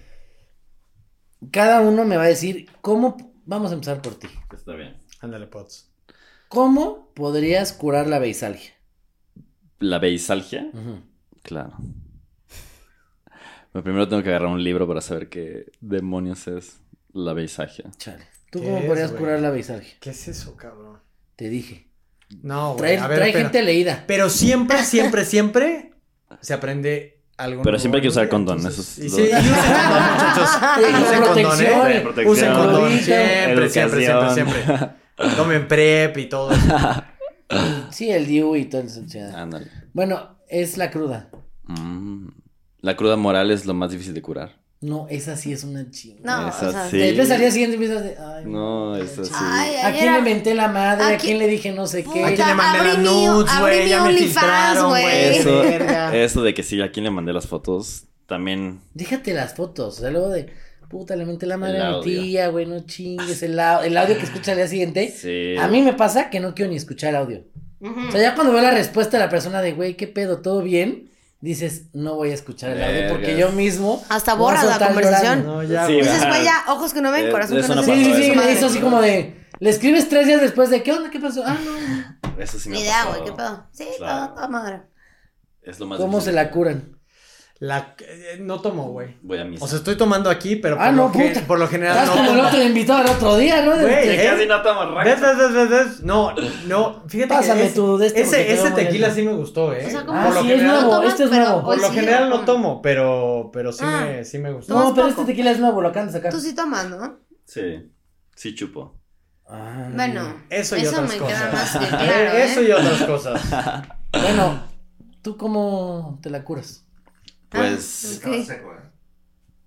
[SPEAKER 1] cada uno me va a decir cómo, vamos a empezar por ti,
[SPEAKER 4] está bien.
[SPEAKER 3] Ándale, Pots.
[SPEAKER 1] ¿cómo podrías curar la beisalgia?
[SPEAKER 4] ¿La beisalgia?
[SPEAKER 1] Ujú.
[SPEAKER 4] Claro. Pero primero tengo que agarrar un libro para saber qué demonios es la beisalgia.
[SPEAKER 1] Chale. ¿Tú
[SPEAKER 3] ¿Qué
[SPEAKER 1] cómo
[SPEAKER 3] es,
[SPEAKER 1] podrías
[SPEAKER 3] güey?
[SPEAKER 1] curar la beisalgia?
[SPEAKER 3] ¿Qué es eso, cabrón?
[SPEAKER 1] Te dije.
[SPEAKER 3] No, güey.
[SPEAKER 1] Trae,
[SPEAKER 3] A ver,
[SPEAKER 1] trae
[SPEAKER 3] espera.
[SPEAKER 1] gente leída.
[SPEAKER 3] Pero siempre, siempre, siempre se aprende algo.
[SPEAKER 4] Pero
[SPEAKER 3] nuevo
[SPEAKER 4] siempre hay que
[SPEAKER 3] en la
[SPEAKER 4] usar
[SPEAKER 3] vida,
[SPEAKER 4] condón,
[SPEAKER 3] entonces-
[SPEAKER 4] eso
[SPEAKER 3] y
[SPEAKER 4] es
[SPEAKER 3] sí,
[SPEAKER 4] lo-
[SPEAKER 3] y usen condón, muchachos.
[SPEAKER 1] Sí,
[SPEAKER 3] Usen condón,
[SPEAKER 1] protección.
[SPEAKER 3] ¿eh?
[SPEAKER 4] Protección.
[SPEAKER 3] Usen condón.
[SPEAKER 1] Protección.
[SPEAKER 3] Siempre, siempre, siempre, siempre. Tomen prep y todo eso.
[SPEAKER 1] Sí, el DIU y todo eso. o sea.
[SPEAKER 4] Ándale.
[SPEAKER 1] Bueno, es la cruda.
[SPEAKER 4] Mm. La cruda moral es lo más difícil de curar.
[SPEAKER 1] No, esa sí es una chingada.
[SPEAKER 2] No,
[SPEAKER 4] Esa
[SPEAKER 2] o sea,
[SPEAKER 4] sí.
[SPEAKER 1] Después al día siguiente empiezas de. Ay,
[SPEAKER 4] No,
[SPEAKER 1] qué
[SPEAKER 4] esa sí.
[SPEAKER 1] chingada.
[SPEAKER 2] Ay,
[SPEAKER 1] ¿A quién le
[SPEAKER 2] ayer
[SPEAKER 1] menté la madre?
[SPEAKER 2] ¿A
[SPEAKER 1] ¿A,
[SPEAKER 2] quién-
[SPEAKER 1] quién le dije no sé
[SPEAKER 2] Puta,
[SPEAKER 3] Aquí
[SPEAKER 1] qué?
[SPEAKER 3] le mandé las
[SPEAKER 2] abrí mi-
[SPEAKER 3] nudes,
[SPEAKER 2] abrí
[SPEAKER 3] güey.
[SPEAKER 2] mi
[SPEAKER 3] Ya me
[SPEAKER 2] OnlyFans,
[SPEAKER 3] filtraron,
[SPEAKER 2] güey.
[SPEAKER 3] güey.
[SPEAKER 4] Eso,
[SPEAKER 3] Verga.
[SPEAKER 4] eso de que sí, a quién le mandé las fotos, también.
[SPEAKER 1] Déjate las fotos. O sea, luego de. Puta, le menté la madre
[SPEAKER 4] El
[SPEAKER 1] a mi
[SPEAKER 4] audio.
[SPEAKER 1] tía, güey, no chingues. El, au- el audio que escucha al día siguiente.
[SPEAKER 4] Sí.
[SPEAKER 1] A mí me pasa que no quiero ni escuchar el audio. O sea, ya cuando veo la respuesta de la persona de, güey, ¿qué pedo? ¿Todo bien? Dices, no voy a escuchar el audio porque yo
[SPEAKER 4] Vergas.
[SPEAKER 1] mismo.
[SPEAKER 2] Hasta
[SPEAKER 1] voy a
[SPEAKER 2] borras la
[SPEAKER 1] soltar
[SPEAKER 2] conversación.
[SPEAKER 1] llorando.
[SPEAKER 3] No, ya,
[SPEAKER 6] Sí,
[SPEAKER 3] güey.
[SPEAKER 2] Dices,
[SPEAKER 6] Ajá.
[SPEAKER 2] güey, ya, ojos que no ven,
[SPEAKER 4] Eh,
[SPEAKER 2] corazón que
[SPEAKER 4] eso
[SPEAKER 2] no
[SPEAKER 4] no
[SPEAKER 1] Sí,
[SPEAKER 2] siente.
[SPEAKER 1] sí,
[SPEAKER 4] Pasó
[SPEAKER 1] sí,
[SPEAKER 4] eso.
[SPEAKER 1] me
[SPEAKER 2] Madre.
[SPEAKER 1] hizo así como de. Le escribes tres días después de, ¿qué onda? ¿Qué pasó? Ah, no.
[SPEAKER 4] Eso sí me
[SPEAKER 2] Ni
[SPEAKER 4] ha
[SPEAKER 2] idea,
[SPEAKER 4] pasado.
[SPEAKER 2] güey, qué pedo. Sí,
[SPEAKER 4] Claro.
[SPEAKER 2] todo, toda madre.
[SPEAKER 4] Es lo más
[SPEAKER 1] ¿Cómo se
[SPEAKER 4] difícil.
[SPEAKER 1] la curan?
[SPEAKER 3] La- eh, no tomo, güey.
[SPEAKER 4] Voy a misa.
[SPEAKER 3] O sea, estoy tomando aquí, pero por,
[SPEAKER 1] Ah,
[SPEAKER 3] lo,
[SPEAKER 1] no,
[SPEAKER 3] que-
[SPEAKER 1] puta.
[SPEAKER 3] por lo general
[SPEAKER 1] Estás
[SPEAKER 3] no
[SPEAKER 1] como el
[SPEAKER 3] tomo.
[SPEAKER 1] otro invitado el otro día, ¿no? Este, De-
[SPEAKER 3] Güey,
[SPEAKER 1] de-
[SPEAKER 3] eh,
[SPEAKER 6] casi no tomo
[SPEAKER 3] Ves,
[SPEAKER 6] rancho.
[SPEAKER 3] ves, ves, ves, ves. No, no, fíjate
[SPEAKER 1] Pásame
[SPEAKER 3] que es-
[SPEAKER 1] tú de este porque
[SPEAKER 3] ese,
[SPEAKER 1] te
[SPEAKER 3] ese
[SPEAKER 1] veo muy
[SPEAKER 3] tequila
[SPEAKER 1] bien.
[SPEAKER 3] sí me gustó, eh.
[SPEAKER 2] O sea, como
[SPEAKER 3] por
[SPEAKER 1] ah,
[SPEAKER 3] lo
[SPEAKER 1] sí, es
[SPEAKER 3] general,
[SPEAKER 1] nuevo,
[SPEAKER 2] tomas,
[SPEAKER 1] este es
[SPEAKER 2] pero pues,
[SPEAKER 1] nuevo.
[SPEAKER 3] por
[SPEAKER 2] hoy
[SPEAKER 3] lo
[SPEAKER 2] sí
[SPEAKER 3] general
[SPEAKER 2] lo
[SPEAKER 3] no
[SPEAKER 2] tomo.
[SPEAKER 3] tomo, pero, pero sí,
[SPEAKER 2] Ah.
[SPEAKER 3] me, sí me gustó.
[SPEAKER 1] No, pero
[SPEAKER 2] poco.
[SPEAKER 1] este tequila es nuevo, lo acaban de sacar.
[SPEAKER 2] Tú sí tomas, ¿no?
[SPEAKER 4] Sí. Sí, chupo.
[SPEAKER 1] Ah.
[SPEAKER 2] Bueno,
[SPEAKER 3] Eso y otras
[SPEAKER 2] me queda
[SPEAKER 3] cosas.
[SPEAKER 2] más que
[SPEAKER 3] Eh,
[SPEAKER 2] claro, ¿eh?
[SPEAKER 3] Eso y otras
[SPEAKER 1] Ah,
[SPEAKER 3] cosas.
[SPEAKER 1] Bueno, ¿tú cómo te la curas?
[SPEAKER 4] Pues.
[SPEAKER 2] Ah, Ok.
[SPEAKER 5] Estaba seco, ¿eh?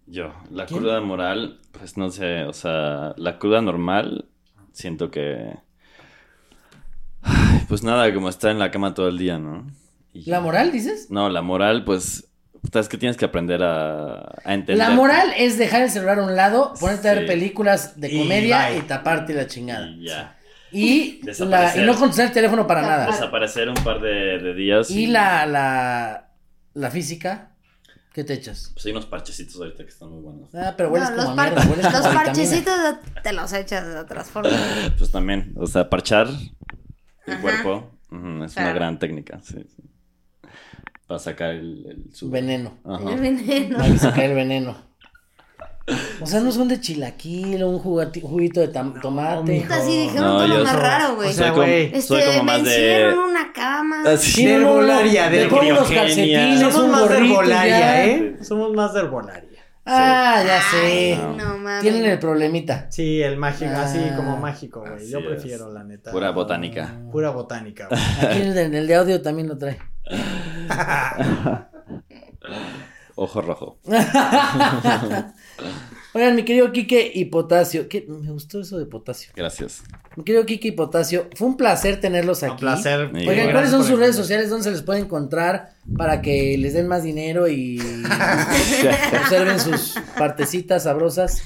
[SPEAKER 4] Yo, la
[SPEAKER 1] ¿Quién?
[SPEAKER 4] cruda moral, pues no sé, o sea, la cruda normal, siento que... Ay, Pues nada, como estar en la cama todo el día, ¿no? Y-
[SPEAKER 1] ¿La moral, dices?
[SPEAKER 4] No, la moral, pues, puta, es que tienes que aprender a, a entender.
[SPEAKER 1] La moral es dejar el celular a un lado, ponerte a ver
[SPEAKER 4] Sí.
[SPEAKER 1] películas de
[SPEAKER 3] Y
[SPEAKER 1] comedia
[SPEAKER 3] bye.
[SPEAKER 1] y, taparte la chingada.
[SPEAKER 4] Y ya.
[SPEAKER 1] Y, la,
[SPEAKER 4] Desaparecer.
[SPEAKER 1] y no contestar el teléfono para nada.
[SPEAKER 4] Desaparecer un par de, de días.
[SPEAKER 1] Y la, la, la física, ¿qué te echas?
[SPEAKER 4] Pues hay unos parchecitos ahorita que están muy buenos.
[SPEAKER 1] Ah, pero
[SPEAKER 2] No,
[SPEAKER 1] hueles
[SPEAKER 2] los,
[SPEAKER 1] como a
[SPEAKER 2] par-
[SPEAKER 1] mierda, hueles
[SPEAKER 2] los
[SPEAKER 1] como a vitamina.
[SPEAKER 2] parchecitos te los echas de otras formas.
[SPEAKER 4] Pues también, o sea, parchar el
[SPEAKER 2] Ajá.
[SPEAKER 4] cuerpo ujú, es una
[SPEAKER 2] Claro.
[SPEAKER 4] gran técnica, sí. sí. Para sacar el, el
[SPEAKER 1] Su
[SPEAKER 4] sudor.
[SPEAKER 1] veneno.
[SPEAKER 4] Ajá.
[SPEAKER 2] El veneno.
[SPEAKER 1] Hay que sacar el veneno. O sea, no son de chilaquil o un jugati- juguito de tam- tomate.
[SPEAKER 3] mijo.
[SPEAKER 2] Puta, sí, dijeron
[SPEAKER 4] No,
[SPEAKER 2] todo
[SPEAKER 4] yo
[SPEAKER 2] lo más
[SPEAKER 4] soy-
[SPEAKER 2] raro, güey.
[SPEAKER 3] O sea,
[SPEAKER 4] Soy como-
[SPEAKER 3] güey.
[SPEAKER 2] este,
[SPEAKER 4] soy como
[SPEAKER 2] me
[SPEAKER 4] más de-
[SPEAKER 2] hicieron una cama.
[SPEAKER 4] Así.
[SPEAKER 3] De herbolaria, de
[SPEAKER 1] le ponen los
[SPEAKER 4] criogenia.
[SPEAKER 1] calcetines,
[SPEAKER 3] Somos
[SPEAKER 1] un
[SPEAKER 3] más de
[SPEAKER 1] gorrito y ya.
[SPEAKER 3] herbolaria, ¿eh? Somos más de herbolaria.
[SPEAKER 1] Ah, ya sé.
[SPEAKER 2] Ay, no mames.
[SPEAKER 1] Tienen el problemita.
[SPEAKER 3] Sí, el mágico, así
[SPEAKER 1] Ah,
[SPEAKER 3] como mágico, güey. Yo
[SPEAKER 4] así
[SPEAKER 3] prefiero,
[SPEAKER 4] es.
[SPEAKER 3] la neta.
[SPEAKER 4] Pura botánica.
[SPEAKER 3] Pura botánica, güey.
[SPEAKER 1] Aquí el de, el de audio también lo trae.
[SPEAKER 4] Ojo rojo.
[SPEAKER 1] Oigan, mi querido Quique y Potasio. ¿Qué? Me gustó eso de Potasio.
[SPEAKER 4] Gracias.
[SPEAKER 1] Mi querido Quique y Potasio, fue un placer tenerlos aquí.
[SPEAKER 3] Un placer.
[SPEAKER 1] Oigan,
[SPEAKER 4] Igual.
[SPEAKER 1] ¿cuáles
[SPEAKER 3] Gracias
[SPEAKER 1] son
[SPEAKER 3] por
[SPEAKER 1] sus
[SPEAKER 3] el-
[SPEAKER 1] redes sociales? ¿Dónde se les puede encontrar para que les den más dinero y observen sus partecitas sabrosas?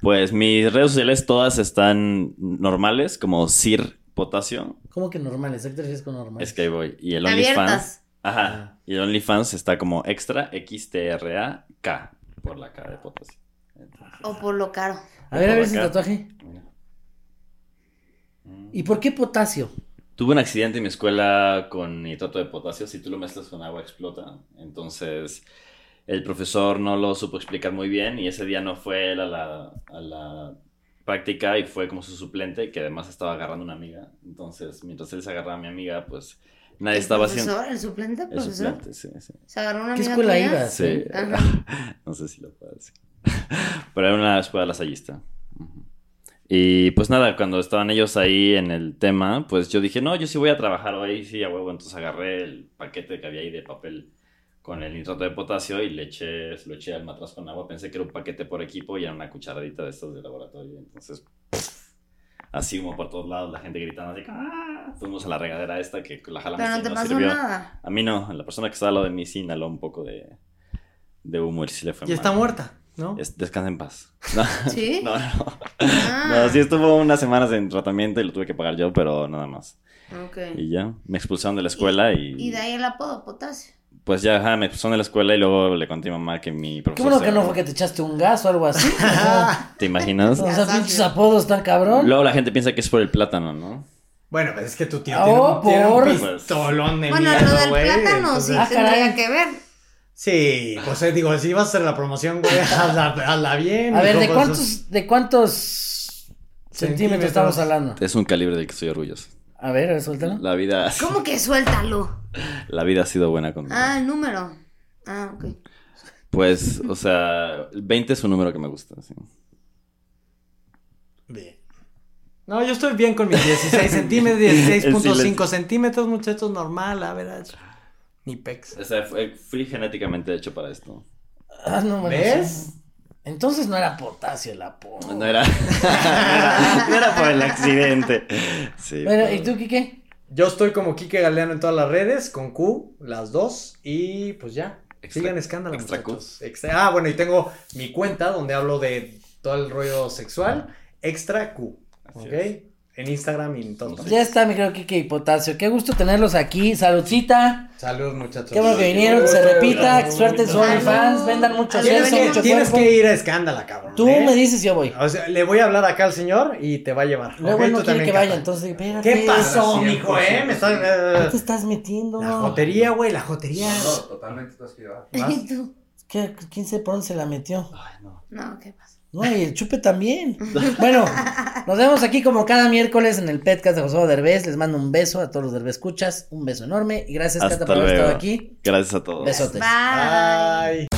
[SPEAKER 4] Pues mis redes sociales todas están normales, como Sir Potasio.
[SPEAKER 1] ¿Cómo que normales? ¿A qué te refieres con normales?
[SPEAKER 4] Es que ahí voy. Y el OnlyFans.
[SPEAKER 2] Abiertas.
[SPEAKER 4] Ajá. Y el OnlyFans está como extra XTRA-K. Por la K de Potasio. Entonces,
[SPEAKER 2] O por lo caro.
[SPEAKER 1] A ver, a ver
[SPEAKER 4] Por
[SPEAKER 1] ese
[SPEAKER 4] acá.
[SPEAKER 1] tatuaje.
[SPEAKER 4] mira.
[SPEAKER 1] ¿Y por qué potasio?
[SPEAKER 4] Tuve un accidente en mi escuela con nitrato de potasio. Si tú lo mezclas con agua, explota. Entonces, el profesor no lo supo explicar muy bien y ese día no fue él a la, a la práctica y fue como su suplente, que además estaba agarrando una amiga. Entonces, mientras él se agarraba a mi amiga, pues nadie estaba
[SPEAKER 2] ¿El profesor?
[SPEAKER 4] haciendo.
[SPEAKER 2] ¿El suplente,
[SPEAKER 4] El
[SPEAKER 2] profesor?
[SPEAKER 4] suplente, sí, sí.
[SPEAKER 2] ¿Se agarró una
[SPEAKER 1] ¿Qué
[SPEAKER 2] amiga
[SPEAKER 1] escuela
[SPEAKER 2] tuya?
[SPEAKER 1] ibas?
[SPEAKER 4] Sí.
[SPEAKER 2] Ajá.
[SPEAKER 4] no sé si lo puedo decir. Pero era una escuela lasallista. Ujú. Y pues nada, cuando estaban ellos ahí en el tema, pues yo dije, no, yo sí voy a trabajar hoy, sí, a huevo. Entonces agarré el paquete que había ahí de papel con el nitrato de potasio y le eché, se lo eché al matraz con agua. Pensé que era un paquete por equipo y era una cucharadita de estas de laboratorio. Entonces, así como por todos lados, la gente gritando así, ¡ah! Fuimos a la regadera esta que la jalamos
[SPEAKER 2] Pero no
[SPEAKER 4] y
[SPEAKER 2] te
[SPEAKER 4] nos
[SPEAKER 2] pasó
[SPEAKER 4] sirvió.
[SPEAKER 2] nada.
[SPEAKER 4] A mí no, a la persona que estaba al lado de mí sí inhaló un poco de, de humo y sí le fue
[SPEAKER 3] Y
[SPEAKER 4] mal.
[SPEAKER 3] está muerta, ¿no?
[SPEAKER 4] Es- descansa en paz. No,
[SPEAKER 2] ¿Sí?
[SPEAKER 4] no, no.
[SPEAKER 2] Ah,
[SPEAKER 4] No, sí estuvo unas semanas en tratamiento y lo tuve que pagar yo, pero nada más.
[SPEAKER 2] Ah, ok.
[SPEAKER 4] Y ya, me expulsaron de la escuela y...
[SPEAKER 2] Y de ahí el apodo, potasio.
[SPEAKER 4] Pues ya, ajá, me expulsaron de la escuela y luego le conté a mi mamá que mi
[SPEAKER 1] Qué
[SPEAKER 4] profesor...
[SPEAKER 1] bueno
[SPEAKER 4] se-
[SPEAKER 1] que no fue que te echaste un gas o algo así. Ah,
[SPEAKER 4] ¿Te imaginas?
[SPEAKER 1] o sea, pinches apodos tan cabrón.
[SPEAKER 4] luego la gente piensa que es por el plátano, ¿no?
[SPEAKER 3] Bueno, pues es que tu tío
[SPEAKER 1] Ah,
[SPEAKER 3] tiene,
[SPEAKER 1] oh,
[SPEAKER 3] un, tiene un
[SPEAKER 1] por-
[SPEAKER 3] pistolón de
[SPEAKER 2] Bueno,
[SPEAKER 3] miedo,
[SPEAKER 2] lo del
[SPEAKER 3] güey,
[SPEAKER 2] plátano sí
[SPEAKER 3] entonces-
[SPEAKER 1] Ah,
[SPEAKER 2] tendría
[SPEAKER 1] caray.
[SPEAKER 2] que ver.
[SPEAKER 3] Sí, pues eh, digo, si vas a hacer la promoción, güey, hazla, hazla bien.
[SPEAKER 1] A ver,
[SPEAKER 3] hijo,
[SPEAKER 1] ¿de
[SPEAKER 3] pues,
[SPEAKER 1] cuántos, de cuántos centímetros
[SPEAKER 3] Centímetros.
[SPEAKER 1] estamos hablando?
[SPEAKER 4] Es un calibre del que estoy orgulloso.
[SPEAKER 1] A ver, a ver, suéltalo.
[SPEAKER 4] La vida,
[SPEAKER 2] ¿Cómo que suéltalo?
[SPEAKER 4] la vida ha sido buena conmigo.
[SPEAKER 2] Ah, el número. Ah, ok.
[SPEAKER 4] Pues, o sea, el 20 es un número que me gusta. sí.
[SPEAKER 3] Bien. No, yo estoy bien con mis 16 centímetros, 16.5
[SPEAKER 4] El silencio.
[SPEAKER 3] centímetros, muchachos, normal, a ver. Ni pex.
[SPEAKER 7] O sea, fue- fui genéticamente hecho para esto.
[SPEAKER 1] Ah, no, bueno,
[SPEAKER 3] ¿Ves?
[SPEAKER 1] sí. Entonces no era potasio el apodo.
[SPEAKER 7] No era, no era, no era por el accidente. Sí,
[SPEAKER 1] Bueno,
[SPEAKER 7] pero-
[SPEAKER 1] ¿y tú, Quique?
[SPEAKER 3] Yo estoy como Quique Galeano en todas las redes, con Q, las dos, y pues ya.
[SPEAKER 7] Extra-
[SPEAKER 3] Sigan escándalo.
[SPEAKER 7] extra Q.
[SPEAKER 3] muchachos. Extra- ah, bueno, y tengo mi cuenta donde hablo de todo el rollo sexual, extra Q.
[SPEAKER 7] Así
[SPEAKER 3] ¿Ok?
[SPEAKER 7] es.
[SPEAKER 3] En Instagram y en todos.
[SPEAKER 7] Sí.
[SPEAKER 3] lados.
[SPEAKER 1] Ya está, mi creo Quique y Potasio. Qué gusto tenerlos aquí. Saludcita.
[SPEAKER 3] Saludos, muchachos.
[SPEAKER 1] Qué bueno que vinieron. que Se repita. Suerte en su OnlyFans. Vendan mucho
[SPEAKER 3] Tienes,
[SPEAKER 1] sexo,
[SPEAKER 3] que,
[SPEAKER 1] mucho
[SPEAKER 3] tienes
[SPEAKER 1] cuerpo.
[SPEAKER 3] que ir a escándala, cabrón.
[SPEAKER 1] Tú
[SPEAKER 3] ¿eh?
[SPEAKER 1] me dices y yo voy.
[SPEAKER 3] O sea, le voy a hablar acá al señor y te va a llevar.
[SPEAKER 1] Luego
[SPEAKER 3] ¿ok?
[SPEAKER 1] él no
[SPEAKER 3] Tú
[SPEAKER 1] quiere
[SPEAKER 3] también,
[SPEAKER 1] que vaya,
[SPEAKER 3] Cata.
[SPEAKER 1] entonces espérate.
[SPEAKER 3] ¿Qué pasó,
[SPEAKER 5] Cien
[SPEAKER 3] mijo,
[SPEAKER 5] por ciento,
[SPEAKER 3] eh? Me
[SPEAKER 5] sí.
[SPEAKER 3] está...
[SPEAKER 1] ¿Qué te estás metiendo?
[SPEAKER 3] La jotería, güey, la jotería.
[SPEAKER 5] No, totalmente tú has que llevar.
[SPEAKER 2] ¿Y tú?
[SPEAKER 1] ¿Qué, ¿Quién sabe por dónde se la metió?
[SPEAKER 2] No, ¿qué pasa?
[SPEAKER 1] No, y el chupe también. Bueno, nos vemos aquí como cada miércoles en el podcast de José Derbez. Les mando un beso a todos los Derbez escuchas. Un beso enorme. Y gracias, Cata,
[SPEAKER 7] Hasta
[SPEAKER 1] por haber estado
[SPEAKER 7] luego.
[SPEAKER 1] aquí.
[SPEAKER 7] Gracias a todos.
[SPEAKER 1] Besotes.
[SPEAKER 2] Bye.
[SPEAKER 3] Bye.